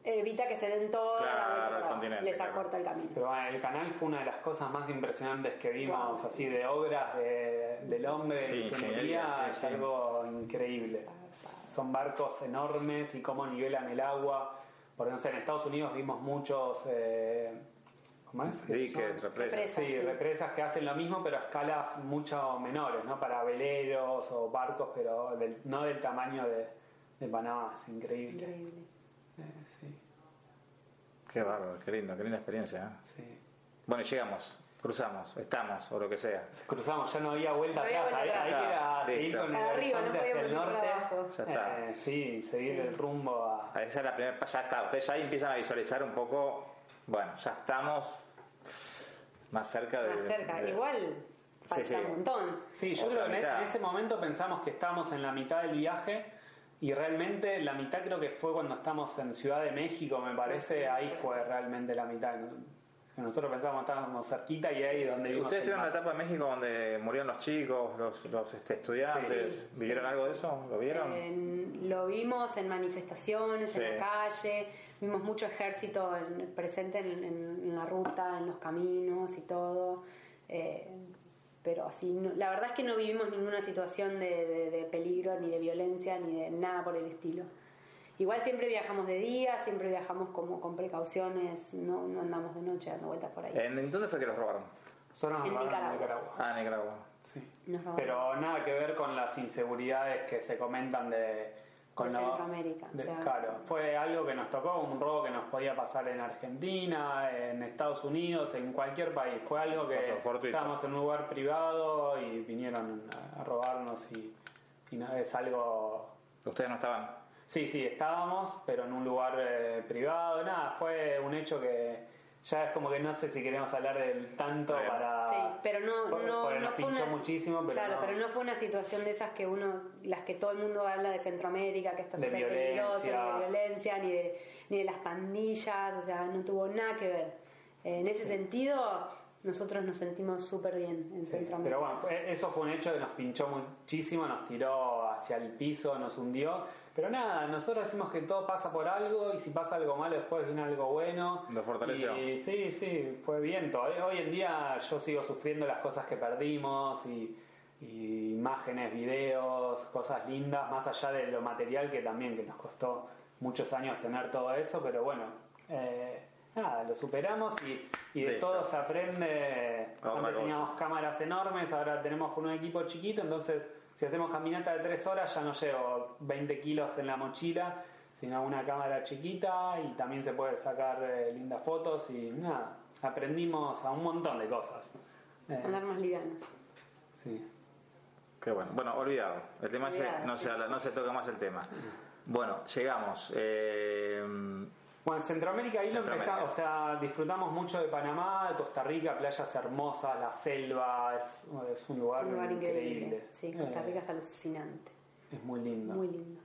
evita que se den toda la vuelta para Claro, el abajo. continente, Les claro. acorta el camino. Pero bueno, el canal fue una de las cosas más impresionantes que vimos, así de obras de- del hombre, Sí, de ingeniería, ingeniería, sí, es sí. algo increíble. Son barcos enormes y cómo nivelan el agua. Porque no sé, en Estados Unidos vimos muchos. eh, ¿Cómo es? Diques, represas. Represas, Sí, sí. represas que hacen lo mismo, pero a escalas mucho menores, ¿no? Para veleros o barcos, pero del- no del tamaño de, de Panamá, es increíble. Eh, sí. Qué bárbaro, qué lindo, qué linda experiencia. ¿eh? Bueno, y llegamos, cruzamos, estamos o lo que sea. Cruzamos, ya no había vuelta No había atrás, ahí, vuelta ahí atrás. era Listo. seguir con el Para arriba, horizonte no hacia podíamos el ir para norte. abajo. Ya está. Eh, sí, seguir el rumbo a. Ah, Esa es la primera. Ya está, ustedes ya ahí empiezan a visualizar un poco. Bueno, ya estamos más cerca de. Más cerca. de- Igual falta un montón. Sí, yo Otra creo que en- mitad. en ese momento pensamos que estábamos en la mitad del viaje y realmente la mitad creo que fue cuando estamos en Ciudad de México, me parece, ahí fue realmente la mitad. Que Nosotros pensábamos que estábamos cerquita y ahí donde vimos ¿Ustedes el tuvieron la mar. etapa de México donde murieron los chicos, los, los este, estudiantes? Sí, ¿Vivieron sí. Eh, algo de eso? ¿Lo vieron? En- lo vimos en manifestaciones, Sí. en la calle, vimos mucho ejército en- presente en, en- en la ruta, en los caminos y todo. eh, pero así, no- la verdad es que no vivimos ninguna situación de, de- de peligro, ni de violencia, ni de nada por el estilo. Igual siempre viajamos de día, siempre viajamos como con precauciones, no, no andamos de noche dando vueltas por ahí. Eh, En- entonces fue que los robaron. Nosotros nos En robaron en Nicaragua. Nicaragua. Ah, en Nicaragua. Nos robaron. Pero nada que ver con las inseguridades que se comentan de... Con De la- Centroamérica, de- Pues o sea. claro, fue algo que nos tocó, un robo que nos podía pasar en Argentina, en Estados Unidos, en cualquier país. Fue algo que Pasó fortuito. estábamos en un lugar privado y vinieron a, a robarnos y, y no, es algo... ¿Ustedes no estaban? Sí, sí, estábamos, pero en un lugar eh, privado. Nada, fue un hecho que ya es como que no sé si queremos hablar del tanto para... Sí, pero no, ah, Por- no, porque no nos fue una, pinchó muchísimo, pero claro, no. pero no fue una situación de esas que uno, las que todo el mundo habla de Centroamérica, que está De súper peligroso, ni violencia. de violencia, ni de, ni de las pandillas, o sea, no tuvo nada que ver. Eh, en ese sentido, nosotros nos sentimos súper bien en Centroamérica. Pero bueno, fue- eso fue un hecho que nos pinchó muchísimo, nos tiró hacia el piso, nos hundió. Pero nada, nosotros decimos que todo pasa por algo y si pasa algo malo después viene algo bueno. Lo fortaleció. Y sí, sí, fue bien. Todavía- Hoy en día yo sigo sufriendo las cosas que perdimos y, y imágenes, videos, cosas lindas, más allá de lo material que también que nos costó muchos años tener todo eso, pero bueno, eh, nada, lo superamos y, y de Listo. todo se aprende. Otra Antes cosa. teníamos cámaras enormes, ahora tenemos un equipo chiquito, entonces si hacemos caminata de tres horas ya no llevo 20 kilos en la mochila, sino una cámara chiquita y también se puede sacar eh, lindas fotos y nada, aprendimos a un montón de cosas. Eh, Andar más livianos. sí. Qué bueno. Bueno, olvidado. El tema ese Olvidado, no, sí. se habla- no se toca más el tema. Bueno, llegamos. Eh, Bueno, en Centroamérica ahí Centroamérica. lo empezamos, o sea, disfrutamos mucho de Panamá, de Costa Rica, playas hermosas, la selva, es, es un lugar, Un lugar increíble. increíble. Sí, Costa Eh, Rica es alucinante. es muy lindo. Muy lindo.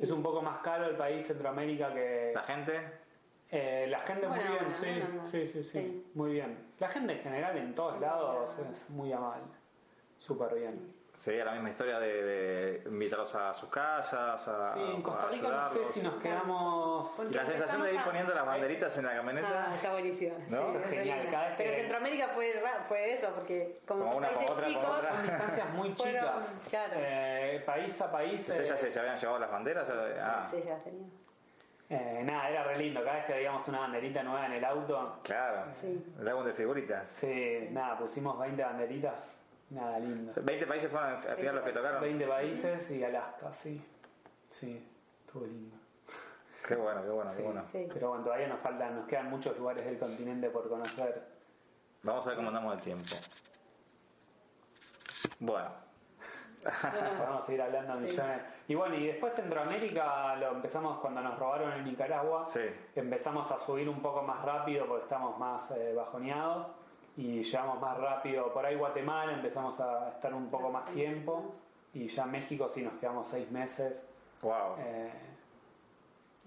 Es un poco más caro el país Centroamérica que... Eh, ¿La gente? la gente muy Buena bien, onda, sí, buena onda. sí, sí, sí, Sí. muy bien. La gente en general en todos lados es muy amable, súper bien. Sería la misma historia de, de invitarlos a sus casas, a, Sí, en a Costa Rica no sé ayudarlos. si nos quedamos... Y La sensación de ir poniendo las banderitas en la camioneta. Ah, está buenísimo. ¿No? Sí, sí, Genial, realista. cada vez que- Pero Centroamérica fue, ra- fue eso, porque como, Como son una con países otra, con chicos, otra. Son distancias muy fueron- chicas. claro. Eh, país a país. ¿Ustedes ya eh, se ya habían llevado las banderas? Ah, Sí, ya tenía. eh, nada, era re lindo. Cada vez que veíamos una banderita nueva en el auto, claro. Sí. El álbum de figuritas. sí, nada, pusimos 20 banderitas. Nada lindo. 20 países fueron al final los que tocaron. 20 países y Alaska, sí. Sí, estuvo lindo. Qué bueno, qué bueno, Sí, qué bueno. sí. Pero bueno, todavía nos faltan, nos quedan muchos lugares del continente por conocer. Vamos a ver cómo andamos el tiempo. Bueno, Podemos seguir hablando millones. Y bueno, y después Centroamérica lo empezamos cuando nos robaron en Nicaragua. sí. Empezamos a subir un poco más rápido porque estamos más eh, bajoneados y llegamos más rápido. Por ahí Guatemala empezamos a estar un poco más tiempo y ya México sí nos quedamos seis meses. Wow. Eh,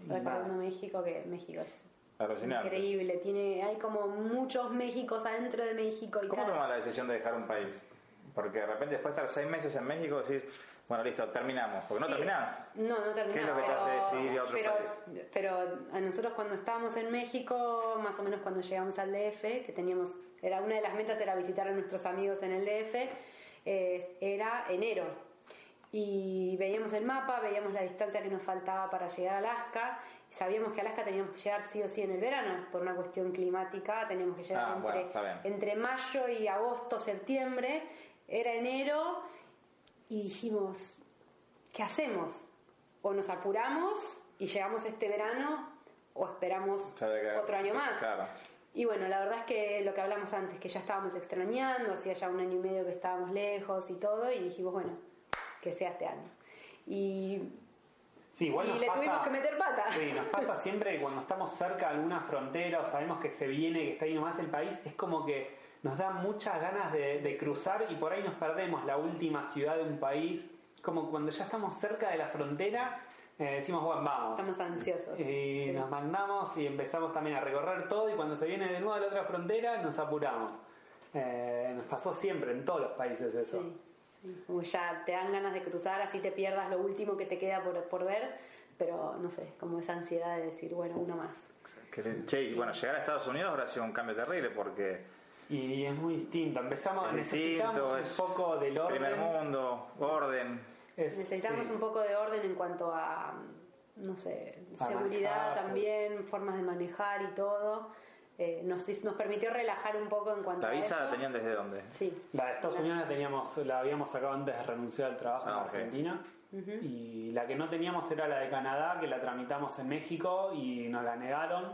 y Recorriendo nada. México, que México es Alucinante. increíble. Tiene, hay como muchos Méxicos adentro de México y ¿Cómo cada- tomas la decisión de dejar un país? Porque de repente después de estar seis meses en México decís, bueno, listo, terminamos. Porque no Sí. terminás. No, no terminamos. ¿Qué es lo que te pero, hace decidir ir a otro pero, país? Pero a nosotros cuando estábamos en México, más o menos cuando llegamos al DF, que teníamos, era una de las metas era visitar a nuestros amigos en el DF, eh, era enero. Y veíamos el mapa, veíamos la distancia que nos faltaba para llegar a Alaska, y sabíamos que a Alaska teníamos que llegar sí o sí en el verano, por una cuestión climática, teníamos que llegar Ah, bueno, entre, está bien. entre mayo y agosto, septiembre, era enero, y dijimos, ¿qué hacemos? O nos apuramos y llegamos este verano o esperamos Sabe que- otro año más. Claro. Y bueno, la verdad es que lo que hablamos antes, que ya estábamos extrañando, hacía ya un año y medio que estábamos lejos y todo, y dijimos, bueno, que sea este año. Y, Sí, igual y nos le pasa- tuvimos que meter pata. Sí, nos pasa siempre que cuando estamos cerca de alguna frontera o sabemos que se viene, que está ahí nomás el país, es como que nos da muchas ganas de, de cruzar y por ahí nos perdemos la última ciudad de un país. Como cuando ya estamos cerca de la frontera, eh, decimos, bueno, vamos. Estamos ansiosos. Y nos mandamos y empezamos también a recorrer todo y cuando se viene de nuevo a la otra frontera nos apuramos. Eh, nos pasó siempre en todos los países eso. Sí. Como ya te dan ganas de cruzar, así te pierdas lo último que te queda por, por ver, pero no sé, como esa ansiedad de decir, bueno, uno más. Que- che, y bueno, llegar a Estados Unidos habrá sido un cambio terrible porque Y es muy distinto. Empezamos, Es necesitamos distinto, un es poco del orden. primer mundo, orden. Es- Necesitamos sí. un poco de orden en cuanto a, no sé, A seguridad manejar, sí. también, formas de manejar y todo. Eh, nos, hizo- nos permitió relajar un poco en cuanto ¿La a visa eso. la tenían desde dónde? Sí. La de Estados Unidos la, teníamos, la habíamos sacado antes de renunciar al trabajo en Ah, ok. Argentina. Ujú. Y la que no teníamos era la de Canadá, que la tramitamos en México y nos la negaron.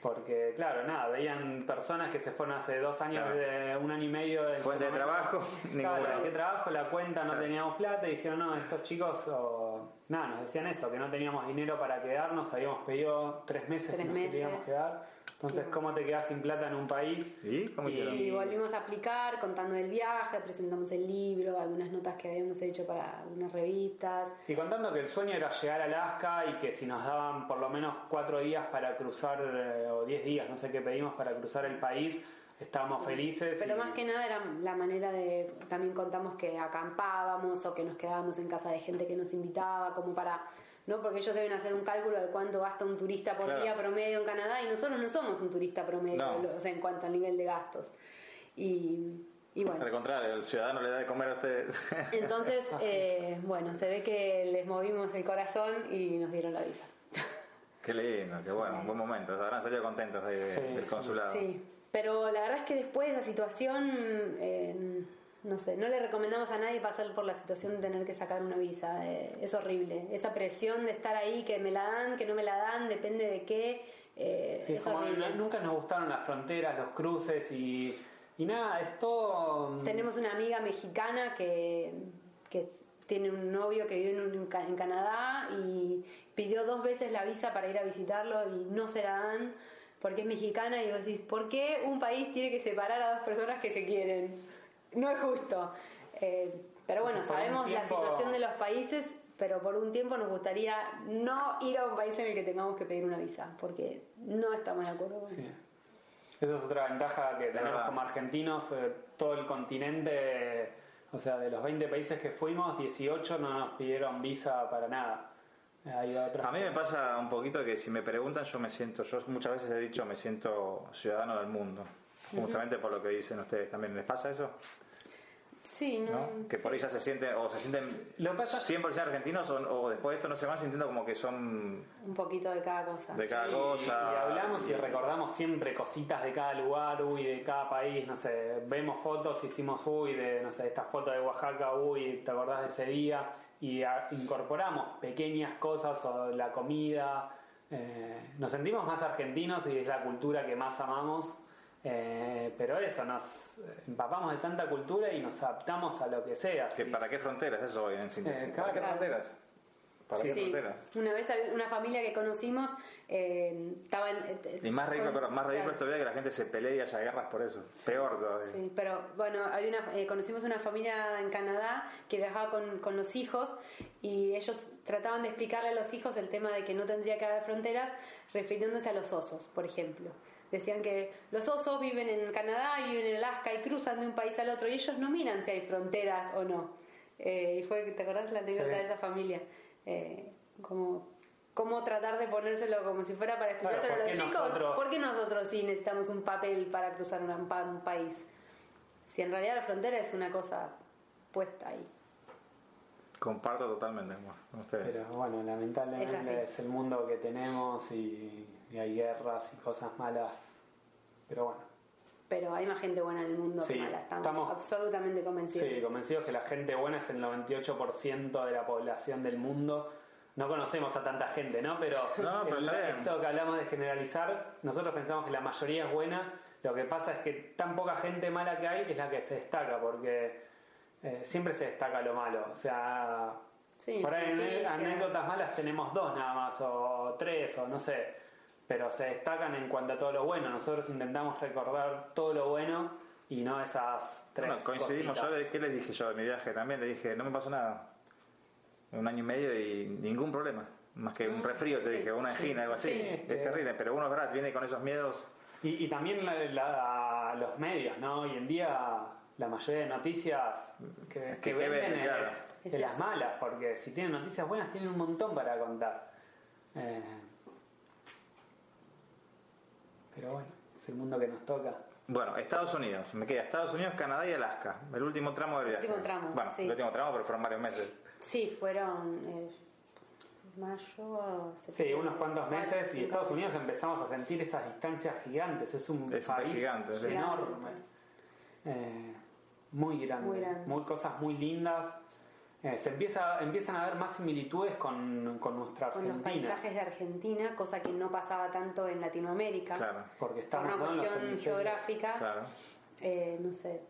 Porque, claro, nada, veían personas que se fueron hace dos años, Claro. de un año y medio. del Fuente de trabajo, Claro, ninguno. ¿qué trabajo? La cuenta, no teníamos plata. Y dijeron, no, estos chicos, o- nada, nos decían eso, que no teníamos dinero para quedarnos. Habíamos pedido tres meses Tres que nos meses. queríamos quedar. Entonces, ¿cómo te quedas sin plata en un país? ¿Y cómo hicieron? Y volvimos a aplicar contando el viaje, presentamos el libro, algunas notas que habíamos hecho para algunas revistas. Y contando que el sueño era llegar a Alaska y que si nos daban por lo menos cuatro días para cruzar, eh, o diez días, no sé qué pedimos, para cruzar el país, estábamos felices. Pero y- más que nada era la manera de, también contamos que acampábamos o que nos quedábamos en casa de gente que nos invitaba, como para, ¿no? Porque ellos deben hacer un cálculo de cuánto gasta un turista por Claro. día promedio en Canadá y nosotros no somos un turista promedio, No. lo- o sea, en cuanto al nivel de gastos. Y, y bueno. Al contrario, el ciudadano le da de comer a ustedes. Entonces, eh, bueno, se ve que les movimos el corazón y nos dieron la visa. qué lindo, qué bueno, buen momento. Habrán salido contentos de- del consulado. Sí, pero la verdad es que después de esa situación, eh, no sé, no le recomendamos a nadie pasar por la situación de tener que sacar una visa. eh, es horrible. Esa presión de estar ahí, que me la dan, que no me la dan, depende de qué. eh, Sí, es como horrible. no- nunca nos gustaron las fronteras, los cruces y, y nada, es todo... mm, Tenemos una amiga mexicana que, que tiene un novio que vive en, un- en Ca- en Canadá y pidió dos veces la visa para ir a visitarlo y no se la dan porque es mexicana y vos decís, ¿por qué un país tiene que separar a dos personas que se quieren? No es justo. Eh, pero bueno, Por un sabemos la tiempo- situación de los países, pero por un tiempo nos gustaría no ir a un país en el que tengamos que pedir una visa, porque no estamos de acuerdo con eso. Esa es otra ventaja que tenemos verdad. como argentinos, eh, todo el continente, eh, o sea, de los 20 países que fuimos, 18 no nos pidieron visa para nada. Hay otras A mí me pasa un poquito que si me preguntan yo me siento, yo muchas veces he dicho me siento ciudadano del mundo, Ujú. justamente por lo que dicen ustedes también. ¿Les pasa eso? Sí, no. Que por ahí ya se sienten, o se sienten 100% argentinos o, o después de esto no se van sintiendo como que son... Un poquito de cada cosa. De Sí, cada cosa. Y hablamos y recordamos siempre cositas de cada lugar, uy, de cada país, no sé, vemos fotos, hicimos uy, de, no sé, esta foto de Oaxaca, uy, te acordás de ese día, y a- incorporamos pequeñas cosas o la comida, eh, nos sentimos más argentinos y es la cultura que más amamos, eh, pero eso, nos empapamos de tanta cultura y nos adaptamos a lo que sea. que ¿Para qué fronteras eso hoy en síntesis? Eh, ¿Para qué claro. fronteras? ¿Para Sí. qué fronteras? Una vez había una familia que conocimos eh, estaba en- Y más ridículo, con- perdón, más ridículo claro, todavía que la gente se pelea y haya guerras por eso. Peor todavía. sí, pero bueno, hay una, eh, conocimos una familia en Canadá que viajaba con, con los hijos y ellos trataban de explicarle a los hijos el tema de que no tendría que haber fronteras refiriéndose a los osos, por ejemplo. Decían que los osos viven en Canadá, viven en Alaska y cruzan de un país al otro y ellos no miran si hay fronteras o no. Eh, y fue, ¿te acordás la anécdota Sí. de esa familia? Eh, como cómo tratar de ponérselo como si fuera para explicárselo Claro, a ¿por los qué chicos. nosotros? ¿Por qué nosotros sí necesitamos un papel para cruzar una- un, pa- un país? Si en realidad la frontera es una cosa puesta ahí. Comparto totalmente amor, con ustedes. Pero bueno, lamentablemente es, el mundo que tenemos y, y hay guerras y cosas malas. Pero bueno, Pero hay más gente buena en el mundo Sí, que mala. Estamos, estamos- absolutamente sí, convencidos. convencidos que la gente buena es el 98% de la población del mundo. No conocemos a tanta gente, ¿no? Pero, No, pero el- está bien. esto que hablamos de generalizar, nosotros pensamos que la mayoría es buena. Lo que pasa es que tan poca gente mala que hay es la que se destaca, porque eh, siempre se destaca lo malo. O sea, Sí, por ahí ane- noticias. anécdotas malas tenemos dos nada más, o tres, o no sé. Pero se destacan en cuanto a todo lo bueno. Nosotros intentamos recordar todo lo bueno y no esas tres Bueno, coincidimos. cositas. Yo, de- ¿Qué les dije yo de mi viaje también? Le dije, no me pasó nada. Un año y medio y ningún problema. Más que Ah, un resfrío, te dije, una angina, algo así. Sí, es este- terrible, pero uno, verdad, viene con esos miedos. Y, y también la- la- los medios, ¿no? Hoy en día la mayoría de noticias que, que que venden venden, es claro. de las malas, porque si tienen noticias buenas tienen un montón para contar. Eh, pero bueno, es el mundo que nos toca. Bueno, Estados Unidos. Me queda Estados Unidos, Canadá y Alaska. El último tramo del viaje. último tramo, Bueno, sí. el último tramo, pero fueron varios meses. Sí, fueron eh, mayo, Sí, septiembre, unos cuantos cuatro, meses y cinco Estados meses. Unidos empezamos a sentir esas distancias gigantes. Es un Es un país país gigante, sí. enorme. Eh, muy grande. Muy grande. cosas muy lindas. Eh, se empieza, empiezan a ver más similitudes con, con nuestra con los Argentina. paisajes de Argentina, cosa que no pasaba tanto en Latinoamérica. Porque Por estamos una ¿no? en los cuestión hemisferios. geográfica, eh, no sé,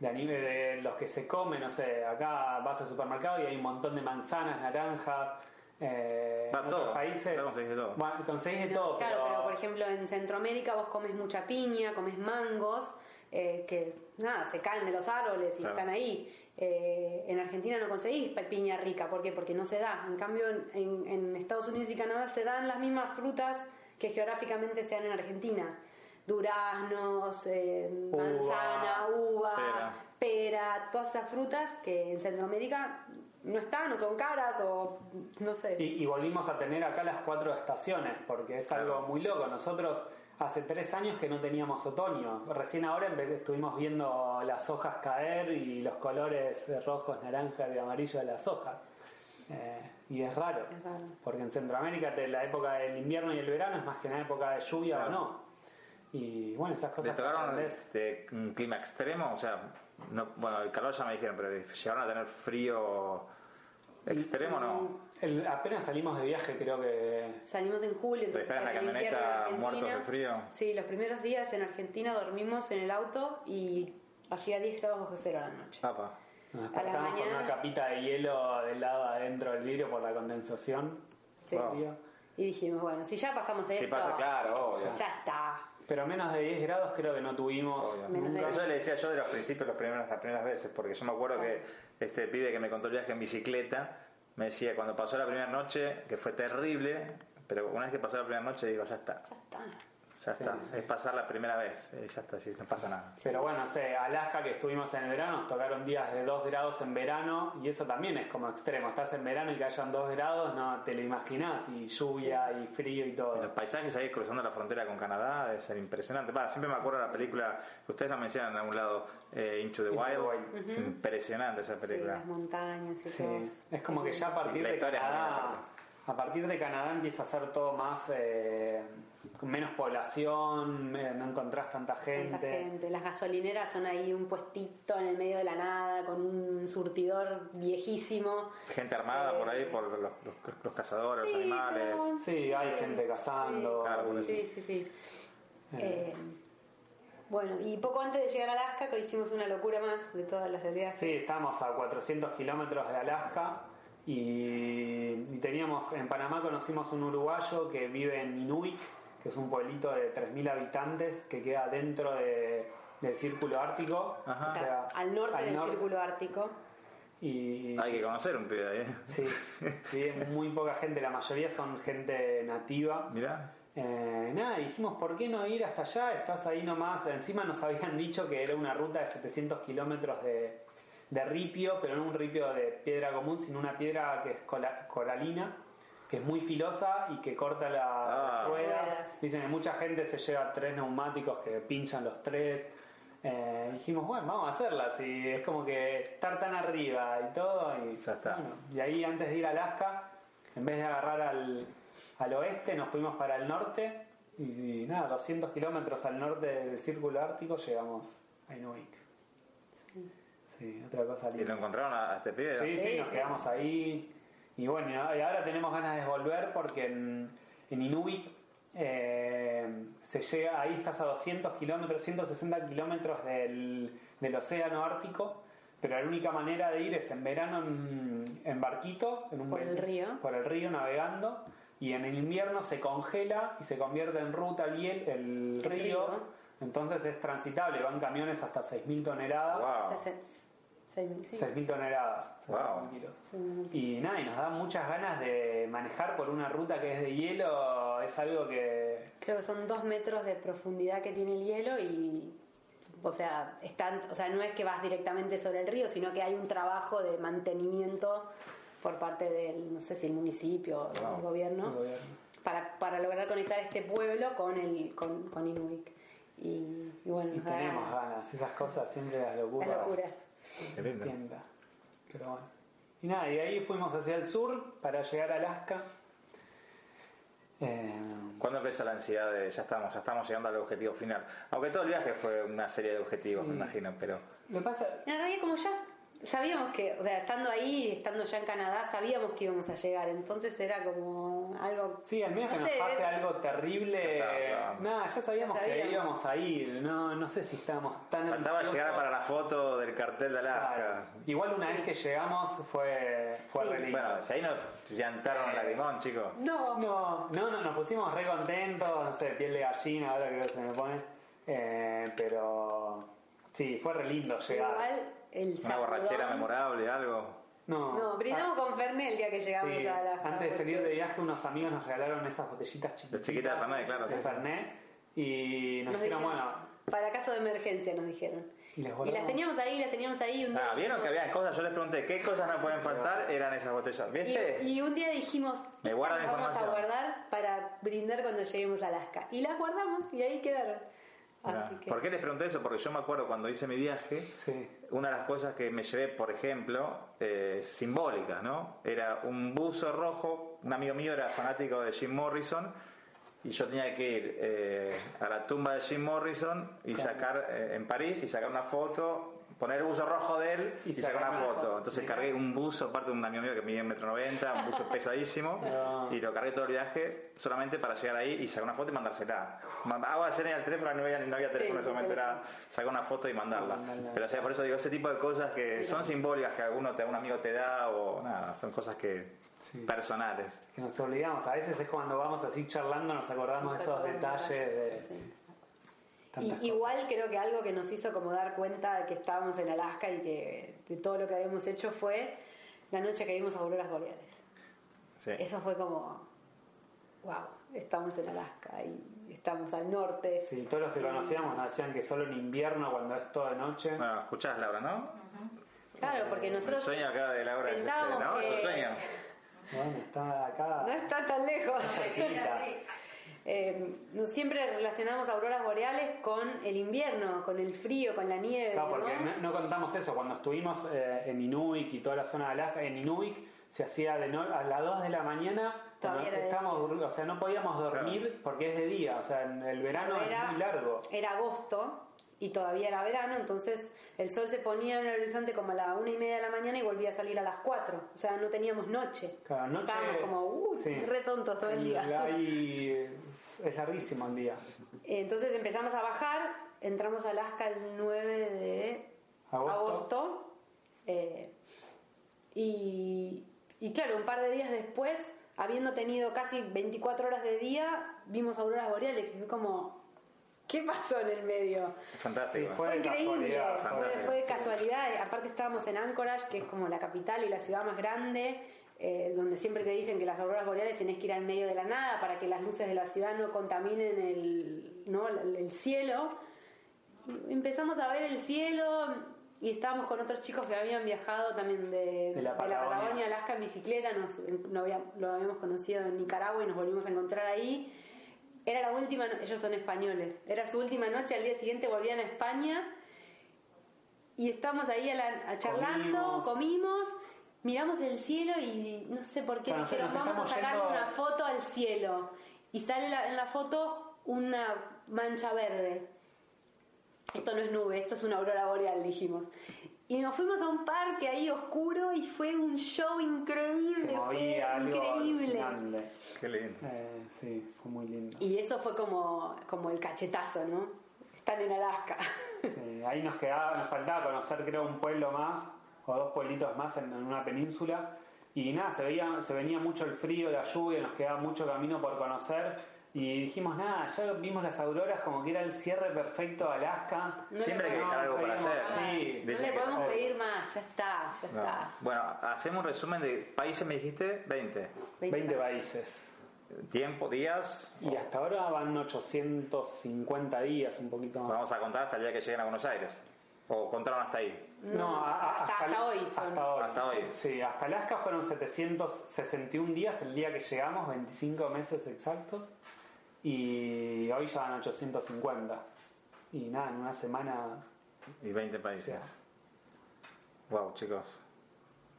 De anime de los que se comen, no sé, acá vas al supermercado y hay un montón de manzanas, naranjas. Eh, Va en todo, otros países. conseguís de todo. Bueno, conseguís de todo, Claro, pero- pero por ejemplo en Centroamérica vos comes mucha piña, comes mangos, eh, que nada, se caen de los árboles y Claro. están ahí. Eh, en Argentina no conseguís pa- piña rica, ¿por qué? Porque no se da. En cambio en, en- en Estados Unidos y Canadá se dan las mismas frutas que geográficamente se dan en Argentina. Duraznos, eh, Uva, manzana, uva, pera. pera, todas esas frutas que en Centroamérica no están o son caras o no sé. Y, y volvimos a tener acá las cuatro estaciones, porque es algo muy loco. Nosotros hace tres años que no teníamos otoño. Recién ahora empe- estuvimos viendo las hojas caer y los colores eh, rojos, naranjas y amarillo de las hojas. Eh, y es raro, Es raro. porque en Centroamérica te- la época del invierno y el verano es más que una época de lluvia Claro. o no. Y bueno, esas ¿Te cosas... que tocaron aprendés. este, un clima extremo? O sea, no, bueno, el calor ya me dijeron, pero llegaron a tener frío extremo, ¿no? El- apenas salimos de viaje creo que... Salimos en julio, entonces Estar en la era el invierno camioneta en muertos de Argentina. frío. Sí, los primeros días en Argentina dormimos en el auto y hacía 10 grados bajo cero a la noche. Apa. Nos A la despertamos con mañana- una capita de hielo de helado adentro del vidrio por la condensación. Sí. Y dijimos, bueno, si ya pasamos de Si esto, pasa, claro, obvio. ya está. Pero menos de 10 grados creo que no tuvimos. Menos de Pero diez. Eso le decía yo de los principios, los primeros, las primeras veces, porque yo me acuerdo que este pibe que me contó el viaje en bicicleta me decía cuando pasó la primera noche, que fue terrible, pero una vez que pasó la primera noche, digo, ya está. Ya está. Ya está. Es pasar la primera vez, eh, ya está, sí, no pasa nada. Pero bueno, no sé, Alaska que estuvimos en el verano, nos tocaron días de 2 grados en verano y eso también es como extremo. Estás en verano y que hayan 2 grados, no te lo imaginás, y lluvia y frío y todo. Los paisajes ahí cruzando la frontera con Canadá debe ser impresionante. Va, siempre me acuerdo de la película que ustedes la mencionan en algún lado, eh, Into the Into the Wild. Wild. Es Ujú. impresionante esa Sí, película. las montañas y Sí. todo. Es como que ya a partir La de historia es muy Canadá, a partir de Canadá empieza a ser todo más eh, con menos población, eh, no encontrás tanta gente. Tanta gente. Las gasolineras son ahí un puestito en el medio de la nada con un surtidor viejísimo. Gente armada por ahí, por los, los- los cazadores, los animales. pero- Sí, hay gente cazando. Claro, por eso. Sí, sí, sí. Eh. Eh, bueno, y poco antes de llegar a Alaska que hicimos una locura más de todas las del viaje. Sí, estamos a 400 kilómetros de Alaska y, y teníamos en Panamá conocimos un uruguayo que vive en Inuit, que es un pueblito de 3.000 habitantes que queda dentro de- del Círculo Ártico, O o sea, Ah. sea, al norte al del norte. Círculo Ártico. Y, Hay que conocer un pibe ahí. ¿eh? Sí, sí, muy poca gente, la mayoría son gente nativa. Mirá. Eh, nada, y dijimos, ¿por qué no ir hasta allá? Estás ahí nomás. Encima nos habían dicho que era una ruta de 700 kilómetros de, de ripio, pero no un ripio de piedra común, sino una piedra que es cola- coralina, que es muy filosa y que corta la, la Ah. rueda. Ruedas. Dicen que mucha gente se lleva tres neumáticos que pinchan los tres. Eh, dijimos, bueno, vamos a hacerla. Si es como que estar tan arriba y todo. Y, ya está. y ahí antes de ir a Alaska, en vez de agarrar al, al oeste, nos fuimos para el norte. Y, y nada, 200 kilómetros al norte del Círculo Ártico llegamos a Inuit. Sí, otra cosa ¿Y lo linda. encontraron a, a este pibe? Sí, sí, nos quedamos ahí. Y bueno, y ahora tenemos ganas de volver porque en, en Inuit eh, se llega, ahí estás a 200 kilómetros, 160 kilómetros del, del océano Ártico, pero la única manera de ir es en verano en, en barquito, en un Por el ven- río. por el río navegando, y en el invierno se congela y se convierte en ruta el, hiel- el El río. río. Entonces es transitable, van camiones hasta 6.000 toneladas. Wow. Se- se- 6.000, sí. 6.000 toneladas. Wow. 6.000 kilos. Sí, no, no. Y nada, y nos da muchas ganas de manejar por una ruta que es de hielo. Es algo que. Creo que son dos metros de profundidad que tiene el hielo y, o sea, están, o sea, no es que vas directamente sobre el río, sino que hay un trabajo de mantenimiento por parte del, no sé si el municipio o el gobierno, Para, para lograr conectar este pueblo con el con, con Inuit. Y, y bueno, Y nos da tenemos ganas. ganas, esas cosas siempre las locuras. Las locuras. Qué lindo. Tienda. Pero bueno. Y nada, y de ahí fuimos hacia el sur para llegar a Alaska. Eh, ¿Cuándo empieza la ansiedad de ya estamos, ya estamos llegando al objetivo final? Aunque todo el viaje fue una serie de objetivos, me imagino, pero Lo que pasa, En realidad, como ya sabíamos que, o sea, estando ahí, estando ya en Canadá, sabíamos que íbamos a llegar, entonces era como algo... Sí, al menos que nos pase algo terrible. Nada, ya sabíamos Ya que sabíamos. íbamos a ir. No, no sé si estábamos tan faltaba ansiosos. llegar para la foto del cartel de Alaska. Igual una vez que llegamos fue, fue re lindo. Bueno, si ahí no llantaron el lagrimón, chicos. No, no, no, no, nos pusimos re contentos, no sé, piel de gallina, ahora creo que se me pone. Eh, pero sí, fue re lindo llegar. Igual el Una sacudón- borrachera memorable, algo. No, Ah, No, brindamos con Fernet el día que llegamos sí, a Alaska. antes de salir porque- de viaje unos amigos nos regalaron esas botellitas chiquitas. chiquitas de Fernet, claro, De sí. Fernet. Y nos, Nos dijeron. dijeron, bueno, Para caso de emergencia nos dijeron. y les Y las guardamos. teníamos ahí, las teníamos ahí. Un día Ah, vieron que dijimos- había cosas, yo les pregunté qué cosas no pueden faltar, eran esas botellas, ¿viste? Y, y un día dijimos, Este Me guardan "Las vamos a información". guardar para brindar cuando lleguemos a Alaska. Y las guardamos y ahí quedaron. Mirá. Así que... ¿Por qué les pregunté eso? Porque yo me acuerdo cuando hice mi viaje, una de las cosas que me llevé, por ejemplo, eh, simbólica, ¿no? Era un buzo rojo, un amigo mío era fanático de Jim Morrison, y yo tenía que ir eh, a la tumba de Jim Morrison y sacar, eh, en París, y sacar una foto, poner el buzo rojo de él y, sacar una foto. Entonces cargué un buzo, aparte de un amigo mío que mide un metro noventa, un buzo pesadísimo, y lo cargué todo el viaje solamente para llegar ahí y sacar una foto y mandársela. Hago hacer en el teléfono, no había, no había teléfono en ese no momento, era sacar una foto y mandarla. Pero o sea, por eso digo, ese tipo de cosas que son simbólicas que alguno te, un amigo te da o nada, son cosas que personales. Que nos olvidamos, a veces es cuando vamos así charlando nos acordamos de Nos esos acordamos detalles de de... Y- tantas igual creo que algo que nos hizo como dar cuenta de que estábamos en Alaska y que de todo lo que habíamos hecho fue la noche que vimos auroras boreales. Sí. Eso fue como, wow, estamos en Alaska y estamos al norte. Sí, todos los que conocíamos nos decían que solo en invierno cuando es toda noche. Bueno, escuchás Laura, ¿no? Claro, porque Eh, El nosotros sueño acá de Laura es este, pensábamos ¿no? que- Es tu sueño. Bueno, está acá. no está tan lejos. Eh, nos- siempre relacionamos auroras boreales con el invierno, con el frío, con la nieve. Claro, ¿no? porque no, no contamos eso. Cuando estuvimos eh, en Inuvik y toda la zona de Alaska, en Inuvik se hacía de no- a las 2 de la mañana. cuando Todavía era de estábamos dur- o sea, no podíamos dormir porque es de día. O sea, en el verano Era- es muy largo. Era agosto y todavía era verano, entonces el sol se ponía en el horizonte como a la una y media de la mañana y volvía a salir a las cuatro. O sea, no teníamos noche. Claro, noche- Estábamos como uh, sí. re tontos todo el Y día. ahí es- es larguísimo el día. Entonces empezamos a bajar, entramos a Alaska el 9 de Agosto. agosto, eh, y, y claro, un par de días después, habiendo tenido casi 24 horas de día, vimos auroras boreales y fue como, ¿qué pasó en el medio? Fantástico. fue de increíble, casualidad, fue, fantástico. fue de casualidad. Aparte estábamos en Anchorage, que es como la capital y la ciudad más grande, eh, donde siempre te dicen que las auroras boreales tenés que ir al medio de la nada para que las luces de la ciudad no contaminen el, ¿no? el el cielo. Y Empezamos a ver el cielo y estábamos con otros chicos que habían viajado también de, De la Patagonia. Patagonia a Alaska en bicicleta, nos, no había- lo habíamos conocido en Nicaragua y nos volvimos a encontrar ahí. Era la última, no- ellos son españoles, era su última noche, al día siguiente volvían a España y estamos ahí a la- a charlando, Comimos. comimos, miramos el cielo y no sé por qué Bueno, dijeron, nos vamos a estamos sacarle yendo- una foto al cielo. Y sale la- en la foto una mancha verde. Esto no es nube, esto es una aurora boreal, dijimos. Y nos fuimos a un parque ahí oscuro y fue un show increíble, fue Se movía algo increíble. alucinante. Qué lindo. Eh, sí, fue muy lindo. Y eso fue como, como el cachetazo, ¿no? Están en Alaska. Sí, ahí nos quedaba, nos faltaba conocer creo un pueblo más o dos pueblitos más en, en una península y nada, se veía, se venía mucho el frío, la lluvia, nos quedaba mucho camino por conocer Y dijimos, nada, ya vimos las auroras como que era el cierre perfecto a Alaska. No Siempre le hay que podemos dejar algo para pedir hacer. más. Sí. No Dicen le que- podemos oh. pedir más, ya está, ya No. está. Bueno, hacemos un resumen de países, me dijiste, 20. 20 países. Tiempo, días. Y hasta ahora van 850 días, un poquito más. Vamos a contar hasta el día que lleguen a Buenos Aires. O contaron hasta ahí. No, a- a- Mm, hasta, hoy Hasta hoy. Sí, hasta Alaska fueron 761 días el día que llegamos, 25 meses exactos. Y hoy ya van 850. Y nada, en una semana. Y 20 países. Wow, chicos.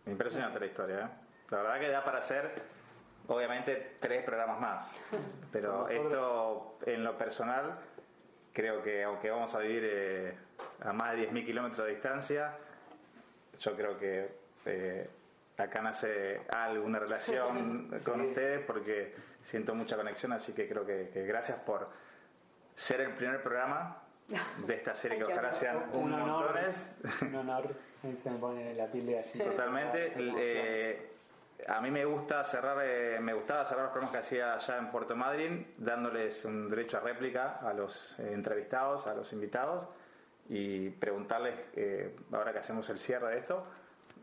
Impresionante la historia, ¿eh? La verdad que da para hacer, obviamente, tres programas más. Pero esto, en lo personal, creo que aunque vamos a vivir eh, a más de 10.000 kilómetros de distancia, yo creo que eh, acá nace alguna relación con ustedes porque siento mucha conexión, así que creo que, que gracias por ser el primer programa de esta serie que Ay, qué ojalá honor. sean Un un honor. montones. Un honor. Ahí se me pone la piel de gallina. Totalmente. Se emociona. eh, a mí me gusta cerrar, eh, me gustaba cerrar los programas que hacía allá en Puerto Madryn, dándoles un derecho a réplica a los eh, entrevistados, a los invitados, y preguntarles, eh, ahora que hacemos el cierre de esto,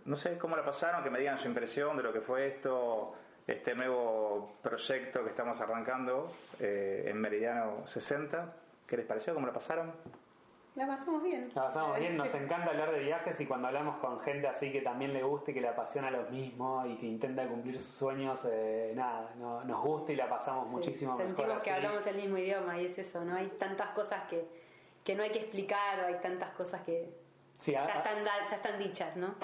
no sé cómo la pasaron, que me digan su impresión de lo que fue esto, este nuevo proyecto que estamos arrancando eh, en Meridiano 60. ¿Qué les pareció? ¿Cómo la pasaron? La pasamos bien. La pasamos bien, nos encanta hablar de viajes y cuando hablamos con gente así que también le guste, que le apasiona lo mismo y que intenta cumplir sus sueños, eh, nada, no- nos gusta y la pasamos muchísimo Sentimos mejor así. que hablamos el mismo idioma y es eso, ¿no? Hay tantas cosas que, que no hay que explicar o hay tantas cosas que Sí, a- Ah, ya a- están, da- ya están dichas, ¿no?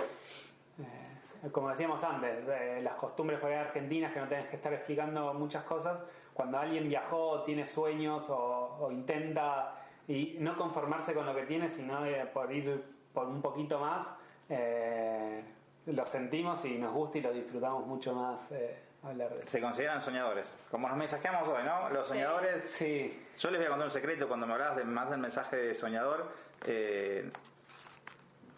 como decíamos antes, eh, las costumbres por ahí argentinas que no tenés que estar explicando muchas cosas, cuando alguien viajó, tiene sueños o, o intenta y no conformarse con lo que tiene, sino de por ir por un poquito más, eh, lo sentimos y nos gusta y lo disfrutamos mucho más eh, hablar de eso. Se consideran soñadores. Como nos mensajeamos hoy, ¿no? Los soñadores. Sí. Yo les voy a contar un secreto cuando me hablabas de, más del mensaje de soñador. eh,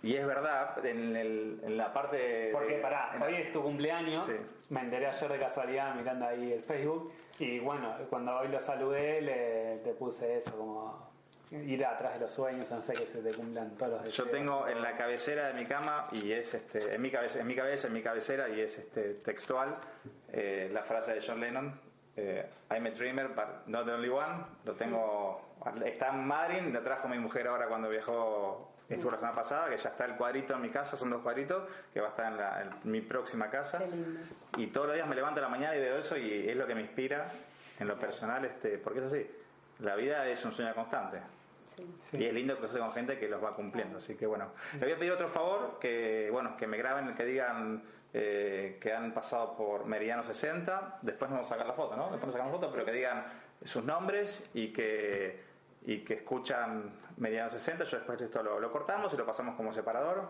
y es verdad, en, el- en la parte. de- Porque de- pará, en la- hoy es tu cumpleaños, me enteré ayer de casualidad mirando ahí el Facebook y bueno, cuando hoy lo saludé le, te puse eso como ir atrás de los sueños, no sé que se te cumplan todos los Yo deseos. tengo en la cabecera de mi cama y es este, en mi cabeza, en mi cabeza, en mi cabecera y es este textual eh, la frase de John Lennon. eh, I'm a dreamer, but not the only one. Lo tengo. Está en Madrid, lo trajo mi mujer ahora cuando viajó. Estuvo la semana pasada, que ya está el cuadrito en mi casa, son dos cuadritos, que va a estar en, la- en mi próxima casa. Y todos los días me levanto a la mañana y veo eso y es lo que me inspira en lo personal, este, porque es así. La vida es un sueño constante. Y es lindo cruzarse con gente que los va cumpliendo. Así que bueno, le voy a pedir otro favor, que bueno, que me graben, que digan eh, que han pasado por Meridiano 60. Después nos vamos a sacar la foto, ¿no? Después nos sacamos la foto, pero que digan sus nombres y que, y que escuchan Meridiano 60. Yo después esto lo, lo cortamos y lo pasamos como separador.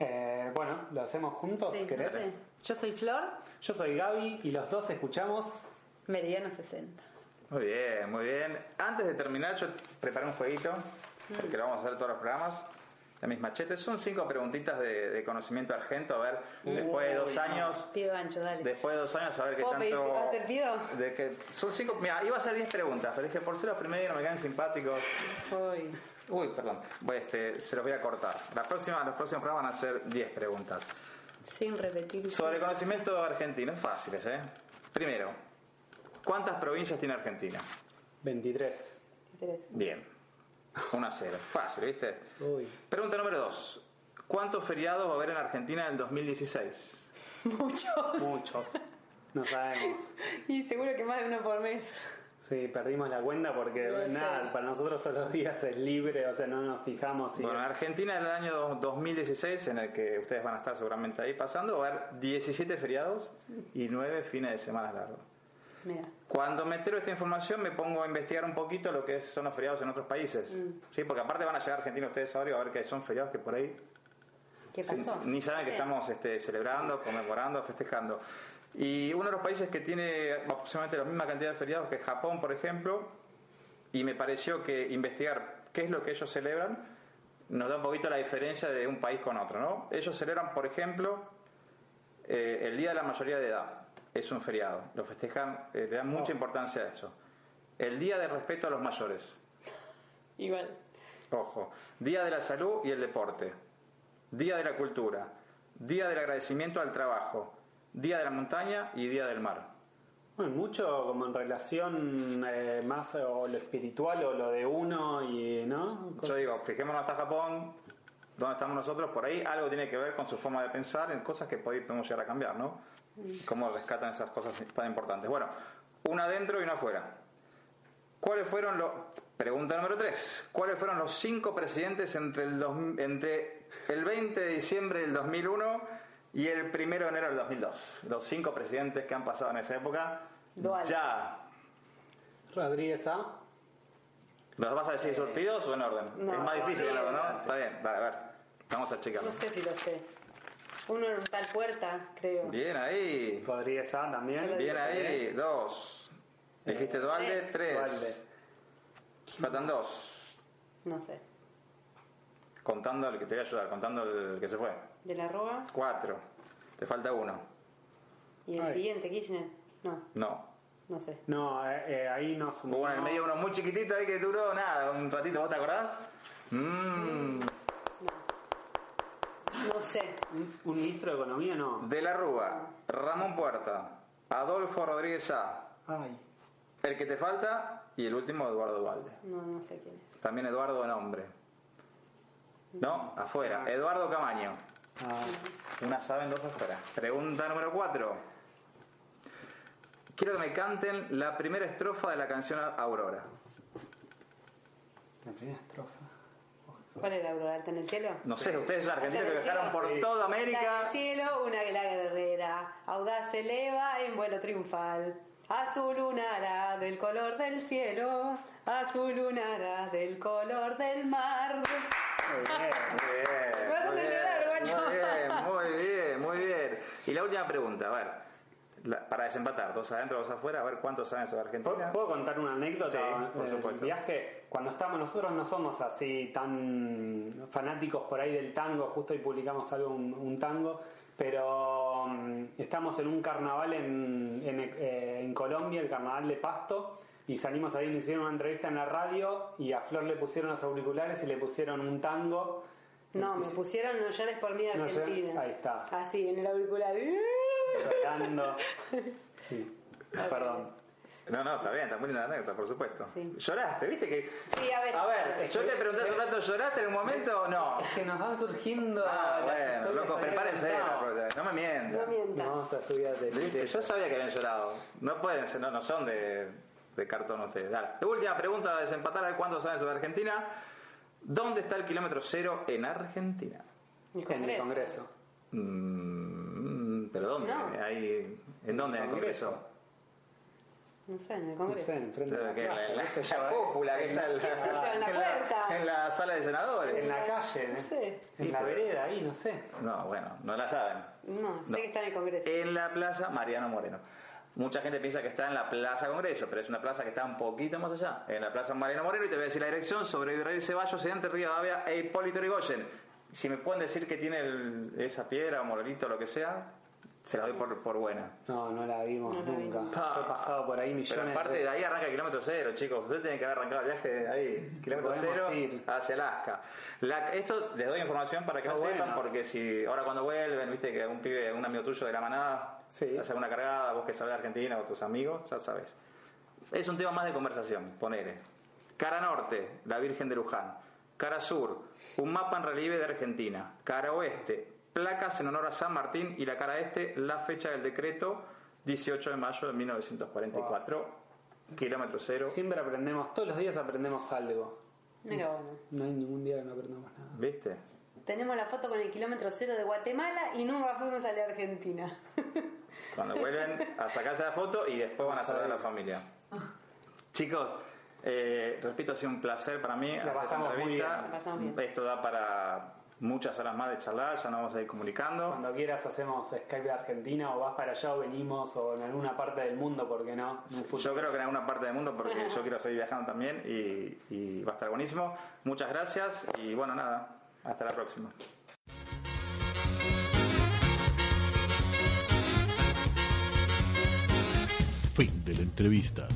Eh, bueno, lo hacemos juntos, Sí, ¿querés? no sé. Yo soy Flor, Yo soy Gaby y los dos escuchamos. Meridiano 60. Muy bien, muy bien. Antes de terminar, yo preparé un jueguito, porque lo vamos a hacer todos los programas. La misma chete, son cinco preguntitas de, de conocimiento argento, a ver, después de Uy, dos no. años, Pido gancho, dale. Después de dos años, a ver qué ¿Puedo pedir que tanto. va a ser pido? de que, son cinco. Mira, iba a ser diez preguntas, pero dije, por ser los primeros me quedan simpáticos. Uy. Uy, perdón. Voy, este, se los voy a cortar. La próxima, los próximos programas van a ser diez preguntas. Sin repetir. Sobre conocimiento argentino, fáciles, ¿eh? Primero, ¿cuántas provincias tiene Argentina? 23. Bien. 1 a 0. Fácil, ¿viste? Uy. Pregunta número dos. ¿Cuántos feriados va a haber en Argentina en el 2016? Muchos. Muchos. No sabemos. Y seguro que más de uno por mes. Sí, perdimos la cuenta porque No sé. nada, para nosotros todos los días es libre, o sea, no nos fijamos. si Bueno, en es- Argentina en el año dos- 2016, en el que ustedes van a estar seguramente ahí pasando, va a haber 17 feriados y 9 fines de semana largos. Mira. Cuando me entero de esta información me pongo a investigar un poquito lo que son los feriados en otros países. Mm. Sí, porque aparte van a llegar a Argentina ustedes ahora y va a ver que son feriados que por ahí ¿Qué Sí, pasó? ni saben que estamos este, celebrando, conmemorando, festejando. Y uno de los países que tiene aproximadamente la misma cantidad de feriados que Japón, por ejemplo, y me pareció que investigar qué es lo que ellos celebran nos da un poquito la diferencia de un país con otro, ¿no? Ellos celebran, por ejemplo, eh, el Día de la Mayoría de Edad, es un feriado. Lo festejan, eh, le dan Oh. mucha importancia a eso. El Día de Respeto a los Mayores. Igual. Ojo. Día de la Salud y el Deporte. Día de la Cultura. Día del Agradecimiento al Trabajo. Día de la Montaña y Día del Mar. Bueno, mucho como en relación eh, más o lo espiritual o lo de uno y no. Yo digo, fijémonos hasta Japón, donde estamos nosotros, por ahí algo tiene que ver con su forma de pensar en cosas que podemos llegar a cambiar, ¿no? Cómo rescatan esas cosas tan importantes. Bueno, una adentro y una afuera. ¿Cuáles fueron los... Pregunta número 3. ¿Cuáles fueron los cinco presidentes entre el, dos- entre el 20 de diciembre del 2001 y el 1 de enero del 2002? Los cinco presidentes que han pasado en esa época. Dual. Ya. Rodríguez A. ¿Los vas a decir Eh, sortidos o en orden? no, es más difícil sí, en orden, ¿no? adelante. Está bien, dale, a ver. Vamos a checarlo. No sé si lo sé. Uno en tal puerta, creo. Bien ahí. Rodríguez A también. Bien ahí. Dos. Dijiste Dualde, tres. Dualde. Faltan dos. No sé. Contando el que te voy a ayudar, contando el que se fue. De la Roa. Cuatro. Te falta uno. Y el Ay. siguiente, Kirchner. No, No. no sé. No, eh, eh, ahí no sumó. Bueno, en el medio uno muy chiquitito ahí que duró nada, un ratito, ¿vos te acordás? Mm. No sé. Un ministro de Economía no. De la Rúa, Ramón Puerta, Adolfo Rodríguez A. Ay. El que te falta y el último Eduardo Dualde. No, no sé quién es. También Eduardo en hombre. ¿No? Afuera. Eduardo Camaño. Una saben, dos afuera. Pregunta número cuatro. Quiero que me canten la primera estrofa de la canción Aurora. La primera estrofa. ¿Cuál era Aurora? ¿Alta en el cielo? No sé, ustedes son argentinos Alta en que el viajaron cielo. por toda Alta en el América. cielo, una águila guerrera. Audaz se eleva en vuelo triunfal. Azul un ala del color del cielo. Azul un ala del color del mar. Bien, Me vas a muy hacer llorar, bien, guacho. Muy bien, muy bien, muy bien. Y la última pregunta, a ver. La- para desempatar, dos adentro, dos afuera, a ver cuántos saben sobre Argentina. ¿Puedo contar una anécdota? Sí, por del supuesto. viaje, cuando estábamos nosotros no somos así tan fanáticos por ahí del tango, justo hoy publicamos algo, un, un tango, pero mm, estamos en un carnaval en, en, eh, en Colombia, el carnaval de Pasto, y salimos ahí, nos hicieron una entrevista en la radio y a Flor le pusieron los auriculares y le pusieron un tango. No, me pusieron No llores por mí No llores- Argentina. ahí está. Así, en el auricular. llorando. Sí. Ah, Perdón. No, no, está bien, está muy linda la anécdota, por supuesto. Lloraste, viste que. Sí, a veces. A ver, Este, yo te pregunté hace un rato, ¿lloraste en un momento o no? Que nos van surgiendo. Ah, las bueno, historias loco, ahí prepárense, contadas. la próxima vez, no me mientan. Vamos a estudiar de este Viste, Yo sabía que habían llorado. No pueden ser, no, no son de, de cartón ustedes. Dale. La última pregunta a desempatar al cuánto saben sobre Argentina. ¿Dónde está el kilómetro cero en Argentina? En el Congreso. Mm, ¿Pero dónde? No. Ahí- ¿En dónde? ¿En el Congreso. Congreso? No sé, en el Congreso. enfrente Creo que en la, en la- Qué sé la yo, cúpula que está en ¿Qué sé yo, la, en la puerta? en la sala de senadores. En la calle, ¿eh? No sé. en la vereda, ahí, no sé. No, bueno, no la saben. No, sé No. que está en el Congreso. En la plaza Mariano Moreno. Mucha gente piensa que está en la Plaza Congreso, pero es una plaza que está un poquito más allá. En la Plaza Mariano Moreno, y te voy a decir la dirección, sobre Israel Ceballos, Sedante, Río Davia e Hipólito Yrigoyen. Si me pueden decir que tiene el- esa piedra o molorito o lo que sea, se la doy por, por buena. No, no la vimos nunca. Yo he pasado por ahí millones Pero aparte de ahí arranca el kilómetro cero, chicos. Ustedes tienen que haber arrancado el viaje de ahí, kilómetro Podemos cero, hacia Alaska. La- esto les doy información para que Está lo bueno. sepan, porque si ahora cuando vuelven, viste que un pibe, un amigo tuyo de la manada, hace una cargada, vos que sabés de Argentina o tus amigos, ya sabes. Es un tema más de conversación, ponele. Cara norte, la Virgen de Luján. Cara sur, un mapa en relieve de Argentina. Cara oeste, placas en honor a San Martín. Y la cara este, la fecha del decreto, 18 de mayo de 1944, kilómetro cero. Siempre aprendemos, todos los días aprendemos algo. Mira bueno. No hay ningún día que no aprendamos nada. ¿Viste? Tenemos la foto con el kilómetro cero de Guatemala y nunca fuimos a la Argentina. Cuando vuelven a sacarse la foto y después van a saludar a la familia. Ah. Chicos, eh, repito, ha sido un placer para mí hacer esta pasamos muy entrevista. bien, la pasamos bien. Esto da para muchas horas más de charlar, ya nos vamos a ir comunicando. Cuando quieras hacemos Skype de Argentina o vas para allá o venimos o en alguna parte del mundo, ¿por qué no? Yo creo que en alguna parte del mundo, porque yo quiero seguir viajando también y, y va a estar buenísimo. Muchas gracias y bueno, nada, hasta la próxima. entrevista.